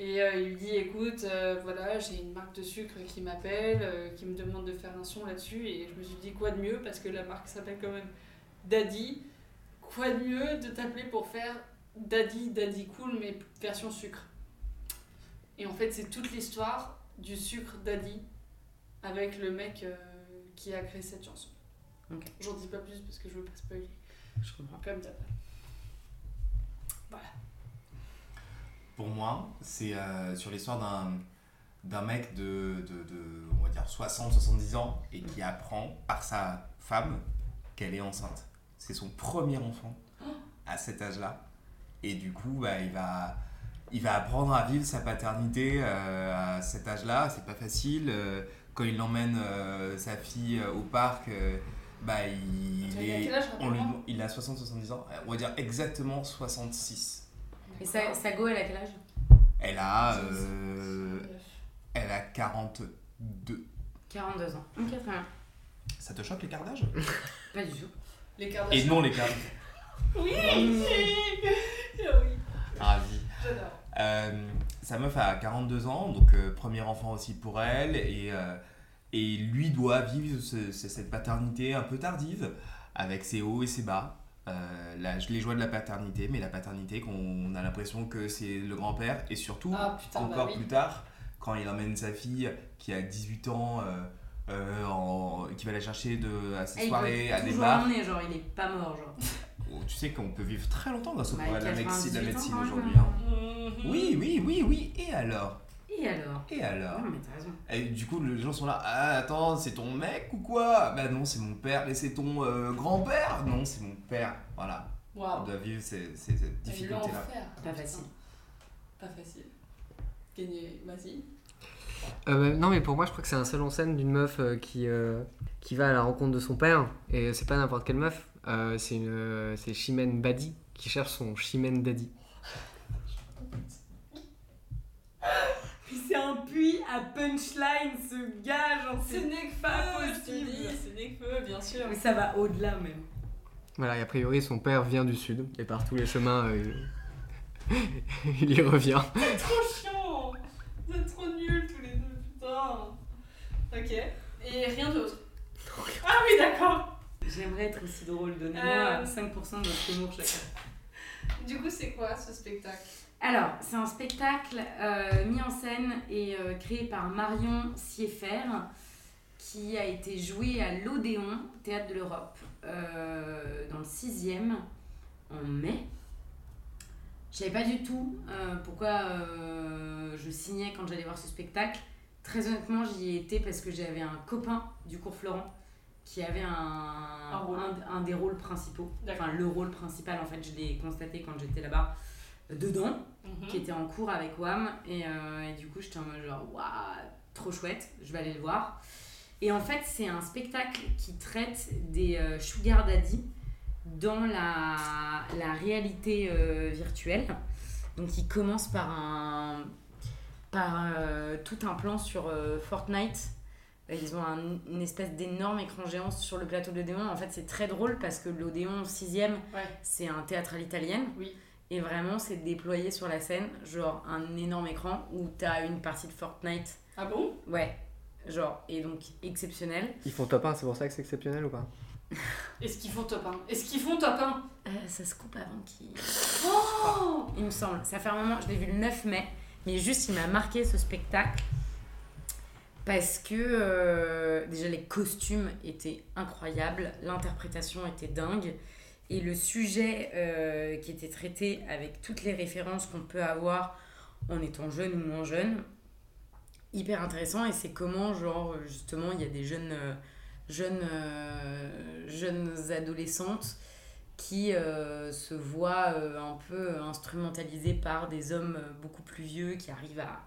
Speaker 2: Et euh, il lui dit Écoute, euh, voilà, j'ai une marque de sucre qui m'appelle, euh, qui me demande de faire un son là-dessus. Et je me suis dit Quoi de mieux Parce que la marque s'appelle quand même Daddy. Quoi de mieux de t'appeler pour faire Daddy Daddy Cool, mais version sucre et en fait, c'est toute l'histoire du sucre daddy avec le mec euh, qui a créé cette chanson.
Speaker 5: Ok.
Speaker 2: J'en dis pas plus parce que je veux pas spoiler,
Speaker 5: Je comprends.
Speaker 2: comme d'hab.
Speaker 3: Pour moi, c'est euh, sur l'histoire d'un d'un mec de, de, de, on va dire 60-70 ans et
Speaker 2: Mm.
Speaker 3: qui apprend par sa femme qu'elle est enceinte. C'est son premier enfant
Speaker 2: Oh.
Speaker 3: à cet âge-là. Et du coup, bah, il, va, il va apprendre à vivre sa paternité euh, à cet âge-là. C'est pas facile. euh, quand il emmène euh, sa fille euh, au parc, euh, bah, il,
Speaker 2: Tu as
Speaker 3: est-
Speaker 2: quel âge,
Speaker 3: on lui-
Speaker 2: rappelle-moi
Speaker 3: il a 60-70 ans. On va dire exactement 66.
Speaker 5: Et Sa- Sago, elle a quel âge
Speaker 3: Elle a, euh, elle a 42.
Speaker 5: 42 ans. Ok, très bien.
Speaker 3: Ça te choque l'écart d'âge
Speaker 5: Pas du tout.
Speaker 2: L'écart
Speaker 3: Et
Speaker 2: d'âge.
Speaker 3: non l'écart.
Speaker 2: Oui Ah oui,
Speaker 3: Ravi.
Speaker 2: j'adore.
Speaker 3: Euh, sa meuf a 42 ans, donc euh, premier enfant aussi pour elle, et, euh, et lui doit vivre ce- ce- cette paternité un peu tardive, avec ses hauts et ses bas. Euh, la- les joies de la paternité, mais la paternité qu'on a l'impression que c'est le grand-père, et surtout
Speaker 2: Ah putain,
Speaker 3: encore
Speaker 2: bah oui.
Speaker 3: plus tard, quand il emmène sa fille qui a 18 ans, euh, euh, en- qui va la chercher de, à ses
Speaker 5: Et il
Speaker 3: soirées,
Speaker 5: peut
Speaker 3: à des
Speaker 5: toujours
Speaker 3: bars.
Speaker 5: l'emmener, genre, il est pas mort, genre.
Speaker 3: Oh, tu sais qu'on peut vivre très longtemps grâce au
Speaker 5: Bah,
Speaker 3: progrès de la
Speaker 5: 98
Speaker 3: médecine, de la
Speaker 5: ans,
Speaker 3: médecine
Speaker 5: quand même,
Speaker 3: aujourd'hui.
Speaker 5: hein.
Speaker 3: hein.
Speaker 2: Mhm.
Speaker 3: Oui, oui, oui, oui, et alors
Speaker 5: Et alors
Speaker 3: Et alors
Speaker 5: Non, mais t'as raison.
Speaker 3: Et du coup, les gens sont là, ah, attends, c'est ton mec ou quoi Bah non, c'est mon père, mais c'est ton euh, grand-père Non, c'est mon père. Voilà, on
Speaker 5: Oh.
Speaker 2: Waouh,
Speaker 3: doit vivre ces, ces- cette difficulté-là.
Speaker 2: l'enfer.
Speaker 5: Pas facile.
Speaker 2: Pas facile. Gagner, vas-y.
Speaker 4: Euh, non, mais pour moi, je crois que c'est un seul en scène d'une meuf euh, qui, euh, qui va à la rencontre de son père. Et c'est pas n'importe quelle meuf, euh, c'est une euh, c'est Chimène Badi qui cherche son Chimène Daddy.
Speaker 5: Puis c'est un puits à punchline, ce gars, genre,
Speaker 2: Ce n'est que
Speaker 5: pas
Speaker 2: pas possible.
Speaker 5: possible.
Speaker 2: Ce n'est que feu, bien sûr.
Speaker 5: Mais ça va au-delà, même.
Speaker 4: Voilà, et a priori, son père vient du sud, et par tous les chemins, euh, il... il y revient.
Speaker 2: trop chiant Vous êtes trop nuls tous les deux, putain Ok, et rien d'autre. Ah oui, d'accord
Speaker 5: J'aimerais être aussi drôle, donnez-moi
Speaker 2: Euh.
Speaker 5: 5% de votre humour chacun.
Speaker 2: Du coup, c'est quoi ce spectacle
Speaker 5: Alors, c'est un spectacle euh, mis en scène et euh, créé par Marion Sieffer qui a été joué à l'Odéon, Théâtre de l'Europe, euh, dans le 6e, en mai. Je savais pas du tout euh, pourquoi euh, je signais quand j'allais voir ce spectacle. Très honnêtement, j'y étais parce que j'avais un copain du cours Florent qui avait un,
Speaker 2: Un rôle.
Speaker 5: un- un des rôles principaux.
Speaker 2: D'accord.
Speaker 5: Enfin, le rôle principal, en fait, je l'ai constaté quand j'étais là-bas, euh, dedans
Speaker 2: Mhm.
Speaker 5: qui était en cours avec WAM et, euh, et du coup j'étais en mode genre waouh trop chouette je vais aller le voir et en fait c'est un spectacle qui traite des euh, sugar daddy dans la, la réalité euh, virtuelle donc il commence par un par euh, tout un plan sur euh, Fortnite euh, ils ont un- une espèce d'énorme écran géant sur le plateau de l'Odéon. En fait, c'est très drôle parce que l'Odéon 6ème,
Speaker 2: Ouais.
Speaker 5: c'est un théâtre à l'italienne.
Speaker 2: Oui.
Speaker 5: Et vraiment, c'est déployé sur la scène, genre un énorme écran où t'as une partie de Fortnite.
Speaker 2: Ah bon
Speaker 5: Ouais, genre, et donc exceptionnel.
Speaker 4: Ils font top 1, c'est pour ça que c'est exceptionnel ou pas
Speaker 2: Est-ce qu'ils font top 1 Est-ce qu'ils font top 1
Speaker 5: Euh, ça se coupe avant qu'il.
Speaker 2: Oh
Speaker 5: Il me semble. Ça fait un moment, je l'ai vu le 9 mai, mais juste il m'a marqué ce spectacle parce que euh, déjà les costumes étaient incroyables, l'interprétation était dingue et le sujet euh, qui était traité avec toutes les références qu'on peut avoir en étant jeune ou moins jeune, hyper intéressant et c'est comment genre justement il y a des jeunes euh, jeunes euh, jeunes adolescentes qui euh, se voient euh, un peu instrumentalisées par des hommes euh, beaucoup plus vieux qui arrivent à,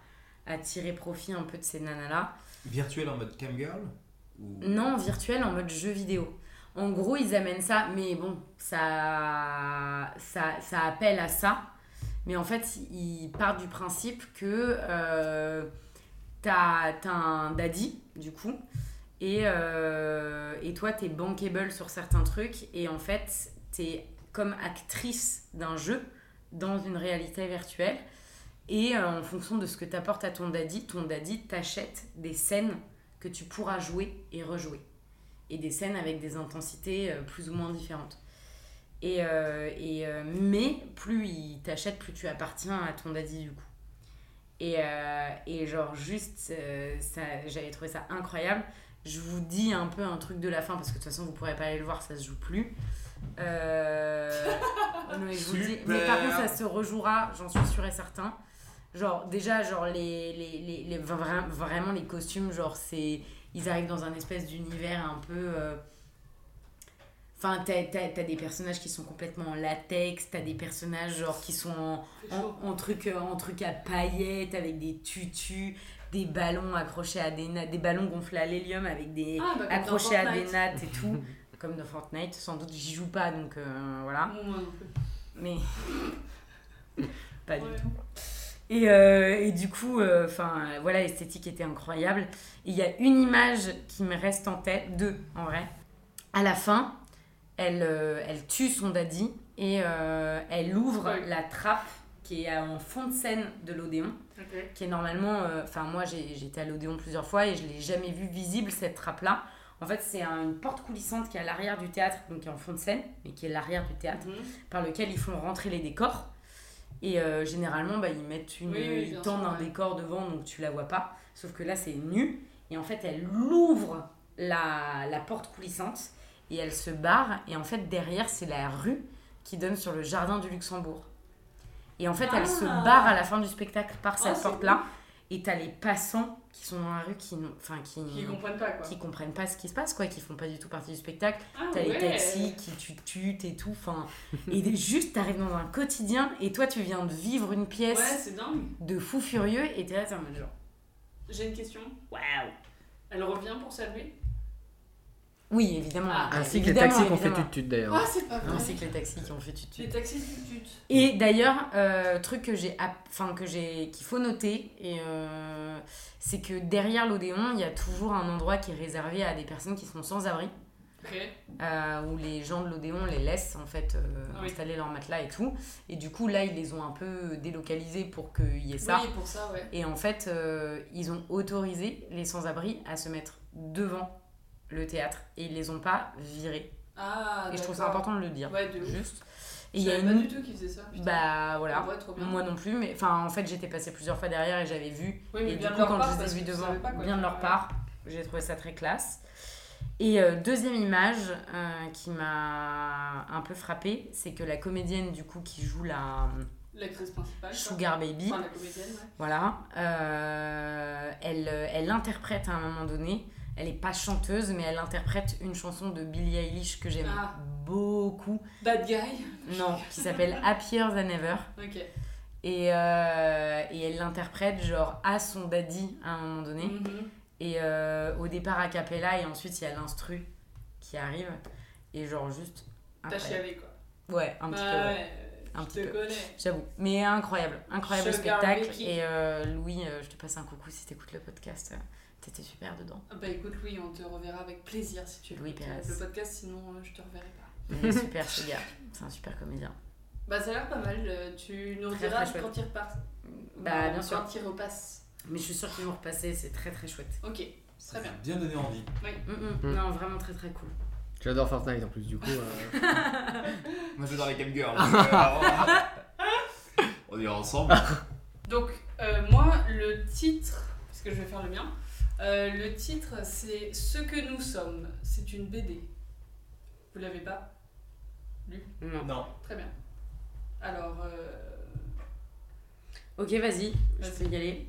Speaker 5: à tirer profit un peu de ces nanas-là.
Speaker 6: Virtuel en mode camgirl ou...
Speaker 5: Non, virtuel en mode jeu vidéo. En gros, ils amènent ça, mais bon, ça, ça, ça appelle à ça. Mais en fait, ils partent du principe que euh, t'as t'as un daddy, du coup, et, euh, et toi, t'es bankable sur certains trucs, et en fait, t'es comme actrice d'un jeu dans une réalité virtuelle. Et euh, en fonction de ce que t'apportes à ton daddy, ton daddy t'achète des scènes que tu pourras jouer et rejouer. Et des scènes avec des intensités euh, plus ou moins différentes. Et, euh, et, euh, mais plus il t'achète, plus tu appartiens à ton daddy du coup. Et, euh, et genre juste, euh, ça- j'avais trouvé ça incroyable. Je vous dis un peu un truc de la fin parce que de toute façon vous pourrez pas aller le voir, ça se joue plus. Euh, non, mais je vous le dis. Mais par contre ça se rejouera, j'en suis sûre et certain. Genre déjà genre les, les, les, les- vra- vraiment les costumes genre c'est ils arrivent dans un espèce d'univers un peu. euh, Enfin, t'as, t'as- t'as des personnages qui sont complètement en latex, t'as des personnages genre qui sont en, en, en truc, euh, en truc à paillettes, avec des tutus, des ballons accrochés à des nattes, des ballons gonflés à l'hélium avec des.
Speaker 2: Ah, bah, comme dans
Speaker 5: accrochés à des
Speaker 2: Fortnite.
Speaker 5: nattes et tout. Comme dans Fortnite, sans doute j'y joue pas donc euh, voilà
Speaker 2: Bon, bah, moi non plus.
Speaker 5: mais pas
Speaker 2: Ouais.
Speaker 5: du tout. Et, euh, et du coup, enfin voilà, l'esthétique était incroyable. Et Il y a une image qui me reste en tête, deux en vrai. À la fin, elle, euh, elle tue son daddy et euh, elle ouvre
Speaker 2: Ouais.
Speaker 5: la trappe qui est en fond de scène de l'Odéon,
Speaker 2: Ok.
Speaker 5: qui est normalement, euh, enfin moi j'ai j'étais à l'Odéon plusieurs fois et je l'ai jamais vue visible cette trappe là. En fait, c'est un- une porte coulissante qui est à l'arrière du théâtre, donc qui est en fond de scène, mais qui est l'arrière du théâtre
Speaker 2: Mhm.
Speaker 5: par lequel ils font rentrer les décors. Et euh, généralement, bah, ils mettent une,
Speaker 2: Oui, oui,
Speaker 5: ils
Speaker 2: bien
Speaker 5: tendent
Speaker 2: sûr,
Speaker 5: un
Speaker 2: ouais.
Speaker 5: décor devant, donc tu la vois pas. Sauf que là, c'est nu. Et en fait, elle ouvre la, la porte coulissante et elle se barre. Et en fait, derrière, c'est la rue qui donne sur le jardin du Luxembourg. Et en fait, elle se
Speaker 2: Ah. Oh,
Speaker 5: barre à la fin du spectacle par cette
Speaker 2: c'est
Speaker 5: porte-là. Et t'as les passants qui sont dans la rue qui, n'ont- enfin, qui,
Speaker 2: Qui comprennent pas quoi.
Speaker 5: qui comprennent pas ce qui se passe, quoi, qui font pas du tout partie du spectacle.
Speaker 2: Ah,
Speaker 5: T'as les
Speaker 2: ouais.
Speaker 5: taxis qui tu tutent et tout. Enfin, et des- juste, t'arrives dans un quotidien et toi, tu viens de vivre une
Speaker 2: Ouais,
Speaker 5: pièce
Speaker 2: c'est dingue.
Speaker 5: de fou furieux et t'es là, t'es en mode genre,
Speaker 2: J'ai une question.
Speaker 5: waouh!
Speaker 2: Elle revient pour saluer
Speaker 5: Oui, évidemment.
Speaker 2: Ah,
Speaker 4: Ainsi que les taxis qu'on fait
Speaker 5: évidemment.
Speaker 4: tut-tut d'ailleurs.
Speaker 2: Ah, c'est pas vrai.
Speaker 5: Ainsi que les taxis qui ont fait tutu.
Speaker 2: Les taxis du tut.
Speaker 5: Et d'ailleurs, euh, truc que j'ai, app- enfin que j'ai, qu'il faut noter, et euh, c'est que derrière l'Odéon, il y a toujours un endroit qui est réservé à des personnes qui sont sans abri.
Speaker 2: Ok.
Speaker 5: euh, où les gens de l'Odéon les laissent en fait euh,
Speaker 2: Ah oui.
Speaker 5: installer leur matelas et tout. Et du coup, là, ils les ont un peu délocalisés pour qu'il y ait ça.
Speaker 2: Oui, pour ça, ouais.
Speaker 5: Et en fait, euh, ils ont autorisé les sans-abri à se mettre devant le théâtre et ils les ont pas virés.
Speaker 2: Ah,
Speaker 5: et je trouve ça
Speaker 2: d'accord.
Speaker 5: important de le dire.
Speaker 2: Ouais, de ouf.
Speaker 5: Juste. Et
Speaker 2: Je
Speaker 5: il y a
Speaker 2: savais pas du
Speaker 5: une.
Speaker 2: tout qu'ils faisaient ça. putain.
Speaker 5: Bah
Speaker 2: On
Speaker 5: voilà.
Speaker 2: voit trop bien.
Speaker 5: Moi non plus, mais enfin en fait j'étais passée plusieurs fois derrière et j'avais vu
Speaker 2: oui, mais
Speaker 5: et du
Speaker 2: bien
Speaker 5: coup,
Speaker 2: de leur
Speaker 5: quand
Speaker 2: part,
Speaker 5: je
Speaker 2: parce
Speaker 5: les ai
Speaker 2: que
Speaker 5: vus
Speaker 2: tu
Speaker 5: devant,
Speaker 2: savais pas, quoi.
Speaker 5: bien de leur part, j'ai trouvé ça très classe. Et euh, deuxième image euh, qui m'a un peu frappée, c'est que la comédienne du coup qui joue la euh,
Speaker 2: L'actrice principale. quoi.
Speaker 5: Sugar Baby,
Speaker 2: Enfin, la comédienne, ouais.
Speaker 5: voilà, euh, elle, euh, elle interprète à un moment donné. Elle est pas chanteuse, mais elle interprète une chanson de Billie Eilish que j'aime
Speaker 2: Ah.
Speaker 5: beaucoup.
Speaker 2: Bad guy.
Speaker 5: Non, qui s'appelle Happier Than Ever.
Speaker 2: Ok.
Speaker 5: Et, euh, et elle l'interprète genre à son daddy à un moment donné.
Speaker 2: Mhm.
Speaker 5: Et euh, au départ a cappella et ensuite il y a l'instru qui arrive et genre juste
Speaker 2: T'as
Speaker 5: incroyable.
Speaker 2: chialé, quoi.
Speaker 5: Ouais, un petit peu. ouais,
Speaker 2: ouais.
Speaker 5: Un
Speaker 2: je
Speaker 5: petit
Speaker 2: te
Speaker 5: peu.
Speaker 2: connais.
Speaker 5: J'avoue, mais incroyable, incroyable
Speaker 2: Sugar
Speaker 5: spectacle
Speaker 2: Becky.
Speaker 5: et euh, Louis, euh, je te passe un coucou si t'écoutes le podcast. euh,
Speaker 9: T'étais super dedans.
Speaker 2: Bah écoute, Louis, on te reverra avec plaisir si tu
Speaker 9: Louis
Speaker 2: écoutes
Speaker 9: Pérez.
Speaker 2: le podcast, sinon euh, je te reverrai pas.
Speaker 9: Il est super ce gars. C'est un super comédien.
Speaker 2: Bah ça a l'air pas mal, euh, tu nous
Speaker 5: Très,
Speaker 2: rediras
Speaker 5: très chouette.
Speaker 2: quand il repart.
Speaker 5: Bah, bien sûr.
Speaker 2: Quand il repasse.
Speaker 5: Mais je suis sûre qu'ils vont repasser, c'est très très chouette.
Speaker 2: Ok, très bien.
Speaker 3: Bien donné envie.
Speaker 5: Mm, mm.
Speaker 4: Mm.
Speaker 5: Non, vraiment très très cool.
Speaker 4: J'adore Fortnite en plus, du coup. euh,
Speaker 3: Moi j'adore les Game Girls. Euh, on est ensemble.
Speaker 2: Donc, euh, moi, le titre, parce que je vais faire le mien, euh, le titre, c'est Ce que nous sommes. C'est une BD. Vous l'avez pas
Speaker 5: Non.
Speaker 3: Non.
Speaker 2: Très bien. Alors, euh,
Speaker 5: Ok, vas-y, je
Speaker 2: Vas-y.
Speaker 5: peux y aller.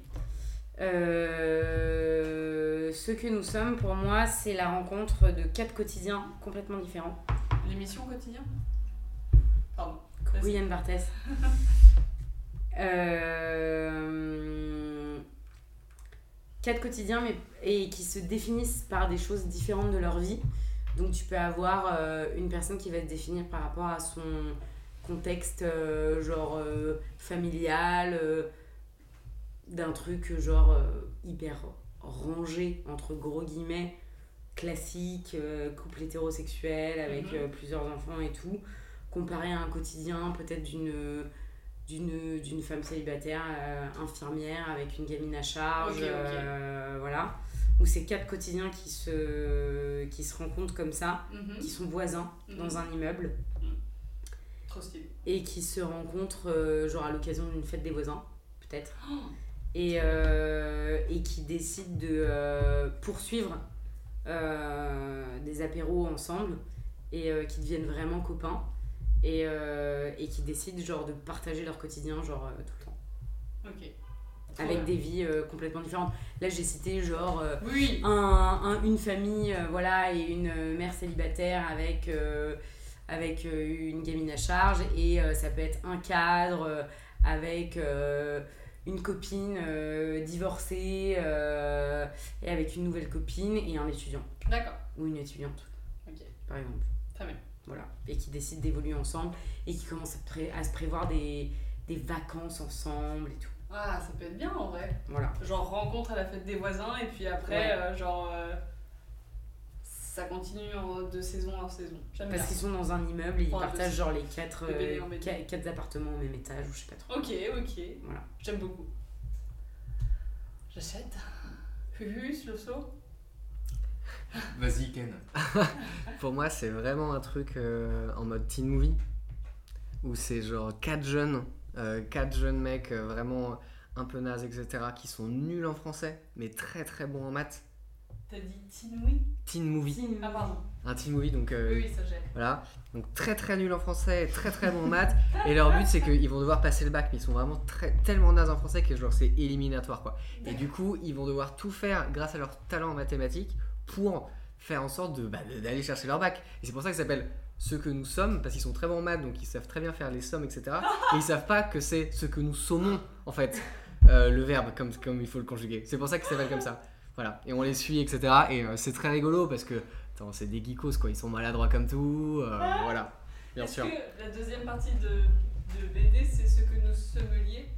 Speaker 5: Euh, ce que nous sommes, pour moi, c'est la rencontre de quatre quotidiens complètement différents.
Speaker 2: l'émission quotidienne Pardon. Vas-y.
Speaker 5: Yann Barthès. Euh, quatre quotidiens, mais et qui se définissent par des choses différentes de leur vie. Donc, tu peux avoir euh, une personne qui va se définir par rapport à son contexte, euh, genre euh, familial, euh, d'un truc euh, genre euh, hyper rangé, entre gros guillemets, classique, euh, couple hétérosexuel avec
Speaker 2: Mhm.
Speaker 5: euh, plusieurs enfants et tout, comparé à un quotidien peut-être d'une d'une d'une femme célibataire euh, infirmière avec une gamine à charge
Speaker 2: Ok, ok.
Speaker 5: euh, voilà où c'est quatre quotidiens qui se qui se rencontrent comme ça
Speaker 2: Mhm.
Speaker 5: qui sont voisins dans
Speaker 2: Mhm.
Speaker 5: un immeuble
Speaker 2: Trop stylé.
Speaker 5: et qui se rencontrent euh, genre à l'occasion d'une fête des voisins, peut-être. Et, euh, et qui décident de euh, poursuivre euh, des apéros ensemble et euh, qui deviennent vraiment copains et, euh, et qui décident genre de partager leur quotidien genre euh, tout le temps
Speaker 2: Ok. Trop
Speaker 5: avec
Speaker 2: bien.
Speaker 5: des vies euh, complètement différentes. Là j'ai cité genre euh,
Speaker 2: Oui,
Speaker 5: un- un- une famille euh, voilà et une euh, mère célibataire avec euh, avec euh, une gamine à charge et euh, ça peut être un cadre euh, avec euh, une copine euh, divorcée euh, et avec une nouvelle copine et un étudiant
Speaker 2: d'accord.
Speaker 5: ou une étudiante
Speaker 2: Ok.
Speaker 5: par exemple
Speaker 2: Très bien.
Speaker 5: voilà et qui décident d'évoluer ensemble et qui commencent à, pré- à se prévoir des, des vacances ensemble et tout
Speaker 2: Ah, ça peut être bien en vrai.
Speaker 5: voilà
Speaker 2: Genre rencontre à la fête des voisins et puis après,
Speaker 5: Ouais.
Speaker 2: euh, genre, euh, ça continue en- de saison en saison. J'aime bien.
Speaker 5: parce qu'ils sont dans un immeuble et ils
Speaker 2: Ouais,
Speaker 5: partagent
Speaker 2: parce-
Speaker 5: genre les quatre,
Speaker 2: Le BD
Speaker 5: euh,
Speaker 2: en BD.
Speaker 5: qua- quatre appartements au même étage ou je sais pas trop
Speaker 2: Ok, ok.
Speaker 5: Voilà.
Speaker 2: J'aime beaucoup. J'achète. Huhus, le seau.
Speaker 3: Vas-y Ken.
Speaker 4: Pour moi, c'est vraiment un truc euh, en mode teen movie où c'est genre quatre jeunes, euh, quatre jeunes mecs euh, vraiment un peu nazes, etc., qui sont nuls en français mais très très bons en maths.
Speaker 2: T'as dit Tinoui
Speaker 4: Teen movie,
Speaker 2: Ah, pardon.
Speaker 4: un teen movie donc euh,
Speaker 2: Oui, oui, ça j'aime.
Speaker 4: voilà. Donc très très nuls en français, et très très bons en maths. Et leur but c'est qu'ils vont devoir passer le bac, mais ils sont vraiment très, tellement nazes en français que genre c'est éliminatoire quoi. Et du coup, ils vont devoir tout faire grâce à leur talent en mathématiques pour faire en sorte de, bah, de- d'aller chercher leur bac. Et c'est pour ça qu'ils s'appellent ce que nous sommes, parce qu'ils sont très bons en maths, donc ils savent très bien faire les sommes, etc. Et ils savent pas que c'est ce que nous sommons, en fait, euh, le verbe, comme, comme il faut le conjuguer. C'est pour ça qu'ils s'appellent comme ça. Voilà. Et on les suit, etc. Et euh, c'est très rigolo parce que, attends, c'est des geekos, quoi. Ils sont maladroits comme tout. euh, voilà. Bien
Speaker 2: Est-ce
Speaker 4: sûr.
Speaker 2: que la deuxième partie de, de BD, c'est ce que nous semeliez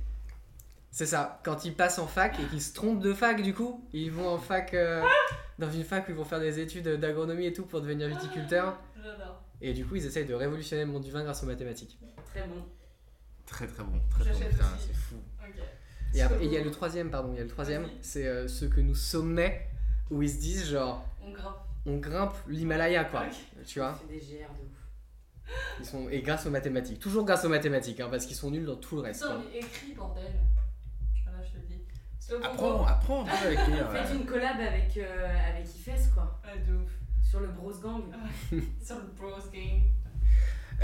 Speaker 4: C'est ça, quand ils passent en fac et qu'ils se trompent de fac, du coup, ils vont en fac, euh, dans une fac où ils vont faire des études d'agronomie et tout pour devenir viticulteurs.
Speaker 2: J'adore.
Speaker 4: Et du coup, ils essayent de révolutionner le monde du vin grâce aux mathématiques.
Speaker 5: très bon
Speaker 3: Très très bon. Très très bon.
Speaker 2: J'achète
Speaker 3: Putain,
Speaker 2: aussi.
Speaker 3: c'est fou.
Speaker 2: Ok.
Speaker 4: Et après, et il y a le troisième, pardon, il y a le troisième,
Speaker 2: Vas-y.
Speaker 4: c'est euh, ce que nous sommets, où ils se disent genre,
Speaker 2: On grimpe.
Speaker 4: on grimpe l'Himalaya,
Speaker 2: Ah
Speaker 4: quoi. Tu vois
Speaker 5: fait des GR de ouf
Speaker 4: ils sont... Et grâce aux mathématiques, toujours grâce aux mathématiques, hein, parce qu'ils sont nuls dans tout le reste.
Speaker 2: Putain,
Speaker 4: quoi.
Speaker 2: mais écris, bordel. Voilà, je te le dis. Slow
Speaker 3: Apprends, apprends. apprends avec lui, euh,
Speaker 5: Faites une collab avec, euh, avec Ifes, quoi.
Speaker 2: Ah, de ouf.
Speaker 5: Sur le Bros Gang.
Speaker 2: Sur le Bros Game.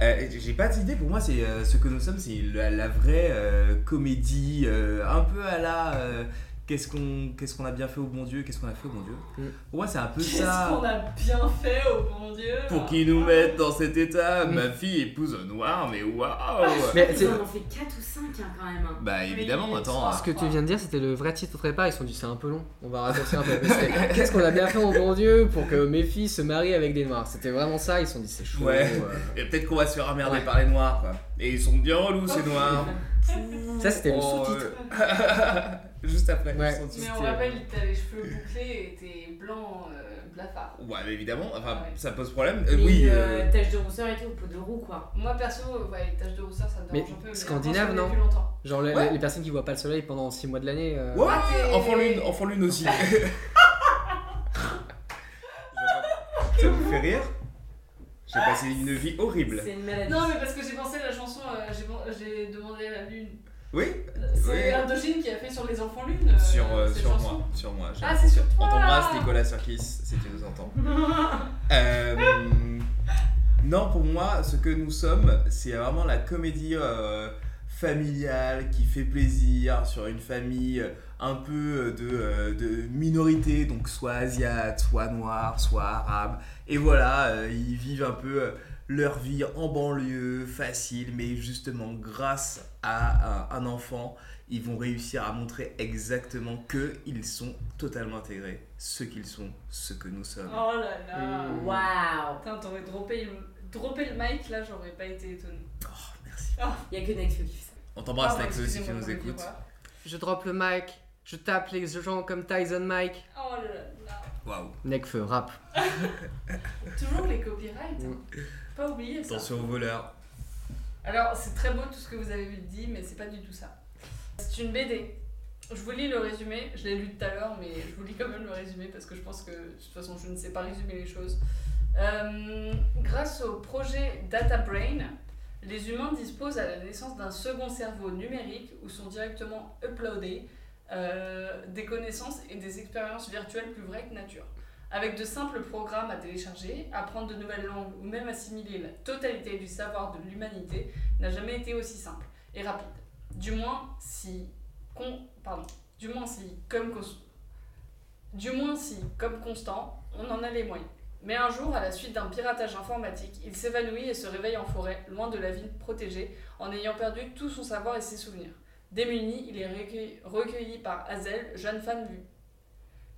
Speaker 3: Euh, J'ai pas d'idée, pour moi, c'est euh, ce que nous sommes, c'est la, la vraie euh, comédie, euh, un peu à la. euh, Qu'est-ce qu'on qu'est-ce qu'on a bien fait au bon Dieu Qu'est-ce qu'on a fait au bon Dieu
Speaker 4: Mm.
Speaker 3: Pour moi, c'est un peu
Speaker 2: Qu'est-ce
Speaker 3: ça.
Speaker 2: qu'on a bien fait, oh bon dieu
Speaker 3: Pour
Speaker 2: là.
Speaker 3: qu'ils nous mettent dans cet état,
Speaker 4: Mm.
Speaker 3: ma fille épouse un noir, mais waouh
Speaker 4: Mais
Speaker 5: Ils
Speaker 4: c'est-
Speaker 5: en ont fait 4 ou 5 hein, quand même. hein.
Speaker 3: Bah évidemment, attends.
Speaker 4: Ce que tu viens de dire, c'était le vrai titre au prépa. Ils se sont dit, c'est un peu long. On va raccourcir un peu. Mais c'est- Qu'est-ce qu'on a bien fait au bon Dieu pour que mes filles se marient avec des noirs C'était vraiment ça. Ils se sont dit, c'est chaud.
Speaker 3: Ouais.
Speaker 4: euh.
Speaker 3: Et peut-être qu'on va se faire emmerder
Speaker 4: Ouais.
Speaker 3: par les noirs, quoi. Et ils sont bien relous, ces noirs.
Speaker 4: Ça, c'était le
Speaker 3: Oh,
Speaker 4: sous-titre.
Speaker 3: euh, Juste après.
Speaker 4: Ouais.
Speaker 3: juste en dessous.
Speaker 2: Mais on
Speaker 4: C'était-
Speaker 2: rappelle, t'as les cheveux bouclés et t'es blanc, euh, blafard.
Speaker 3: Ouais, mais évidemment, enfin,
Speaker 2: Ouais.
Speaker 3: ça pose problème. Euh,
Speaker 5: Mais
Speaker 3: oui,
Speaker 5: une
Speaker 3: euh,
Speaker 5: euh, tache de rousseur et tout, peau de roux quoi.
Speaker 2: Moi perso, ouais, les taches de rousseur ça me
Speaker 4: Mais
Speaker 2: dérange un peu. mais
Speaker 4: scandinave,
Speaker 2: après, ça
Speaker 4: non
Speaker 2: fait plus longtemps.
Speaker 4: Genre les,
Speaker 3: Ouais.
Speaker 4: les personnes qui voient pas le soleil pendant 6 mois de l'année. euh,
Speaker 3: Ouais,
Speaker 2: Ah, t'es-
Speaker 3: enfant lune, enfant lune aussi. ça vous fait rire J'ai passé une vie horrible.
Speaker 5: C'est une maladie.
Speaker 2: Non, mais parce que j'ai pensé à la chanson, euh, j'ai pen- j'ai demandé à la lune.
Speaker 3: Oui,
Speaker 2: C'est
Speaker 3: Oui.
Speaker 2: Erdogine qui a fait sur les enfants lunes. euh,
Speaker 3: sur, euh,
Speaker 2: cette
Speaker 3: sur
Speaker 2: chanson.
Speaker 3: moi, sur moi. j'ai-
Speaker 2: Ah, c'est sur toi
Speaker 3: On t'embrasse, Nicolas Sirkis, si tu nous entends. Euh, non, pour moi, ce que nous sommes, c'est vraiment la comédie euh, familiale qui fait plaisir sur une famille euh, un peu de, euh, de minorité, donc soit asiate, soit noire, soit arabe. Et voilà, euh, ils vivent un peu euh, leur vie en banlieue, facile, mais justement grâce à un- un enfant ils vont réussir à montrer exactement que ils sont totalement intégrés, ce qu'ils sont, ce que nous sommes.
Speaker 2: Oh là là.
Speaker 4: Mm.
Speaker 5: Waouh
Speaker 2: Putain, t'aurais droppé le... droppé le mic là, j'aurais pas été étonnée.
Speaker 3: Oh, merci.
Speaker 5: Il y a que Nekfeu qui fait ça.
Speaker 3: On t'embrasse,
Speaker 2: Pardon,
Speaker 3: Nexo, si tu
Speaker 2: excusez-moi,
Speaker 3: nous
Speaker 2: je voulais
Speaker 3: écoutes.
Speaker 2: dire
Speaker 4: Je drop le mic, je tape les gens comme Tyson Mike.
Speaker 2: quoi. Oh là là.
Speaker 3: Waouh.
Speaker 4: Necfeu, rap.
Speaker 2: Toujours les copyrights. hein. Pas oublier ça.
Speaker 3: Attention aux voleurs.
Speaker 2: Alors, c'est très beau tout ce que vous avez dit, mais c'est pas du tout ça. C'est une BD. Je vous lis le résumé, je l'ai lu tout à l'heure, mais je vous lis quand même le résumé parce que je pense que de toute façon je ne sais pas résumer les choses. Euh, grâce au projet Data Brain, les humains disposent à la naissance d'un second cerveau numérique où sont directement uploadées euh, des connaissances et des expériences virtuelles plus vraies que nature. Avec de simples programmes à télécharger, apprendre de nouvelles langues ou même assimiler la totalité du savoir de l'humanité n'a jamais été aussi simple et rapide. Du moins si con, pardon, du moins si comme cons- du moins si comme constant, on en a les moyens. Mais un jour, à la suite d'un piratage informatique, il s'évanouit et se réveille en forêt, loin de la ville protégée, en ayant perdu tout son savoir et ses souvenirs. Démuni, il est recueilli, recueilli par Hazel, jeune femme vue.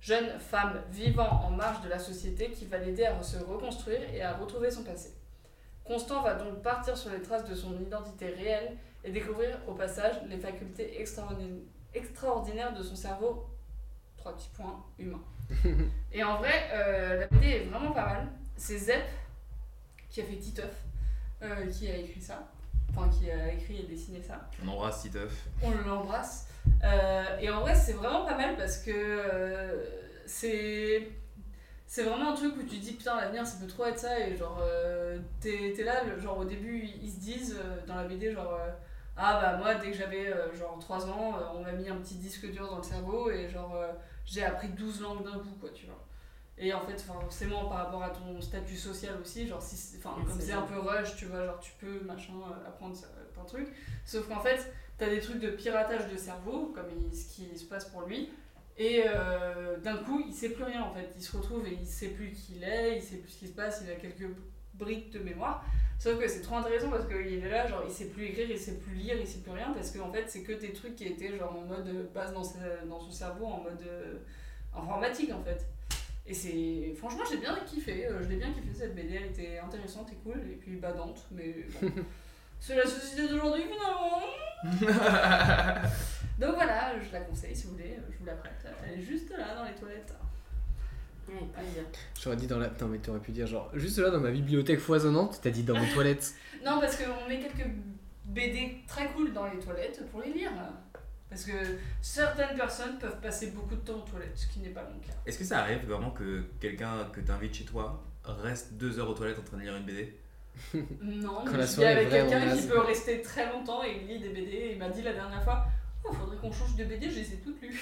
Speaker 2: Jeune femme vivant en marge de la société qui va l'aider à se reconstruire et à retrouver son passé. Constant va donc partir sur les traces de son identité réelle et découvrir au passage les facultés extraordin- extraordinaires de son cerveau. Trois petits points humains. et en vrai, euh, la BD est vraiment pas mal. C'est Zep qui a fait Titeuf euh, qui a écrit ça. Enfin, qui a écrit et dessiné ça
Speaker 3: On embrasse Titeuf.
Speaker 2: on l'embrasse. Euh, et en vrai, c'est vraiment pas mal parce que euh, c'est. C'est vraiment un truc où tu te dis putain l'avenir ça peut trop être ça et genre euh, t'es t'es là le- genre au début ils se disent euh, dans la BD genre euh, ah bah moi dès que j'avais euh, genre 3 ans euh, on m'a mis un petit disque dur dans le cerveau et genre euh, j'ai appris 12 langues d'un coup quoi tu vois et en fait enfin, forcément par rapport à ton statut social aussi genre si c'est- enfin
Speaker 5: Oui,
Speaker 2: comme
Speaker 5: c'est
Speaker 2: c'est un peu rush tu vois genre tu peux machin euh, apprendre euh, plein de trucs sauf qu'en fait T'as des trucs de piratage de cerveau, comme il- ce qui se passe pour lui, et euh, d'un coup, il sait plus rien en fait. Il se retrouve et il sait plus qui il est, il sait plus ce qui se passe, il a quelques briques de mémoire. Sauf que c'est trop intéressant parce qu'il est là, genre il sait plus écrire, il sait plus lire, il sait plus rien, parce qu'en fait, c'est que des trucs qui étaient genre en mode euh, base dans, sa- dans son cerveau, en mode euh, informatique en fait. Et c'est. Franchement, j'ai bien kiffé, euh, je l'ai bien kiffé cette BD, elle était intéressante et cool, et puis badante, mais bon. c'est la société d'aujourd'hui finalement! Donc voilà, je la conseille si vous voulez, euh, je vous la prête. Elle est juste là dans les toilettes.
Speaker 5: Ouais, plaisir.
Speaker 4: J'aurais dit dans la. Putain, mais t'aurais pu dire genre, juste là dans ma bibliothèque foisonnante, t'as dit dans mes toilettes.
Speaker 2: Non, parce qu'on met quelques BD très cool dans les toilettes pour les lire. Parce que certaines personnes peuvent passer beaucoup de temps aux toilettes, ce qui n'est pas mon cas.
Speaker 3: Est-ce que ça arrive vraiment que quelqu'un que t'invites chez toi reste deux heures aux toilettes en train de lire une BD
Speaker 2: Non, mais
Speaker 4: Quand la
Speaker 2: je suis
Speaker 4: soirée est
Speaker 2: avec
Speaker 4: vraiment
Speaker 2: quelqu'un qui
Speaker 4: naze.
Speaker 2: peut rester très longtemps et il lit des BD. il m'a dit la dernière fois Oh, faudrait qu'on change de BD, je les ai toutes lues.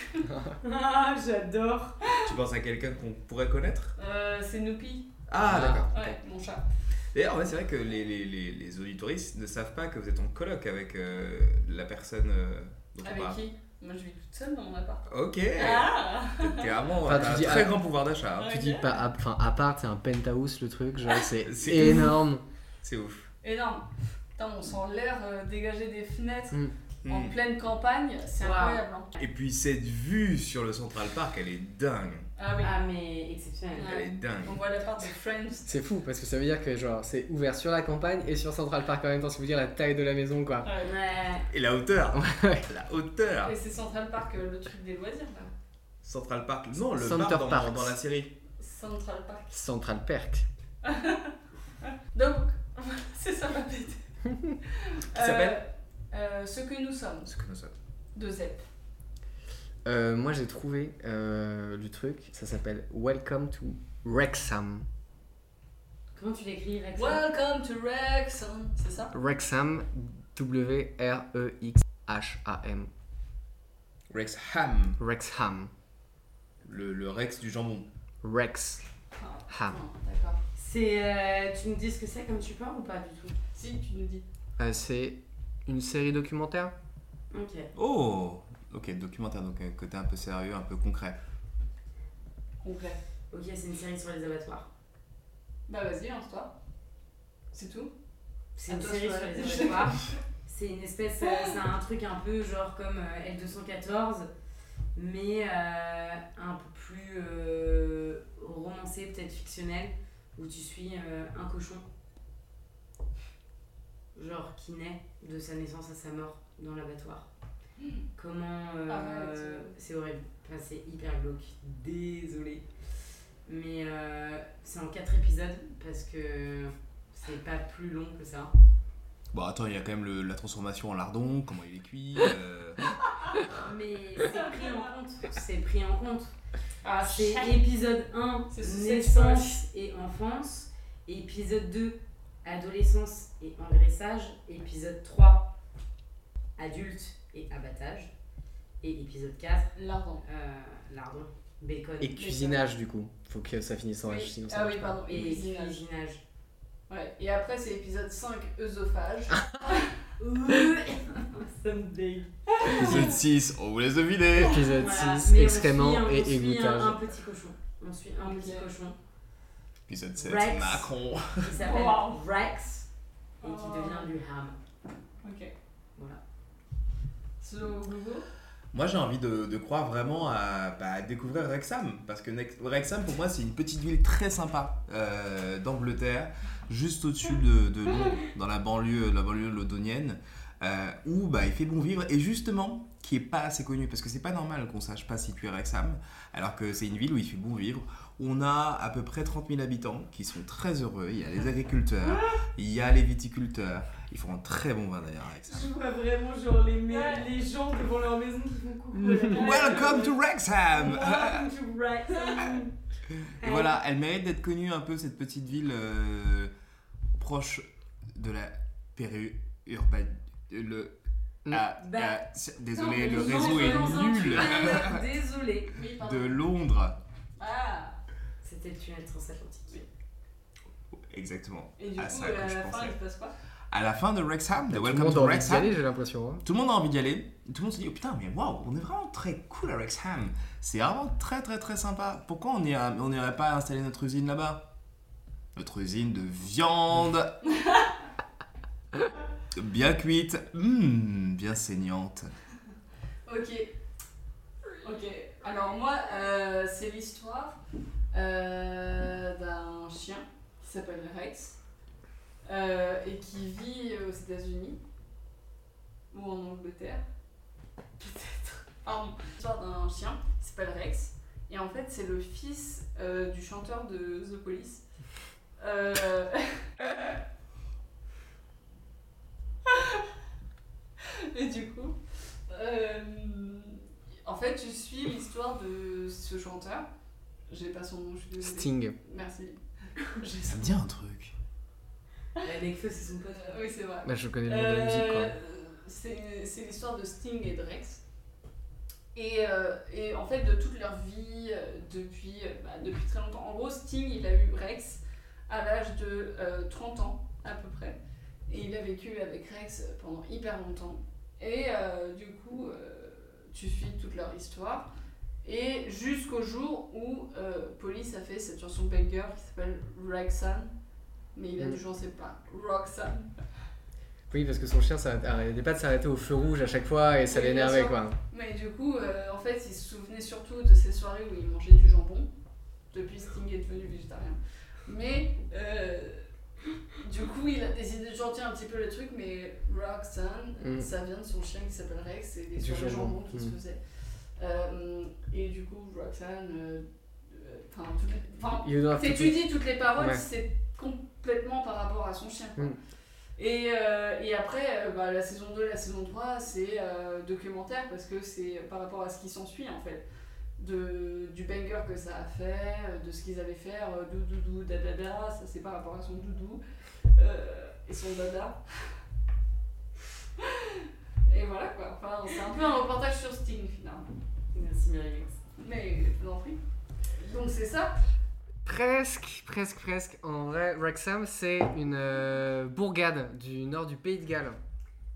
Speaker 5: Ah, j'adore
Speaker 3: Tu penses à quelqu'un qu'on pourrait connaître
Speaker 2: Euh, c'est Noupi,
Speaker 3: Ah,
Speaker 4: Ah.
Speaker 3: d'accord.
Speaker 2: ouais, mon chat.
Speaker 3: D'ailleurs, ouais, c'est vrai que les, les, les, les auditoristes ne savent pas que vous êtes en coloc avec euh, la personne euh, dont on
Speaker 2: Avec
Speaker 3: parle.
Speaker 2: qui Moi je vis toute seule dans mon appart.
Speaker 3: Ok,
Speaker 2: Ah
Speaker 3: t'es vraiment
Speaker 4: Enfin,
Speaker 3: t'as
Speaker 4: tu
Speaker 3: un
Speaker 4: dis-
Speaker 3: très
Speaker 4: ah.
Speaker 3: grand pouvoir d'achat. hein.
Speaker 2: Ouais.
Speaker 4: Tu dis pas. à- Enfin, à part, c'est un penthouse le truc, genre c'est
Speaker 3: C'est
Speaker 4: énorme.
Speaker 3: C'est ouf.
Speaker 2: Énorme. Putain, on sent l'air euh, dégager des fenêtres.
Speaker 4: Mm.
Speaker 2: en
Speaker 10: Hmm.
Speaker 2: pleine campagne, c'est
Speaker 11: Waouh.
Speaker 2: incroyable. hein.
Speaker 10: Et puis cette vue sur le Central Park, elle est dingue.
Speaker 2: Ah oui.
Speaker 5: Ah, mais exceptionnel.
Speaker 10: Elle est dingue.
Speaker 2: On voit la part de Friends.
Speaker 4: C'est fou parce que ça veut dire que genre c'est ouvert sur la campagne et sur Central Park en même temps, c'est vous dire la taille de la maison quoi.
Speaker 5: Ouais.
Speaker 10: Et la hauteur. la hauteur.
Speaker 2: Et c'est Central Park, euh, le truc des loisirs là.
Speaker 10: Central Park. Non, le
Speaker 4: Center
Speaker 10: bar dans,
Speaker 4: Parks.
Speaker 10: dans la série.
Speaker 2: Central Park.
Speaker 4: Central Park.
Speaker 2: Donc, c'est ça ma bête.
Speaker 10: Qui s'appelle
Speaker 2: Euh, Ce que nous sommes,
Speaker 10: Ce que nous sommes.
Speaker 2: de Zep.
Speaker 4: Euh, moi j'ai trouvé euh, le truc, ça s'appelle Welcome to Wrexham.
Speaker 5: Comment tu l'écris, Rex
Speaker 2: Welcome to Rex, hein, c'est ça
Speaker 4: Wrexham, E W-R-E-X-H-A-M.
Speaker 10: Rex Ham.
Speaker 4: Wrexham.
Speaker 10: Le, le Rex du jambon.
Speaker 4: Wrexham.
Speaker 2: Ah.
Speaker 4: Ah.
Speaker 5: Non, D'accord. C'est. euh, tu me dis ce que c'est comme tu peux ou pas du tout
Speaker 2: Si, tu nous dis.
Speaker 4: Euh, c'est une série documentaire
Speaker 5: Ok.
Speaker 3: Oh Ok, documentaire, donc euh, côté un peu sérieux, un peu concret.
Speaker 2: Complet.
Speaker 5: Ok, c'est une série sur les abattoirs.
Speaker 2: Bah vas-y, lance-toi. C'est tout
Speaker 5: C'est une
Speaker 2: Attends,
Speaker 5: série
Speaker 2: je
Speaker 5: sur
Speaker 2: vois.
Speaker 5: les abattoirs. C'est une espèce, euh, c'est un truc un peu genre comme euh, L214, mais euh, un peu plus euh, romancé, peut-être fictionnel, où tu suis euh, un cochon, genre qui naît de sa naissance à sa mort dans l'abattoir. Comment. euh,
Speaker 2: Arrête.
Speaker 5: c'est horrible. Enfin, c'est hyper glauque. Désolée. Mais euh, c'est en 4 épisodes parce que c'est pas plus long que ça.
Speaker 3: Bon, attends, il y a quand même le- la transformation en lardon, comment il est cuit. euh,
Speaker 5: Mais c'est pris en compte. C'est pris en compte.
Speaker 2: Ah,
Speaker 5: C'est épisode 1,
Speaker 2: C'est sous cette
Speaker 5: naissance et enfance. Épisode 2, adolescence et engraissage. Épisode 3, adulte et abattage. Et épisode 4,
Speaker 2: L'argent.
Speaker 5: euh, lardon, bacon
Speaker 4: Et cuisinage du coup. Faut que ça finisse en H sinon ça
Speaker 2: Ah oui,
Speaker 4: marche pas.
Speaker 2: pardon, et
Speaker 5: et
Speaker 2: cuisinage.
Speaker 5: cuisinage.
Speaker 2: Ouais. Et après, c'est épisode 5, œsophage.
Speaker 5: Ça me dégue.
Speaker 3: Épisode 6, on vous laisse deviner.
Speaker 4: Épisode
Speaker 5: Voilà, mais
Speaker 4: 6,
Speaker 5: on suit un-
Speaker 4: excréments
Speaker 5: on
Speaker 4: et
Speaker 5: suit un-
Speaker 4: égouttage.
Speaker 5: un petit cochon. On suit un petit
Speaker 2: Ok.
Speaker 5: cochon
Speaker 3: Épisode 7,
Speaker 5: Rex.
Speaker 3: Macron.
Speaker 5: qui s'appelle
Speaker 2: Wow.
Speaker 5: Rex et qui
Speaker 2: Oh.
Speaker 5: devient du ham.
Speaker 2: Ok.
Speaker 5: Voilà.
Speaker 2: Slow Google
Speaker 3: Moi, j'ai envie de, de croire vraiment à, bah, à découvrir Wrexham. Parce que Nex- Wrexham, pour moi, c'est une petite ville très sympa euh, d'Angleterre, juste au-dessus de, de Londres, dans la banlieue, la banlieue londonienne, euh, où bah, il fait bon vivre. Et justement, qui est pas assez connu, parce que c'est pas normal qu'on sache pas situer Wrexham, alors que c'est une ville où il fait bon vivre. On a à peu près 30 000 habitants qui sont très heureux. Il y a les agriculteurs, il y a les viticulteurs. Ils font un très bon vin d'ailleurs à Wrexham.
Speaker 5: Je vois vraiment genre les, mé- les gens devant leur maison qui font coucou. à la caméra.
Speaker 3: Welcome to Wrexham!
Speaker 5: Welcome to Wrexham.
Speaker 3: Et voilà, elle mérite d'être connue un peu, cette petite ville euh, proche de la périurbaine. Le.
Speaker 4: Mm.
Speaker 3: Ah,
Speaker 5: Bah.
Speaker 3: ah, c'est- désolé, le
Speaker 5: Non, mais
Speaker 3: réseau
Speaker 5: non, non,
Speaker 3: est
Speaker 5: tu
Speaker 3: nul.
Speaker 5: es Désolé.
Speaker 2: Oui, pardon.
Speaker 3: De Londres.
Speaker 2: Ah
Speaker 5: C'était le tunnel transatlantique.
Speaker 3: Exactement.
Speaker 2: Et du
Speaker 3: Ah,
Speaker 2: coup,
Speaker 3: ça,
Speaker 2: à la
Speaker 3: je
Speaker 2: fin,
Speaker 3: pensais.
Speaker 2: il se passe quoi
Speaker 3: À la fin de Wrexham, de
Speaker 4: Tout le
Speaker 3: Welcome
Speaker 4: monde a
Speaker 3: to
Speaker 4: envie d'y
Speaker 3: Wrexham,
Speaker 4: aller, j'ai l'impression. hein.
Speaker 3: tout le monde a envie d'y aller. Tout le monde se dit, oh putain, mais waouh, on est vraiment très cool à Wrexham. C'est vraiment très très très sympa. Pourquoi on n'irait on n'irait pas installer notre usine là-bas Notre usine de viande Bien cuite, Mmh, bien saignante.
Speaker 2: Ok. Ok. Alors moi, euh, c'est l'histoire euh, d'un chien qui s'appelle Rex euh, et qui vit aux États-Unis ou en Angleterre, peut-être. Pardon. L'histoire d'un chien qui s'appelle Rex et en fait c'est le fils euh, du chanteur de The Police. Euh, et du coup. Euh, en fait, je suis l'histoire de ce chanteur. J'ai pas son nom, je suis désolée.
Speaker 4: Sting.
Speaker 2: Merci.
Speaker 3: Ça me dit un truc.
Speaker 5: Avec feu, c'est son pote.
Speaker 2: Euh, oui, c'est vrai.
Speaker 4: Bah, je connais le nom de la musique quoi.
Speaker 2: Euh, c'est c'est l'histoire de Sting et de Rex. Et, euh, et en fait, de toute leur vie euh, depuis, euh, bah, depuis très longtemps. En gros, Sting, il a eu Rex à l'âge de euh, 30 ans, à peu près. Et il a vécu avec Rex pendant hyper longtemps. Et euh, du coup, euh, tu suis toute leur histoire. Et jusqu'au jour où euh, Police a fait cette chanson banger qui s'appelle Rexan. Mais il a
Speaker 4: Mm.
Speaker 2: dû chanter pas Roxanne.
Speaker 4: Oui, parce que son chien s'arrête- arrêtait pas de s'arrêter au feu rouge à chaque fois et ça
Speaker 2: Oui, bien
Speaker 4: l'énervait
Speaker 2: sûr.
Speaker 4: quoi.
Speaker 2: Mais du coup, euh, en fait, il se souvenait surtout de ces soirées où il mangeait du jambon. Depuis, Sting est devenu végétarien. Mais euh, du coup, il a décidé de gentil un petit peu le truc. Mais Roxanne,
Speaker 4: Mm.
Speaker 2: ça vient de son chien qui s'appelle Rex et des
Speaker 4: Du
Speaker 2: soirées
Speaker 4: jambon.
Speaker 2: jambon qu'il se
Speaker 4: Mm.
Speaker 2: faisait. Euh, et du coup, Roxanne, euh, euh, enfin, toutes les- enfin,
Speaker 4: Il est dans la photo.
Speaker 2: T'étudies toutes les paroles,
Speaker 4: Ouais.
Speaker 2: c'est complètement par rapport à son chien. quoi.
Speaker 4: Mm.
Speaker 2: Et, euh, et après, euh, bah, la saison 2, la saison 3, c'est euh, documentaire parce que c'est par rapport à ce qui s'ensuit en fait. De, du banger que ça a fait, euh, de ce qu'ils allaient faire, euh, doudoudou, dadada, ça c'est par rapport à son doudou euh, et son dada. et voilà quoi, enfin, c'est un peu un reportage sur Sting finalement.
Speaker 5: Merci Myriam.
Speaker 2: Mais je vous en prie. Donc c'est ça,
Speaker 4: Presque, presque, presque. En vrai, Wrexham, c'est une euh, bourgade du nord du pays de Galles.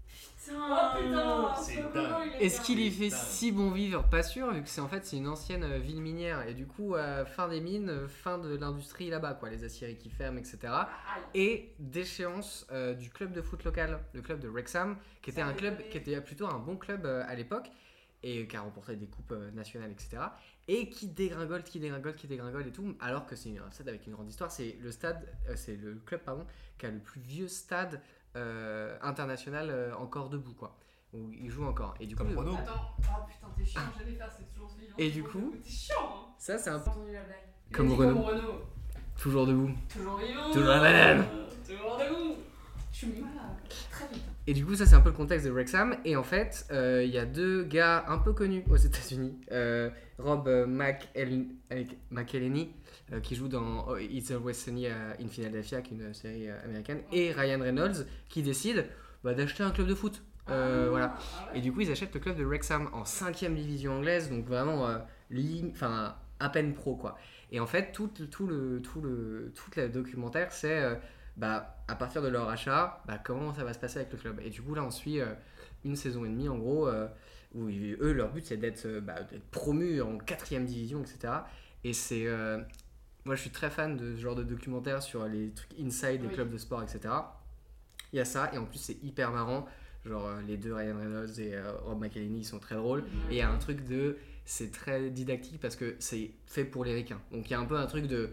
Speaker 5: Putain
Speaker 2: Oh, putain.
Speaker 6: C'est dingue.
Speaker 4: Est-ce qu'il y fait
Speaker 6: Putain.
Speaker 4: si bon vivre Pas sûr, vu que c'est en fait c'est une ancienne euh, ville minière et du coup euh, fin des mines, euh, fin de l'industrie là-bas quoi, les aciéries qui ferment, etc.
Speaker 2: Bah, Aïe.
Speaker 4: Et déchéance euh, du club de foot local, le club de Wrexham, qui était
Speaker 2: Ça
Speaker 4: un
Speaker 2: fait
Speaker 4: club
Speaker 2: rêver.
Speaker 4: qui était plutôt un bon club euh, à l'époque et qui a remporté des coupes euh, nationales, etc. Et qui dégringole, qui dégringole, qui dégringole et tout, alors que c'est une- un stade avec une grande histoire. C'est le stade, euh, c'est le club pardon, qui a le plus vieux stade euh, international euh, encore debout quoi. Où il joue encore. Et du
Speaker 6: Comme
Speaker 4: coup,
Speaker 6: Renault.
Speaker 2: Attends, oh putain, t'es chiant, j'allais faire cette toujours ce
Speaker 4: Et du coup
Speaker 2: T'es chiant hein.
Speaker 4: ça c'est un
Speaker 5: J'ai entendu la blague.
Speaker 2: Il
Speaker 4: Comme
Speaker 2: a dit
Speaker 4: Renaud.
Speaker 2: Comme Renaud.
Speaker 4: Toujours debout.
Speaker 2: Toujours vivant
Speaker 4: Toujours la même.
Speaker 2: Toujours debout Je suis malade Très vite
Speaker 4: Et du coup, ça, c'est un peu le contexte de Wrexham. Et en fait, euh, il y a deux gars un peu connus aux États-Unis. Euh, Rob euh, McEl- avec McElhenney, euh, qui joue dans euh, It's Always Sunny euh, in Philadelphia, qui est une série euh, américaine. Et Ryan Reynolds, qui décide bah, d'acheter un club de foot. Euh, voilà.
Speaker 2: hein. Ah ouais.
Speaker 4: Et du coup, ils achètent le club de Wrexham en 5ème division anglaise, donc vraiment euh, ligne, enfin à peine pro quoi. Et en fait, tout, le- tout le tout le toute la documentaire, c'est euh, bah à partir de leur achat, bah, comment ça va se passer avec le club. Et du coup, là, on suit euh, une saison et demie en gros euh, où ils- eux leur but c'est d'être euh, bah, d'être promus en 4ème division, etc. Et c'est euh, moi, je suis très fan de ce genre de documentaire sur les trucs inside des
Speaker 2: Oui.
Speaker 4: clubs de sport, etc. Il y a ça, et en plus, c'est hyper marrant. Genre, euh, les deux, Ryan Reynolds et euh, Rob McElhenney, ils sont très drôles. Et il y a un truc de. C'est très didactique parce que c'est fait pour les ricains. Donc, il y a un peu un truc de.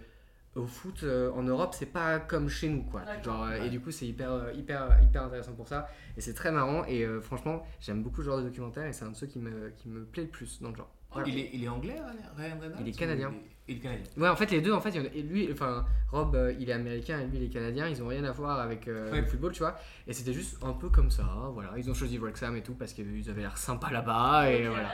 Speaker 4: Au foot, euh, en Europe, c'est pas comme chez nous, quoi.
Speaker 2: D'accord.
Speaker 4: Genre, euh,
Speaker 6: Ouais.
Speaker 4: Et du coup, c'est hyper, euh, hyper, hyper intéressant pour ça. Et c'est très marrant. Et euh, franchement, j'aime beaucoup ce genre de documentaire. Et c'est un de ceux qui me, qui me plaît le plus dans le genre. Voilà.
Speaker 6: Il, est, il est anglais, Ryan Reynolds
Speaker 4: Il est
Speaker 6: ou
Speaker 4: canadien.
Speaker 6: Il est, il est canadien.
Speaker 4: Ouais, en fait, les deux, en fait, il y en a- et lui, enfin, Rob, euh, il est américain et lui, il est canadien, ils ont rien à voir avec euh,
Speaker 6: Ouais.
Speaker 4: le football, tu vois. Et c'était juste un peu comme ça, voilà. Ils ont choisi Wrexham et tout parce qu'ils avaient l'air sympa là-bas et voilà.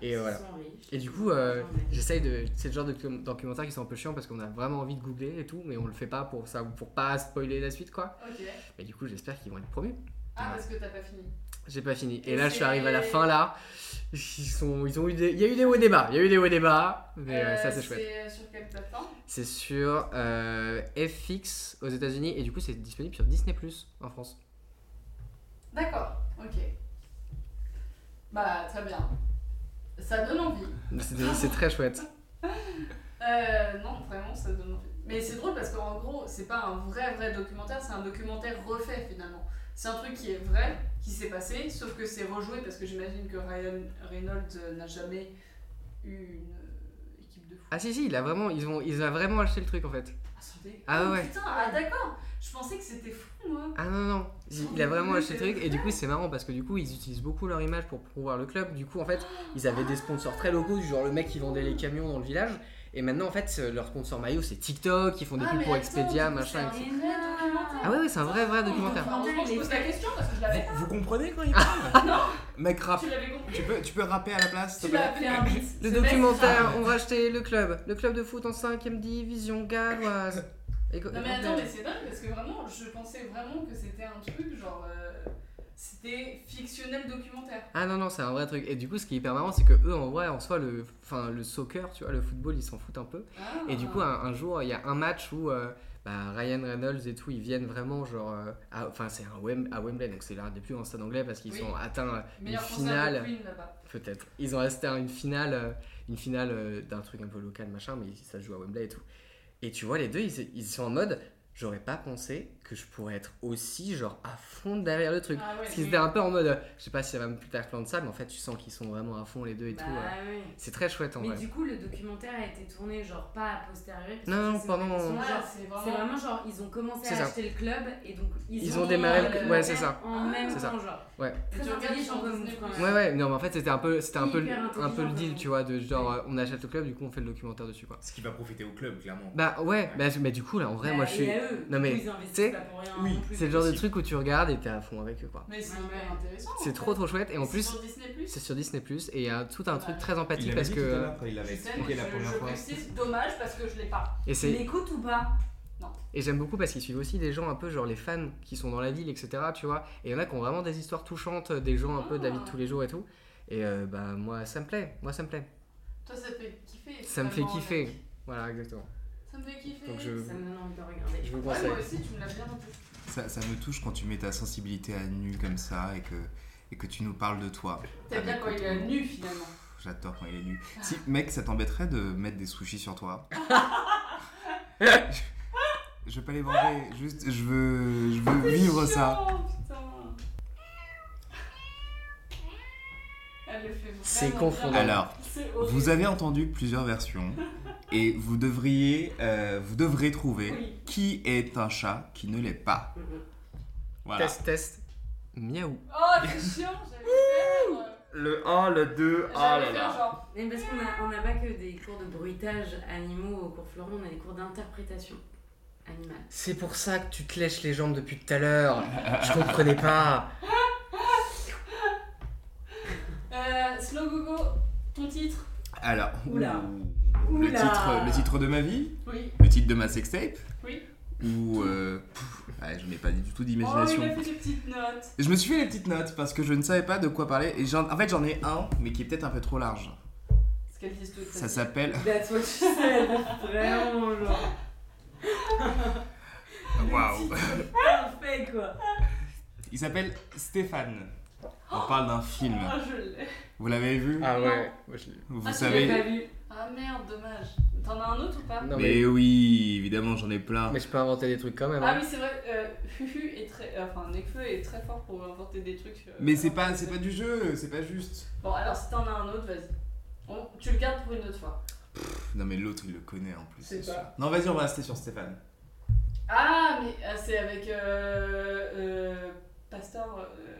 Speaker 4: Et voilà.
Speaker 5: Ils sont riches.
Speaker 4: Et du coup, euh, j'essaye de. C'est le genre de docu- documentaire qui sont un peu chiants parce qu'on a vraiment envie de googler et tout, mais on le fait pas pour ça, pour pas spoiler la suite, quoi.
Speaker 2: Ok.
Speaker 4: Mais du coup, j'espère qu'ils vont être promus.
Speaker 2: Ah, parce que t'as pas fini.
Speaker 4: J'ai pas fini. Et
Speaker 2: Et
Speaker 4: là, je suis arrivé à la
Speaker 2: c'est-
Speaker 4: fin, là. Ils sont, ils ont eu des, il y a eu des hauts et des bas, il y a eu des hauts et des bas, mais
Speaker 2: Euh,
Speaker 4: euh, ça c'est chouette.
Speaker 2: C'est sur quelle plateforme
Speaker 4: C'est sur euh, FX aux États-Unis et du coup c'est disponible sur Disney en France.
Speaker 2: D'accord, ok. Bah, très bien. Ça donne envie.
Speaker 4: C'est c'est très chouette.
Speaker 2: Euh, non, vraiment, ça donne envie. Mais c'est drôle parce qu'en gros, c'est pas un vrai, vrai documentaire, c'est un documentaire refait finalement. C'est un truc qui est vrai, qui s'est passé, sauf que c'est rejoué parce que j'imagine que Ryan Reynolds euh, n'a jamais eu une euh, équipe de foot.
Speaker 4: Ah si si, il a vraiment, ils ont, ils ont vraiment acheté le truc en fait.
Speaker 2: Ah, sans dé-
Speaker 4: Ah
Speaker 2: Oh,
Speaker 4: ouais.
Speaker 2: Putain, ah d'accord, je pensais que c'était fou moi.
Speaker 4: Ah non non, il il a vraiment acheté le truc et du coup c'est marrant parce que du coup ils utilisent beaucoup leur image pour promouvoir le club. Du coup en fait ils avaient des sponsors très locaux du genre le mec qui vendait les camions dans le village et maintenant en fait leur sponsor maillot c'est TikTok, ils font des
Speaker 2: Ah,
Speaker 4: pubs
Speaker 2: mais
Speaker 4: pour
Speaker 2: attends,
Speaker 4: Expedia
Speaker 2: du coup,
Speaker 4: machin.
Speaker 2: c'est
Speaker 4: etc.
Speaker 2: un vrai documentaire.
Speaker 4: Ah ouais ouais c'est un vrai vrai documentaire.
Speaker 2: Heureusement que je pose la question parce que je l'avais.
Speaker 6: Vous, vous comprenez quand il parle Mec
Speaker 4: Ah.
Speaker 6: rap.
Speaker 2: Tu l'avais compris.
Speaker 6: Tu peux, tu peux rapper à la place s'il
Speaker 2: Tu
Speaker 6: te plaît
Speaker 2: l'as appelé un beat.
Speaker 4: Le
Speaker 2: Ce mec,
Speaker 4: documentaire, on va acheter le club, le club de foot en 5ème division galloise. Et co-
Speaker 2: Non mais attends, mais c'est dingue parce que vraiment, je pensais vraiment que c'était un truc genre. euh, c'était fictionnel documentaire.
Speaker 4: Ah non, non, c'est un vrai truc. Et du coup, ce qui est hyper marrant, c'est que eux, en vrai, en soi, le, enfin, le soccer, tu vois, le football, ils s'en foutent un peu.
Speaker 2: Ah.
Speaker 4: Et du coup, un, un jour, il y a un match où euh, bah, Ryan Reynolds et tout, ils viennent vraiment, genre, euh, à- enfin, c'est un Wem- à Wembley, donc c'est l'un des plus grands stades anglais parce qu'ils
Speaker 2: Oui.
Speaker 4: ont atteint euh, une
Speaker 2: meilleur concert de
Speaker 4: finale,
Speaker 2: Queen là-bas.
Speaker 4: peut-être. Ils ont resté à une finale, euh, une finale euh, d'un truc un peu local, machin, mais ça se joue à Wembley et tout. Et tu vois, les deux, ils, ils sont en mode, j'aurais pas pensé que je pourrais être aussi genre à fond derrière le truc.
Speaker 5: Ah ouais.
Speaker 4: Parce qu'ils étaient un peu en mode, euh, je sais pas si ça va me faire plan de ça, mais en fait tu sens qu'ils sont vraiment à fond les deux et
Speaker 5: Bah
Speaker 4: tout. euh.
Speaker 5: oui.
Speaker 4: C'est très chouette en
Speaker 5: Mais
Speaker 4: vrai.
Speaker 5: du coup, le documentaire a été tourné, genre pas à posteriori. parce
Speaker 4: Non,
Speaker 5: que
Speaker 4: non,
Speaker 5: c'est
Speaker 4: pendant-
Speaker 5: vraiment- genre,
Speaker 4: Ouais,
Speaker 2: c'est
Speaker 5: C'est vraiment genre, ils ont commencé
Speaker 4: C'est
Speaker 5: à
Speaker 4: ça.
Speaker 5: acheter le club et donc ils,
Speaker 4: Ils ont démarré
Speaker 2: le-
Speaker 5: euh,
Speaker 4: ouais, c'est ça.
Speaker 5: En même
Speaker 4: C'est ça.
Speaker 5: temps, genre.
Speaker 4: Ouais.
Speaker 2: Et tu
Speaker 5: Très
Speaker 2: regardes
Speaker 5: intelligent
Speaker 2: sur
Speaker 5: comme
Speaker 2: Disney+.
Speaker 5: quand même.
Speaker 4: Ouais, ouais, non, mais en fait c'était un peu, c'était un peu,
Speaker 5: Hyper
Speaker 4: un peu le
Speaker 5: intelligent,
Speaker 4: deal,
Speaker 5: vraiment.
Speaker 4: tu vois, de genre
Speaker 5: Ouais.
Speaker 4: euh, on achète le club, du coup on fait le documentaire dessus quoi.
Speaker 12: Ce qui va profiter au club, clairement.
Speaker 4: Bah ouais, bah, mais du coup là en vrai,
Speaker 5: Bah,
Speaker 4: moi je
Speaker 5: et
Speaker 4: suis.
Speaker 5: à eux,
Speaker 4: Non, mais,
Speaker 5: ils investissent
Speaker 4: tu sais,
Speaker 5: pas pour rien
Speaker 12: oui,
Speaker 5: non plus.
Speaker 4: C'est le genre de
Speaker 12: possible.
Speaker 4: truc où tu regardes et t'es à fond avec eux quoi.
Speaker 2: Mais c'est
Speaker 5: Ouais,
Speaker 2: hyper
Speaker 5: ouais.
Speaker 2: intéressant. en
Speaker 4: C'est
Speaker 2: fait.
Speaker 4: trop trop chouette et en
Speaker 2: C'est
Speaker 4: plus
Speaker 2: sur Disney+.
Speaker 4: c'est sur Disney Plus et il y a tout un truc
Speaker 2: Ouais.
Speaker 4: très
Speaker 12: Il
Speaker 4: empathique
Speaker 12: l'avait
Speaker 4: parce
Speaker 12: dit tout à
Speaker 4: que
Speaker 12: l'heure, il l'avait
Speaker 2: Je sais,
Speaker 12: expliqué
Speaker 2: mais
Speaker 12: la
Speaker 2: je-
Speaker 12: première
Speaker 2: je
Speaker 12: fois.
Speaker 2: précise, dommage parce que je l'ai pas.
Speaker 4: et
Speaker 5: Tu
Speaker 4: c'est
Speaker 5: l'écoutes ou pas
Speaker 4: Et j'aime beaucoup parce qu'ils suivent aussi des gens un peu genre les fans qui sont dans la ville, etc. Tu vois. Et il y en a qui ont vraiment des histoires touchantes, des gens un peu de la vie de tous les jours et tout. Et euh, bah moi ça me plaît, moi ça me plaît.
Speaker 2: Toi, ça te fait kiffer.
Speaker 4: Ça me fait
Speaker 2: vraiment,
Speaker 4: kiffer.
Speaker 2: mec.
Speaker 4: Voilà, exactement.
Speaker 2: Ça me fait kiffer.
Speaker 4: Donc je,
Speaker 5: Ça me donne envie de regarder.
Speaker 4: je vous
Speaker 2: Ouais,
Speaker 4: conseille.
Speaker 2: moi aussi, tu me l'as bien dit.
Speaker 3: Ça, ça me touche quand tu mets ta sensibilité à nu comme ça et que, et que tu nous parles de toi.
Speaker 2: T'aimes bien
Speaker 3: Avec
Speaker 2: quand il est
Speaker 3: tout.
Speaker 2: nu, finalement.
Speaker 3: J'adore quand il est nu. Si, mec, ça t'embêterait de mettre des sushis sur toi Je veux pas les manger, juste je veux, je veux vivre ça.
Speaker 2: Oh, putain. Elle le fait vraiment
Speaker 4: C'est
Speaker 2: bien.
Speaker 4: confondant.
Speaker 3: Alors,
Speaker 2: C'est horrible.
Speaker 3: vous avez entendu plusieurs versions et vous devriez, euh, vous devrez trouver
Speaker 2: Oui.
Speaker 3: qui est un chat qui ne l'est pas. Voilà.
Speaker 4: Test, test. Miaou.
Speaker 2: Oh, c'est chiant, j'allais faire. euh,
Speaker 12: Le 1, le 2, oh
Speaker 2: J'allais
Speaker 12: là
Speaker 2: faire
Speaker 12: là.
Speaker 2: genre.
Speaker 5: Mais parce qu'on a- on n'a pas que des cours de bruitage animaux au cours Florent, on a des cours d'interprétation animale.
Speaker 4: C'est pour ça que tu te lèches les jambes depuis tout à l'heure. je comprenais pas.
Speaker 2: Euh, Slow Gogo, ton titre
Speaker 3: Alors,
Speaker 5: Oula.
Speaker 3: le
Speaker 5: Oula.
Speaker 3: titre, le titre de ma vie,
Speaker 2: Oui.
Speaker 3: le titre de ma sextape,
Speaker 2: Oui.
Speaker 3: ou euh, pff, ouais, je n'ai pas du tout
Speaker 2: Oh, il
Speaker 3: d'imagination.
Speaker 2: a fait des petites notes.
Speaker 3: Je me suis fait les petites notes parce que je ne savais pas de quoi parler. Et j'en- en fait, j'en ai un, mais qui est peut-être un peu trop large.
Speaker 2: Parce qu'elle disent tout.
Speaker 3: Ça s'appelle.
Speaker 5: That's what she said, vraiment genre.
Speaker 3: Waouh
Speaker 5: Parfait quoi.
Speaker 3: Il s'appelle Stéphane. On parle d'un film.
Speaker 2: Ah, je l'ai.
Speaker 3: Vous l'avez vu
Speaker 4: Ah ouais. Moi, je l'ai-
Speaker 3: Vous
Speaker 2: Ah, tu
Speaker 5: J'ai
Speaker 3: savez.
Speaker 5: pas vu.
Speaker 2: Ah merde, dommage. T'en as un autre ou pas
Speaker 4: Non mais,
Speaker 3: Mais oui, évidemment, j'en ai plein.
Speaker 4: mais je peux inventer des trucs quand même.
Speaker 2: Ah
Speaker 4: hein.
Speaker 2: oui, c'est vrai, euh, Fufu est très. euh, Enfin, Nekfeu est très fort pour inventer des trucs. euh,
Speaker 3: Mais c'est pas, c'est pas du jeu, c'est pas juste.
Speaker 2: Bon, alors si t'en as un autre, vas-y. On- Tu le gardes pour une autre fois.
Speaker 3: Pff, Non, mais l'autre, il le connaît en plus.
Speaker 2: C'est
Speaker 3: c'est
Speaker 2: pas-
Speaker 3: sûr. Non, vas-y, on va rester sur Stéphane.
Speaker 2: Ah, mais ah, c'est avec. Euh, euh, Pastor. euh,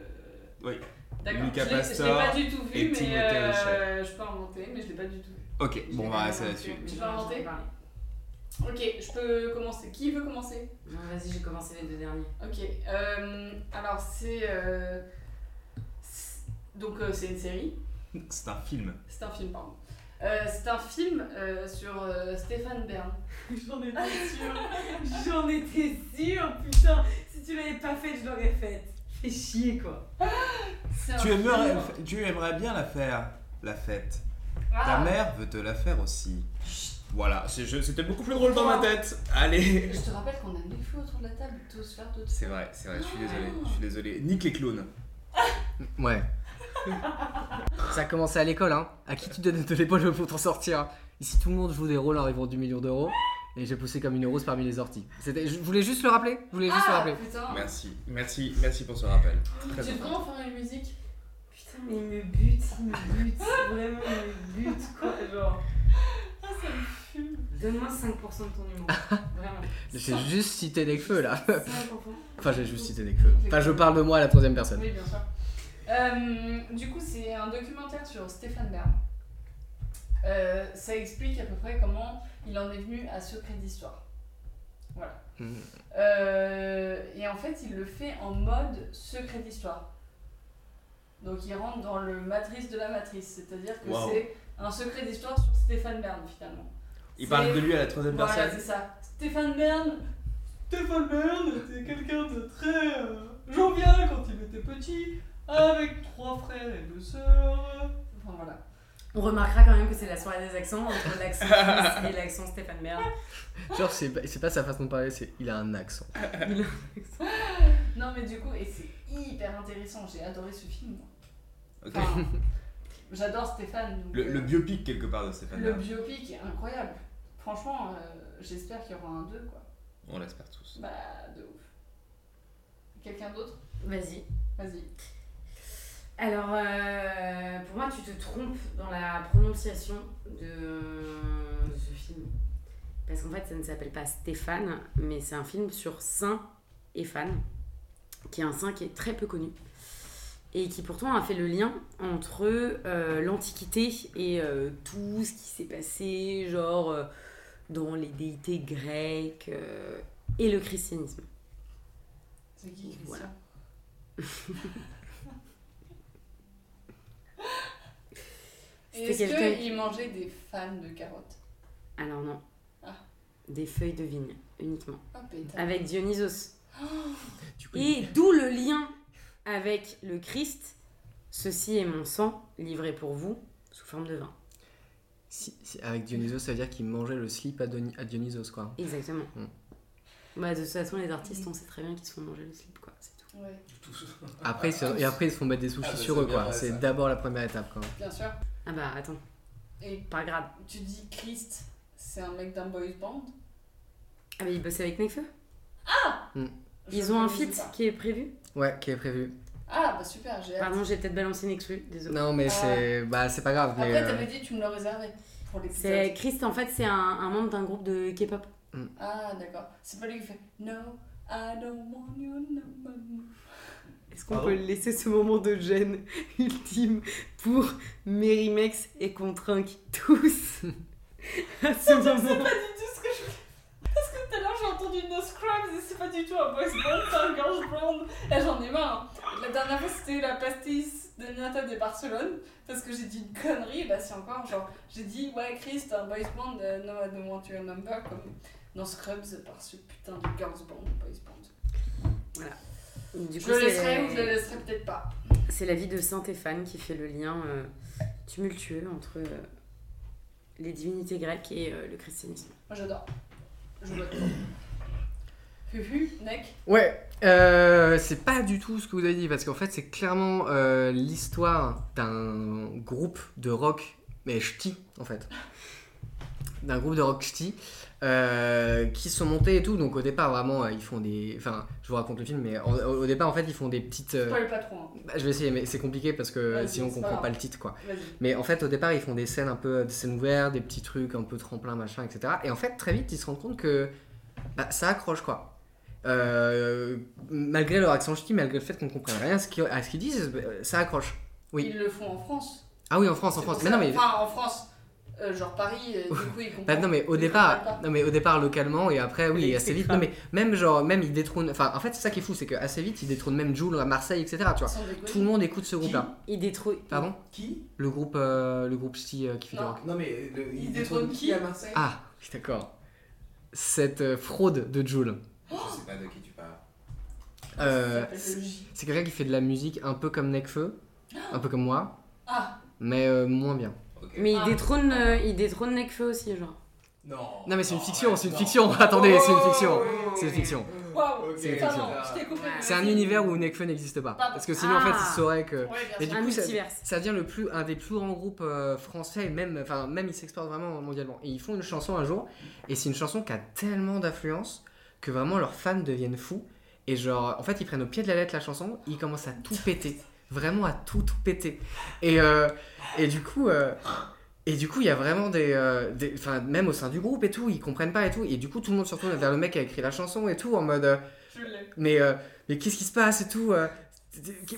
Speaker 3: Oui.
Speaker 2: D'accord.
Speaker 3: Lucas
Speaker 2: je l'ai- Je l'ai
Speaker 3: Pastor
Speaker 2: pas du tout
Speaker 3: et
Speaker 2: vu, mais
Speaker 3: Timothée
Speaker 2: euh, je peux inventer, mais je l'ai pas du tout vu.
Speaker 3: Ok, bon, on va rester
Speaker 5: là-dessus.
Speaker 3: là-dessus.
Speaker 2: Tu vas inventer Ok, je peux commencer. Qui veut commencer
Speaker 5: Non, vas-y, j'ai commencé les deux derniers.
Speaker 2: Ok, euh, alors c'est. euh, c'est- donc euh, c'est une série,
Speaker 3: C'est un film.
Speaker 2: c'est un film, pardon. Euh, c'est un film euh, sur euh, Stéphane Bern.
Speaker 5: J'en étais sûre. J'en étais sûre, putain. Si tu l'avais pas faite, je l'aurais faite. Fais chier quoi.
Speaker 2: C'est un
Speaker 3: Tu
Speaker 2: film-
Speaker 3: aimerais, tu aimerais bien la faire, la fête. Ta
Speaker 2: Ah,
Speaker 3: mère veut te la faire aussi. Voilà, c'est- je- c'était beaucoup plus drôle dans ma tête. Allez.
Speaker 2: Je te rappelle qu'on a mille feux autour de la table, tous faire d'autres.
Speaker 3: C'est vrai, c'est vrai, je suis désolé, je suis désolé. Nique les clowns.
Speaker 4: Ouais. Ça a commencé à l'école, hein. À qui tu donnes de l'épaule pour t'en sortir Ici, tout le monde joue des rôles en arrivant du million d'euros. Et j'ai poussé comme une rose parmi les orties. C'était, je voulais juste le rappeler. Je voulais juste le
Speaker 2: Ah
Speaker 4: rappeler.
Speaker 2: putain
Speaker 3: Merci, merci, merci pour ce rappel. Très
Speaker 2: Tu
Speaker 3: important.
Speaker 2: devrais en faire une musique
Speaker 5: Putain, mais il me bute, il me bute. Vraiment, il me bute quoi, genre.
Speaker 2: Ah, ça me fume
Speaker 5: Donne-moi 5% de ton humour. Vraiment.
Speaker 4: J'ai juste cité des feux là.
Speaker 5: 5%.
Speaker 4: Enfin, j'ai juste cité des feux. Enfin, je parle de moi à la troisième personne.
Speaker 2: Oui, bien sûr. Euh, du coup, c'est un documentaire sur Stéphane Bern. Euh, ça explique à peu près comment il en est venu à Secret d'Histoire.
Speaker 4: Mm.
Speaker 2: Euh, et en fait, il le fait en mode secret d'histoire. Donc il rentre dans le matrice de la matrice, c'est-à-dire que
Speaker 3: Wow.
Speaker 2: c'est un secret d'histoire sur Stéphane Bern finalement.
Speaker 3: Il
Speaker 2: C'est-
Speaker 3: parle de lui à la troisième
Speaker 2: Voilà,
Speaker 3: personne.
Speaker 2: c'est ça. Stéphane Bern Stéphane Bern était quelqu'un de très euh, jovial quand il était petit, avec trois frères et deux sœurs. Enfin voilà.
Speaker 5: On remarquera quand même que c'est la soirée des accents entre l'accent suisse et l'accent Stéphane Bern.
Speaker 4: Genre, c'est pas, c'est pas sa façon de parler, c'est il a un accent.
Speaker 5: Il a-
Speaker 2: Non mais du coup, et c'est hyper intéressant, j'ai adoré ce film. moi.
Speaker 3: Ok.
Speaker 2: Enfin, J'adore Stéphane. donc,
Speaker 3: Le,
Speaker 2: euh,
Speaker 3: le biopic quelque part de
Speaker 2: Le
Speaker 3: Stéphane.
Speaker 2: biopic est incroyable. Franchement, euh, j'espère qu'il y aura un 2, quoi.
Speaker 6: On l'espère tous.
Speaker 2: Bah, de ouf. Quelqu'un d'autre
Speaker 5: Vas-y.
Speaker 2: Vas-y.
Speaker 5: Alors, euh, pour moi, tu te trompes dans la prononciation de ce film. Parce qu'en fait, ça ne s'appelle pas Stéphane, mais c'est un film sur Saint et Fan, qui est un saint qui est très peu connu. Et qui pourtant a fait le lien entre euh, l'Antiquité et euh, tout ce qui s'est passé, genre euh, dans les déités grecques euh, et le christianisme.
Speaker 2: C'est qui Christian
Speaker 5: Voilà.
Speaker 2: Et
Speaker 5: C'était
Speaker 2: Est-ce
Speaker 5: quelqu'un
Speaker 2: qu'il mangeait des fans de carottes
Speaker 5: Alors non.
Speaker 2: Ah.
Speaker 5: Des feuilles de vigne uniquement.
Speaker 2: Ah, pétard.
Speaker 5: Avec Dionysos.
Speaker 3: Du coup,
Speaker 5: Et d'où le lien avec le Christ. Ceci est mon sang, livré pour vous, sous forme de vin.
Speaker 4: Si- si- avec Dionysos, ça veut dire qu'il mangeait le slip à, Doni- à Dionysos, quoi.
Speaker 5: Exactement.
Speaker 4: Mm.
Speaker 5: Bah, de toute façon, les artistes, on sait très bien qu'ils se font manger le slip, quoi. C'est tout.
Speaker 2: Ouais,
Speaker 4: Après, ils se- et après, ils se font mettre des sushis
Speaker 6: Ah, bah,
Speaker 4: sur
Speaker 6: c'est
Speaker 4: eux,
Speaker 6: bien,
Speaker 4: quoi.
Speaker 6: ouais,
Speaker 4: C'est
Speaker 6: ça.
Speaker 4: d'abord la première étape, quoi.
Speaker 2: bien sûr.
Speaker 5: Ah bah, attends,
Speaker 2: Et
Speaker 5: par grade.
Speaker 2: tu dis Christ, c'est un mec d'un boys band
Speaker 5: Ah bah, ils bossent avec Nekfeu
Speaker 2: Je
Speaker 5: Ils ont un
Speaker 2: connais
Speaker 5: feat
Speaker 2: pas.
Speaker 5: qui est prévu
Speaker 4: Ouais, qui est prévu.
Speaker 2: Ah, bah super, j'ai hâte.
Speaker 5: Pardon, j'ai peut-être balancé Nekfeu, désolé.
Speaker 4: Non, mais
Speaker 2: Ah.
Speaker 4: c'est bah, c'est pas grave.
Speaker 2: Après,
Speaker 4: mais, euh,
Speaker 2: t'avais dit, tu me l'as réservé pour
Speaker 5: C'est
Speaker 2: l'épisode.
Speaker 5: Christ, en fait, c'est un, un membre d'un groupe de K-pop.
Speaker 2: Ah, d'accord. C'est pas lui qui fait No, I don't want your number.
Speaker 5: Est-ce qu'on
Speaker 6: Pardon
Speaker 5: peut laisser ce moment de gêne ultime pour Merimex et qu'on trinque tous à ce
Speaker 2: Pas
Speaker 5: moment
Speaker 2: du tout ce que je voulais. Parce que tout à l'heure, j'ai entendu No Scrubs et c'est pas du tout un boys band, c'est un girls band. Là, j'en ai marre. hein. La dernière fois, c'était la pastille de Nata de Barcelone. Parce que j'ai dit une connerie, et bah c'est encore genre. J'ai dit, ouais, Chris, t'es un boys band, euh, No, I don't want your number. Comme dans Scrubs, par ce putain de girls band, boys band.
Speaker 5: Du
Speaker 2: Je
Speaker 5: coup,
Speaker 2: le
Speaker 5: c'est-
Speaker 2: laisserai ou je le laisserai peut-être pas.
Speaker 5: C'est la vie de Saint Stéphane qui fait le lien euh, tumultueux entre euh, les divinités grecques et euh, le christianisme.
Speaker 2: Moi j'adore. Je vote. Fufu, Nec.
Speaker 4: Ouais, euh, c'est pas du tout ce que vous avez dit, parce qu'en fait, c'est clairement euh, l'histoire d'un groupe de rock, mais ch'ti, en fait. D'un groupe de rock ch'ti, euh, qui sont montés et tout. Donc, au départ, vraiment, euh, ils font des. Enfin, je vous raconte le film, mais en- au départ, en fait, ils font des petites. euh,
Speaker 2: Pas hein. le patron.
Speaker 4: bah, je vais essayer, mais c'est compliqué parce que
Speaker 2: Vas-y,
Speaker 4: sinon, on
Speaker 2: c'est pas grave.
Speaker 4: comprend pas le titre, quoi.
Speaker 2: Vas-y.
Speaker 4: Mais en fait, au départ, ils font des scènes un peu des scènes ouvertes, des petits trucs un peu tremplin, machin, etc. Et en fait, très vite, ils se rendent compte que bah, ça accroche quoi. Euh, malgré leur accent ch'ti, malgré le fait qu'on ne comprenne rien à ce qu'ils à ce qu'ils disent, euh, ça accroche. Oui.
Speaker 2: Ils le font en France.
Speaker 4: Ah oui, en France, en
Speaker 2: C'est
Speaker 4: France.
Speaker 2: pour
Speaker 4: Mais
Speaker 2: ça.
Speaker 4: non, mais,
Speaker 2: Enfin, en France. Euh, genre Paris, euh, du coup, ils comprennent.
Speaker 4: bah, non, mais au
Speaker 2: Ils
Speaker 4: départ,
Speaker 2: comprennent
Speaker 4: non, mais au départ localement et après, oui,
Speaker 5: Les
Speaker 4: assez vite. Non, mais même genre, même ils détrônent. Enfin, en fait, c'est ça qui est fou, c'est qu'assez vite, ils détrônent même Joule à Marseille, etc. Tu
Speaker 2: pas.
Speaker 4: vois.
Speaker 2: Sans déconner.
Speaker 4: Tout le monde écoute ce groupe-là.
Speaker 5: Il détruit.
Speaker 4: Pardon
Speaker 6: Qui
Speaker 4: Le groupe, euh, le groupe ch'ti euh, qui fait du
Speaker 2: Non.
Speaker 4: rock.
Speaker 6: Non mais le,
Speaker 2: Il détrône qui
Speaker 6: à Marseille
Speaker 4: Ah, oui, d'accord. Cette euh, fraude de Joule.
Speaker 6: Je sais pas de qui tu parles.
Speaker 4: Euh,
Speaker 2: Ça s'appelle
Speaker 4: c'est
Speaker 2: le J.
Speaker 4: c'est quelqu'un qui fait de la musique un peu comme Nekfeu, un peu comme moi,
Speaker 2: Ah,
Speaker 4: mais euh, moins bien.
Speaker 6: Ok.
Speaker 5: Mais
Speaker 2: Ah.
Speaker 5: il détrône, euh, il détrône Nekfeu aussi, genre.
Speaker 6: Non.
Speaker 4: Non mais c'est une
Speaker 6: non,
Speaker 4: fiction,
Speaker 6: ouais,
Speaker 4: c'est une
Speaker 6: non.
Speaker 4: fiction. Attendez, c'est une fiction.
Speaker 6: Oh
Speaker 4: C'est une fiction.
Speaker 2: waouh.
Speaker 6: Ok,
Speaker 4: C'est
Speaker 2: Pardon,
Speaker 6: d'accord.
Speaker 2: je t'ai coupé.
Speaker 5: Ouais.
Speaker 4: C'est un
Speaker 2: Vas-y.
Speaker 4: univers où Nekfeu n'existe pas.
Speaker 2: Pardon.
Speaker 4: Parce que sinon en fait,
Speaker 5: Ah.
Speaker 4: il saurait que
Speaker 2: Ouais, bien
Speaker 4: Et
Speaker 2: sûr.
Speaker 4: du
Speaker 5: un
Speaker 4: coup, ça-
Speaker 5: multiverse.
Speaker 4: ça devient le plus un des plus grands groupes euh, français et même enfin même ils s'exportent vraiment mondialement. Et ils font une chanson un jour et c'est une chanson qui a tellement d'influence que vraiment leurs fans deviennent fous et genre en fait ils prennent au pied de la lettre la chanson, ils commencent à tout péter, vraiment à tout tout péter. Et euh, et du coup euh, et du coup, il y a vraiment des. euh, des- Enfin, même au sein du groupe et tout, ils comprennent pas et tout. Et du coup, tout le monde se retourne vers le mec qui a écrit la chanson et tout, en mode. euh,
Speaker 2: Je l'ai.
Speaker 4: mais, euh, mais qu'est-ce qui se passe et tout euh,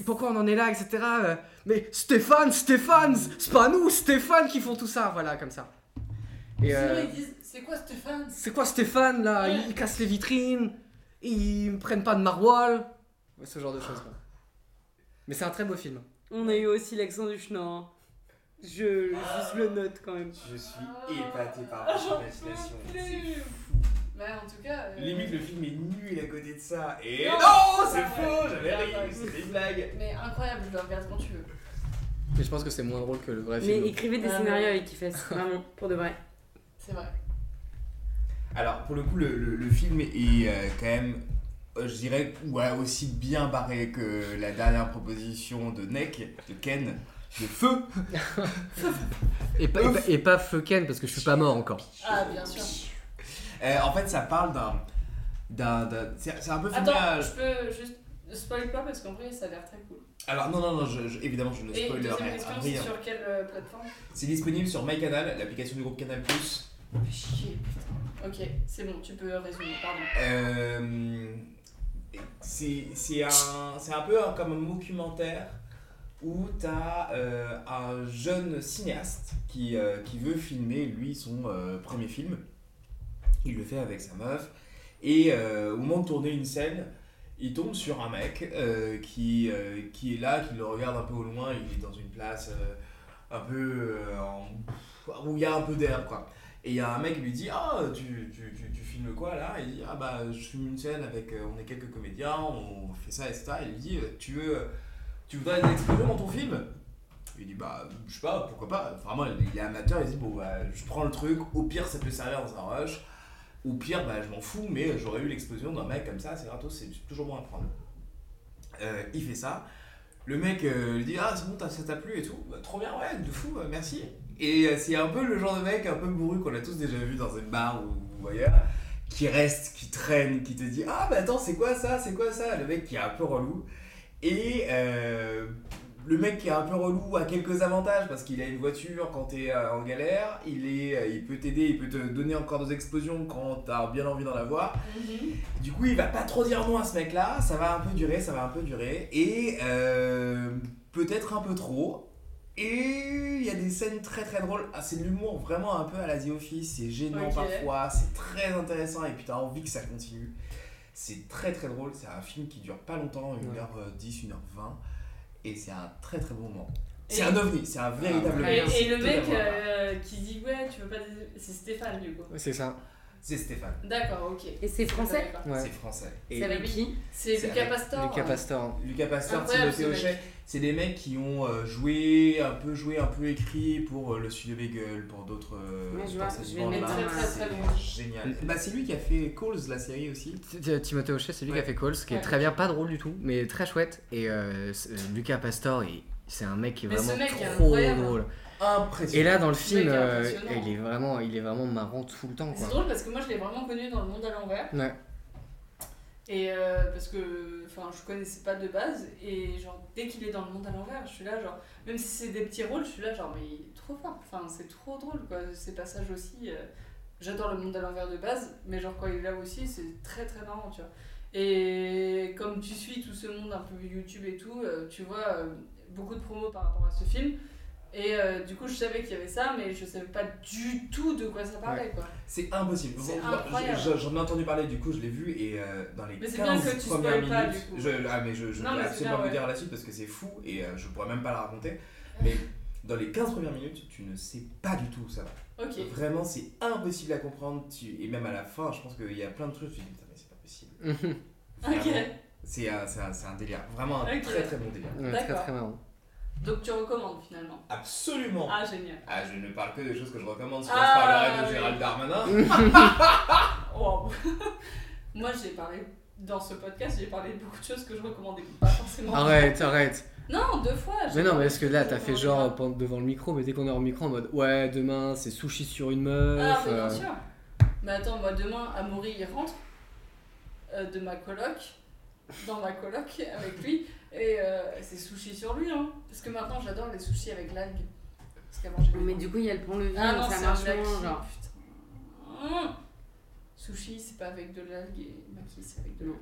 Speaker 4: Pourquoi on en est là, etc. euh, Mais Stéphane, Stéphane, c'est pas nous, Stéphane qui font tout ça, voilà, comme ça. Et
Speaker 2: Sinon,
Speaker 4: euh,
Speaker 2: ils disent, c'est quoi Stéphane
Speaker 4: c'est quoi Stéphane là
Speaker 2: Ouais.
Speaker 4: Ils cassent les vitrines, ils me prennent pas de maroilles, ce genre de choses. quoi. Mais c'est un très beau film.
Speaker 5: On a eu aussi l'accent du schnorr. Je juste le note quand même.
Speaker 6: Je suis
Speaker 2: Ah,
Speaker 6: épaté par
Speaker 2: ah,
Speaker 6: votre
Speaker 2: j'en
Speaker 6: imagination.
Speaker 2: peux
Speaker 6: C'est
Speaker 2: plus.
Speaker 6: fou.
Speaker 2: Mais en tout cas. euh,
Speaker 6: Limite, le film est nul à côté de ça. Et
Speaker 2: Non,
Speaker 6: non,
Speaker 2: c'est
Speaker 6: c'est
Speaker 2: pas
Speaker 6: faux,
Speaker 2: vrai.
Speaker 6: j'avais
Speaker 2: C'est pas vrai.
Speaker 6: ri, c'était une blague.
Speaker 2: Mais incroyable, je le regarde quand tu veux.
Speaker 4: Mais je pense que c'est moins drôle que le vrai
Speaker 5: Mais
Speaker 4: film.
Speaker 5: écrivez des
Speaker 2: Ah,
Speaker 5: scénarios
Speaker 2: mais-
Speaker 5: avec Kifess, vraiment, pour de vrai.
Speaker 2: C'est vrai.
Speaker 6: Alors, pour le coup, le, le- le film est euh, quand même, euh, je dirais, ouais, aussi bien barré que la dernière proposition de Neck, de Ken, de Feu.
Speaker 4: Et, pas, et, pas, et pas Feu Ken, parce que je suis pas mort encore.
Speaker 2: Ah, bien sûr.
Speaker 6: Euh, en fait, ça parle d'un
Speaker 3: d'un- d'un- C'est c'est un peu filmé à-
Speaker 2: Attends, je peux juste spoil pas parce qu'en vrai ça a l'air très cool.
Speaker 3: Alors non, non, non, je- je- évidemment, je ne
Speaker 2: Et
Speaker 3: spoiler
Speaker 2: deuxième
Speaker 3: rien.
Speaker 2: question, c'est
Speaker 3: rien.
Speaker 2: sur quelle euh, plateforme
Speaker 3: C'est disponible sur MyCanal, l'application du groupe Canal+.
Speaker 2: Fais chier, putain. Ok, c'est bon, tu peux résumer, pardon.
Speaker 3: Euh, c'est c'est un, c'est un peu un- comme un documentaire où t'as euh, un jeune cinéaste qui, euh, qui veut filmer, lui, son euh, premier film. Il le fait avec sa meuf. Et euh, au moment de tourner une scène, il tombe sur un mec euh, qui, euh, qui est là, qui le regarde un peu au loin. Il est dans une place euh, un peu euh, en- où il y a un peu d'air, quoi. Et il y a un mec qui lui dit Ah, tu, tu, tu, tu filmes quoi là Il dit Ah, bah, je filme une scène avec. euh, On est quelques comédiens, on fait ça, etc. Il lui dit euh, Tu veux. Tu voudrais être explosion dans ton film Il dit Bah, je sais pas, pourquoi pas. Vraiment, il il est amateur, il dit Bon, bah, je prends le truc, au pire, ça peut servir dans un rush. Au pire, bah, je m'en fous, mais j'aurais eu l'explosion d'un mec comme ça, c'est gratos, c'est toujours bon à prendre. Euh, il fait ça. Le mec euh, lui dit Ah, c'est bon, t'as- ça t'a plu et tout. Bah, trop bien, ouais, de fou, euh, merci. Et euh, c'est un peu le genre de mec un peu bourru qu'on a tous déjà vu dans une bar ou, ou ailleurs, qui reste, qui traîne, qui te dit Ah, bah attends, c'est quoi ça C'est quoi ça Le mec qui est un peu relou. Et euh, le mec qui est un peu relou a quelques avantages parce qu'il a une voiture quand t'es euh, en galère, il, est, euh, il peut t'aider, il peut te donner encore des explosions quand t'as bien envie d'en avoir.
Speaker 2: Mhm.
Speaker 3: Du coup, il va pas trop dire non à ce mec-là. Ça va un peu durer, ça va un peu durer. Et euh, peut-être un peu trop. Et il y a des scènes très très drôles. Ah, c'est de l'humour vraiment un peu à la The Office. C'est gênant
Speaker 2: Ok.
Speaker 3: parfois. C'est très intéressant. Et puis t'as envie que ça continue. C'est très très drôle. C'est un film qui dure pas longtemps euh, 1h10, 1h20. Et c'est un très très bon moment. C'est
Speaker 2: Et-
Speaker 3: un ovni. C'est un véritable
Speaker 4: ouais.
Speaker 2: Et,
Speaker 3: ovni.
Speaker 2: et le
Speaker 3: C'est
Speaker 2: mec
Speaker 3: totalement-
Speaker 2: euh, qui dit ouais, tu veux pas. des- C'est Stéphane du coup.
Speaker 4: Ouais, c'est ça.
Speaker 3: C'est Stéphane.
Speaker 2: D'accord, ok.
Speaker 5: Et c'est français
Speaker 2: D'accord.
Speaker 4: Ouais.
Speaker 3: C'est français. Et
Speaker 5: C'est avec
Speaker 2: oui.
Speaker 5: qui
Speaker 2: C'est
Speaker 3: C'est
Speaker 2: Lucas
Speaker 3: avec
Speaker 2: Pastor. euh,
Speaker 4: Lucas Pastor.
Speaker 3: Lucas Pasteur,
Speaker 2: Incroyable,
Speaker 3: Timothée
Speaker 2: ce mec.
Speaker 3: Hochet, c'est des mecs qui ont euh, joué, un peu joué, un peu écrit pour euh, le Studio Bagel, pour d'autres. euh,
Speaker 5: Ouais, je
Speaker 3: dans
Speaker 5: vois,
Speaker 3: cette
Speaker 5: je vais
Speaker 3: bande-là.
Speaker 5: mettre ça,
Speaker 2: ça, ça,
Speaker 3: C'est génial. Bah, c'est lui qui a fait Calls, la série aussi.
Speaker 4: T- t- Timothée Hochet, c'est lui qui a
Speaker 3: Ouais.
Speaker 4: fait Calls, qui est
Speaker 2: Ouais.
Speaker 4: très bien, pas drôle du tout, mais très chouette. Et euh, c'est- euh, Lucas Pastor, il- c'est un mec qui est
Speaker 2: Mais ce
Speaker 4: vraiment
Speaker 2: mec est
Speaker 4: trop
Speaker 2: incroyable.
Speaker 4: drôle.
Speaker 3: Impressionnant.
Speaker 4: Et là, dans le film,
Speaker 2: mec est
Speaker 4: euh,
Speaker 2: impressionnant.
Speaker 4: il, est vraiment, il est vraiment marrant tout le temps.
Speaker 2: C'est
Speaker 4: Quoi.
Speaker 2: drôle parce que moi je l'ai vraiment connu dans le monde à l'envers.
Speaker 4: Ouais.
Speaker 2: Et euh, parce que enfin je connaissais pas de base et genre dès qu'il est dans le monde à l'envers, je suis là genre même si c'est des petits rôles, je suis là genre mais il est trop fort. Enfin, c'est trop drôle quoi ces passages aussi euh, j'adore le monde à l'envers de base, mais genre quand il est là aussi, c'est très très marrant, tu vois. Et comme tu suis tout ce monde un peu YouTube et tout, euh, tu vois euh, beaucoup de promos par rapport à ce film. Et euh, du coup, je savais qu'il y avait ça, mais je savais pas du tout de quoi ça parlait, quoi.
Speaker 3: C'est impossible.
Speaker 2: C'est
Speaker 3: Bon,
Speaker 2: incroyable.
Speaker 3: je- je- J'en ai entendu parler, du coup, je l'ai vu et euh, dans les
Speaker 2: Mais
Speaker 3: 15
Speaker 2: c'est bien que tu
Speaker 3: premières
Speaker 2: spoil pas,
Speaker 3: minutes.
Speaker 2: du coup.
Speaker 3: je, ah, mais je, je
Speaker 2: Non,
Speaker 3: peux
Speaker 2: mais c'est
Speaker 3: absolument
Speaker 2: bien,
Speaker 3: vous
Speaker 2: ouais.
Speaker 3: dire la suite parce que c'est fou et euh, je pourrais même pas la raconter. Mais dans les 15 premières minutes, tu ne sais pas du tout où ça va.
Speaker 2: Ok.
Speaker 3: Vraiment, c'est impossible à comprendre. Tu... Et même à la fin, je pense qu'il y a plein de trucs. Tu te dis, putain, mais c'est pas possible.
Speaker 4: Ah
Speaker 3: Vraiment,
Speaker 2: Ok.
Speaker 3: C'est un, c'est un- c'est un délire. Vraiment un
Speaker 2: Ok.
Speaker 3: très très bon délire.
Speaker 4: Ouais, très
Speaker 2: D'accord.
Speaker 4: très marrant.
Speaker 2: Donc tu recommandes finalement.
Speaker 4: Oh.
Speaker 3: Absolument. Ah.
Speaker 2: Ah, génial.
Speaker 3: je ne parle que des choses que je recommande. Sinon,
Speaker 2: Ah,
Speaker 3: je parlerai de
Speaker 2: oui.
Speaker 3: Gérald Darmanin.
Speaker 2: Wow. Moi, j'ai parlé dans ce podcast, j'ai parlé de beaucoup de choses que je recommandais pas forcément.
Speaker 4: Arrête, arrête.
Speaker 2: Non, deux fois. j'ai
Speaker 4: Ah Mais non, mais
Speaker 2: parlé
Speaker 4: parce que
Speaker 2: de
Speaker 4: là,
Speaker 2: choses
Speaker 4: t'as
Speaker 2: je
Speaker 4: fait
Speaker 2: recommandais
Speaker 4: genre pendant- devant le micro, mais dès qu'on est en micro, en mode ouais, demain c'est sushi sur une meuf.
Speaker 2: pas. Ah, mais bien
Speaker 4: euh,
Speaker 2: sûr. Mais attends, moi demain, Amaury il rentre euh, de ma coloc, dans ma coloc avec lui, et euh, c'est sushi sur lui, hein. Parce que maintenant, j'adore les sushis avec l'algue. Parce qu'avant, j'aimais
Speaker 5: Mais
Speaker 2: pas.
Speaker 5: du coup, il y a le pont-levis,
Speaker 2: Ah
Speaker 5: donc
Speaker 2: non,
Speaker 5: ça
Speaker 2: c'est un
Speaker 5: marche
Speaker 2: black
Speaker 5: moins.
Speaker 2: sheep,
Speaker 5: Genre.
Speaker 2: putain. Mmh. Sushi, c'est pas avec de l'algue et maki, c'est avec de l'algue.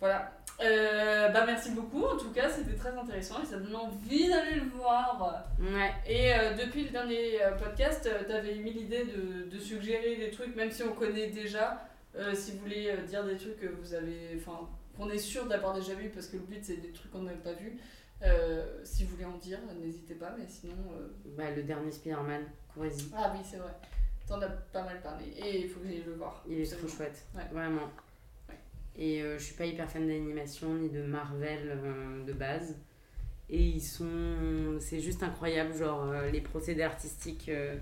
Speaker 2: Voilà. Euh, bah merci beaucoup, en tout cas c'était très intéressant et ça donne envie d'aller le voir.
Speaker 5: Ouais.
Speaker 2: Et euh, depuis le dernier euh, podcast, euh, t'avais mis l'idée de, de suggérer des trucs, même si on connaît déjà, euh, si vous voulez euh, dire des trucs que vous avez, enfin, qu'on est sûr d'avoir déjà vu, parce que le but c'est des trucs qu'on n'a pas vu. Euh, si vous voulez en dire, n'hésitez pas, mais sinon, euh,
Speaker 5: Bah, le dernier Spider-Man, Corésie.
Speaker 2: ah oui, c'est vrai. T'en as pas mal parlé. Et il faut que j'aille le voir.
Speaker 5: Il est
Speaker 2: C'est
Speaker 5: trop
Speaker 2: bon.
Speaker 5: chouette,
Speaker 2: Ouais.
Speaker 5: vraiment.
Speaker 2: Ouais.
Speaker 5: Et euh, je suis pas hyper fan d'animation ni de Marvel euh, de base. Et ils sont. C'est juste incroyable, genre euh, les procédés artistiques. euh,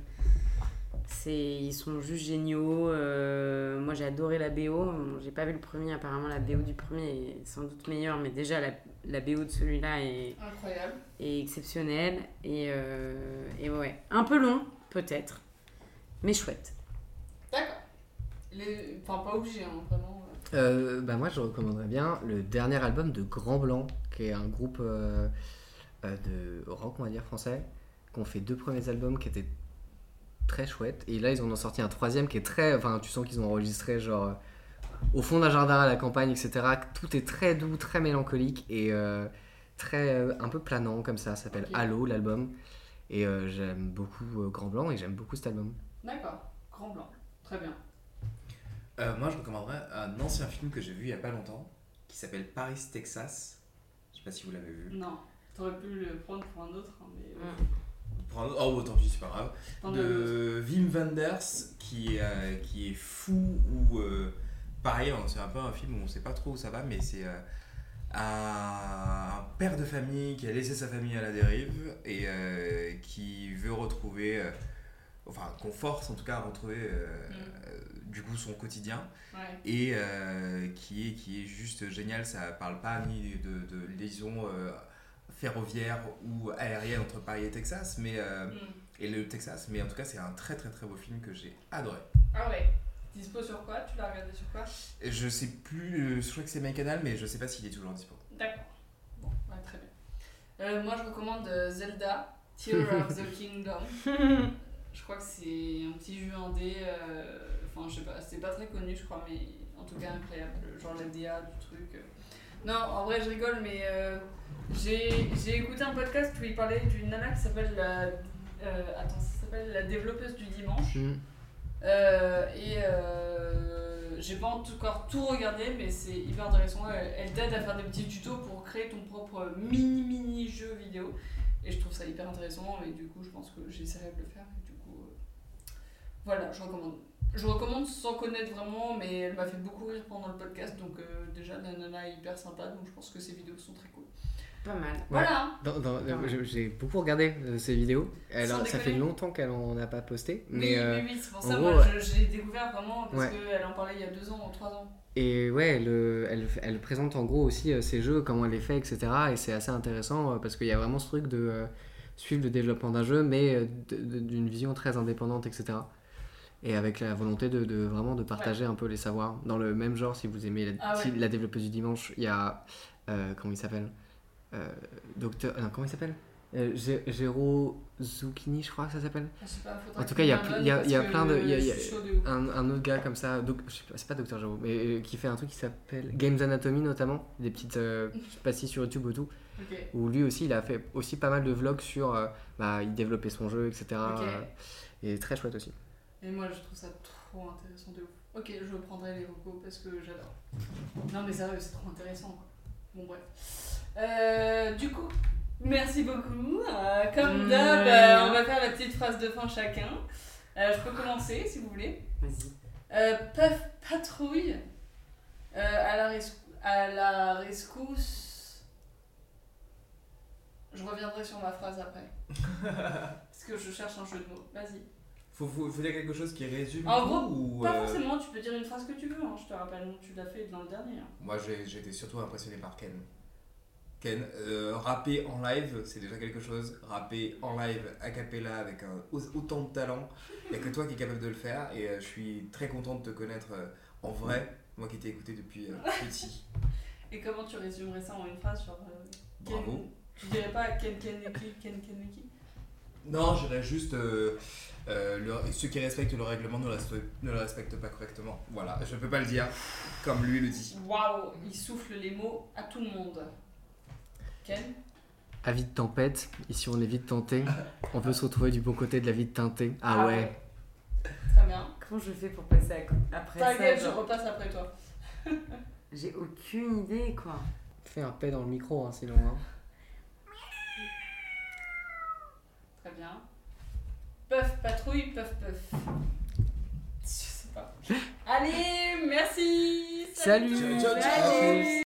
Speaker 5: c'est, ils sont juste géniaux. Euh, moi j'ai adoré la BO. Bon, J'ai pas vu le premier, apparemment la BO du premier est sans doute meilleure, mais déjà la, la BO de celui-là est,
Speaker 2: Incroyable.
Speaker 5: est exceptionnelle. Et, euh, et ouais, un peu long peut-être, mais chouette.
Speaker 2: D'accord. Les- Enfin, pas obligé, hein, vraiment.
Speaker 4: Euh, bah moi je recommanderais bien le dernier album de Grand Blanc, qui est un groupe euh, euh, de rock on va dire français, qu'on fait deux premiers albums qui étaient très chouettes, et là ils en ont sorti un troisième qui est très, enfin tu sens qu'ils ont enregistré genre euh, au fond d'un jardin à la campagne etc. Tout est très doux, très mélancolique et euh, très euh, un peu planant comme ça. ça S'appelle
Speaker 2: Ok.
Speaker 4: Halo l'album, et euh, j'aime beaucoup euh, Grand Blanc et j'aime beaucoup cet album.
Speaker 2: D'accord, grand blanc. Très bien.
Speaker 3: Euh, moi, je recommanderais un ancien film que j'ai vu il y a pas longtemps qui s'appelle Paris, Texas. Je sais pas si vous l'avez vu.
Speaker 2: Non, t'aurais pu le prendre pour un autre, hein, mais.
Speaker 5: Mm.
Speaker 2: euh,
Speaker 3: Pour un- Oh, tant pis, c'est pas grave.
Speaker 2: t'en as un autre.
Speaker 3: De Wim Wenders qui, euh, qui est fou ou. euh, pareil, hein, c'est un peu un film où on sait pas trop où ça va, mais c'est. euh, un père de famille qui a laissé sa famille à la dérive et euh, qui veut retrouver, euh, enfin qu'on force en tout cas à retrouver euh,
Speaker 2: Mm.
Speaker 3: euh, du coup son quotidien
Speaker 2: Ouais.
Speaker 3: et euh, qui, est, qui est juste génial. Ça parle pas ni de, de liaison euh, ferroviaire ou aérienne entre Paris et Texas, mais euh,
Speaker 2: Hmm.
Speaker 3: et le Texas. Mais en tout cas, c'est un très très très beau film que j'ai adoré.
Speaker 2: Ah ouais. Dispo sur quoi Tu l'as regardé sur quoi
Speaker 3: Et Je sais plus, euh, je crois que c'est MyCanal, mais je sais pas s'il est toujours dispo.
Speaker 2: D'accord. Bon, ouais, très bien. Euh, moi, je recommande euh, Zelda, Tear of the Kingdom. Euh, je crois que c'est un petit jeu indé. euh, Enfin, je sais pas, c'est pas très connu, je crois, mais en tout cas incroyable. Genre la DA du truc. euh. Non, en vrai, je rigole, mais euh, j'ai j'ai écouté un podcast où il parlait d'une nana qui s'appelle la. euh, attends, ça s'appelle la développeuse du dimanche. Euh, et euh, j'ai pas encore tout regardé, mais c'est hyper intéressant. Elle, elle t'aide à faire des petits tutos pour créer ton propre mini mini jeu vidéo. Et je trouve ça hyper intéressant. Et du coup, je pense que j'essaierai de le faire. Et du coup, euh, voilà, je recommande. Je recommande sans connaître vraiment, mais elle m'a fait beaucoup rire pendant le podcast. Donc, euh, déjà, la nana est hyper sympa. Donc, je pense que ses vidéos sont très cool.
Speaker 5: Pas mal.
Speaker 2: Voilà! hein.
Speaker 4: Dans- dans- euh, je- J'ai beaucoup regardé euh, ces vidéos. Elle,
Speaker 2: Sans
Speaker 4: ça fait
Speaker 2: déconner.
Speaker 4: longtemps qu'elle en a pas posté. Mais,
Speaker 2: oui,
Speaker 4: euh,
Speaker 2: oui, oui, c'est pour
Speaker 4: en
Speaker 2: ça,
Speaker 4: gros,
Speaker 2: moi, je, je l'ai découvert vraiment parce
Speaker 4: Ouais.
Speaker 2: qu'elle en parlait il y a deux ans, trois ans.
Speaker 4: Et ouais, elle, euh, elle, elle présente en gros aussi euh, ses jeux, comment elle les fait, etc. Et c'est assez intéressant euh, parce qu'il y a vraiment ce truc de euh, suivre le développement d'un jeu, mais euh, de- de- d'une vision très indépendante, etc. Et avec la volonté de, de vraiment de partager un peu les savoirs. Dans le même genre, si vous aimez la,
Speaker 2: Ah ouais.
Speaker 4: si- la développeuse du dimanche, il y a. euh, comment il s'appelle Euh, Docteur. non, comment il s'appelle euh, Gé- Géro Zucchini, je crois que ça s'appelle.
Speaker 2: Je sais pas, faudra
Speaker 4: En tout
Speaker 2: que
Speaker 4: cas, il y a
Speaker 2: tu
Speaker 4: pl-
Speaker 2: me
Speaker 4: il y a-
Speaker 2: donnes
Speaker 4: il y a
Speaker 2: parce
Speaker 4: plein de-
Speaker 2: que
Speaker 4: il y a- il y a-
Speaker 2: je suis chaud de ouf.
Speaker 4: un, un autre gars comme ça, doc- je sais pas, c'est pas Docteur Jabo, mais euh, qui fait un truc qui s'appelle Games Anatomy notamment, des petites euh, pastilles sur YouTube et tout,
Speaker 2: Ok.
Speaker 4: où lui aussi il a fait aussi pas mal de vlogs sur euh, bah, il développait son jeu, etc.
Speaker 2: Ok.
Speaker 4: euh, et très chouette aussi.
Speaker 2: Et moi, je trouve ça trop intéressant de ouf. Ok, je prendrai les recos parce que j'adore. Non, mais sérieux, c'est trop intéressant. quoi. Bon, bref. Euh, du coup, merci beaucoup. Euh, comme
Speaker 5: Mm.
Speaker 2: d'hab, euh, on va faire la petite phrase de fin chacun. Euh, je peux commencer si vous voulez.
Speaker 5: Vas-y.
Speaker 2: Euh, Puff Patrouille euh, à, la res- à la rescousse. Je reviendrai sur ma phrase après. Parce que je cherche un jeu de mots. Vas-y.
Speaker 3: Faut, faut, faut dire quelque chose qui résume
Speaker 2: En
Speaker 3: tout
Speaker 2: gros,
Speaker 3: ou,
Speaker 2: Pas
Speaker 3: euh,
Speaker 2: forcément, tu peux dire une phrase que tu veux, hein, je te rappelle, tu l'as fait dans le dernier. hein.
Speaker 3: Moi, j'ai j'ai été surtout impressionné par Ken. Ken, euh, rapper en live, c'est déjà quelque chose. Rapper en live, a cappella, avec un- au- autant de talent. Il n'y a que toi qui es capable de le faire. Et euh, je suis très content de te connaître euh, en vrai. Moi qui t'ai écouté depuis euh, petit.
Speaker 2: Et comment tu résumerais ça en une phrase genre, euh, Ken-
Speaker 3: Bravo.
Speaker 2: Tu dirais pas Ken Kaneki, Ken Kaneki
Speaker 3: Non, je dirais juste euh, euh, le- ceux qui respectent le règlement ne le, respe- ne le respectent pas correctement. Voilà, je peux pas le dire comme lui le dit.
Speaker 2: Waouh, il souffle les mots à tout le monde. Ken
Speaker 4: À vie de tempête, ici on est vite tenté, on peut se retrouver du bon côté de la vie de teintée. Ah,
Speaker 2: Ah
Speaker 4: ouais.
Speaker 2: ouais. Très bien.
Speaker 5: Comment je fais pour passer à co- après ça
Speaker 2: T'inquiète, je
Speaker 5: genre
Speaker 2: repasse après toi.
Speaker 5: J'ai aucune idée, quoi.
Speaker 4: Fais un paix dans le micro hein, sinon. hein.
Speaker 2: Très bien. Puff, patrouille, puff, puff. Je sais pas. Allez, merci
Speaker 4: Salut.
Speaker 3: Ciao, ciao, ciao.
Speaker 2: Salut.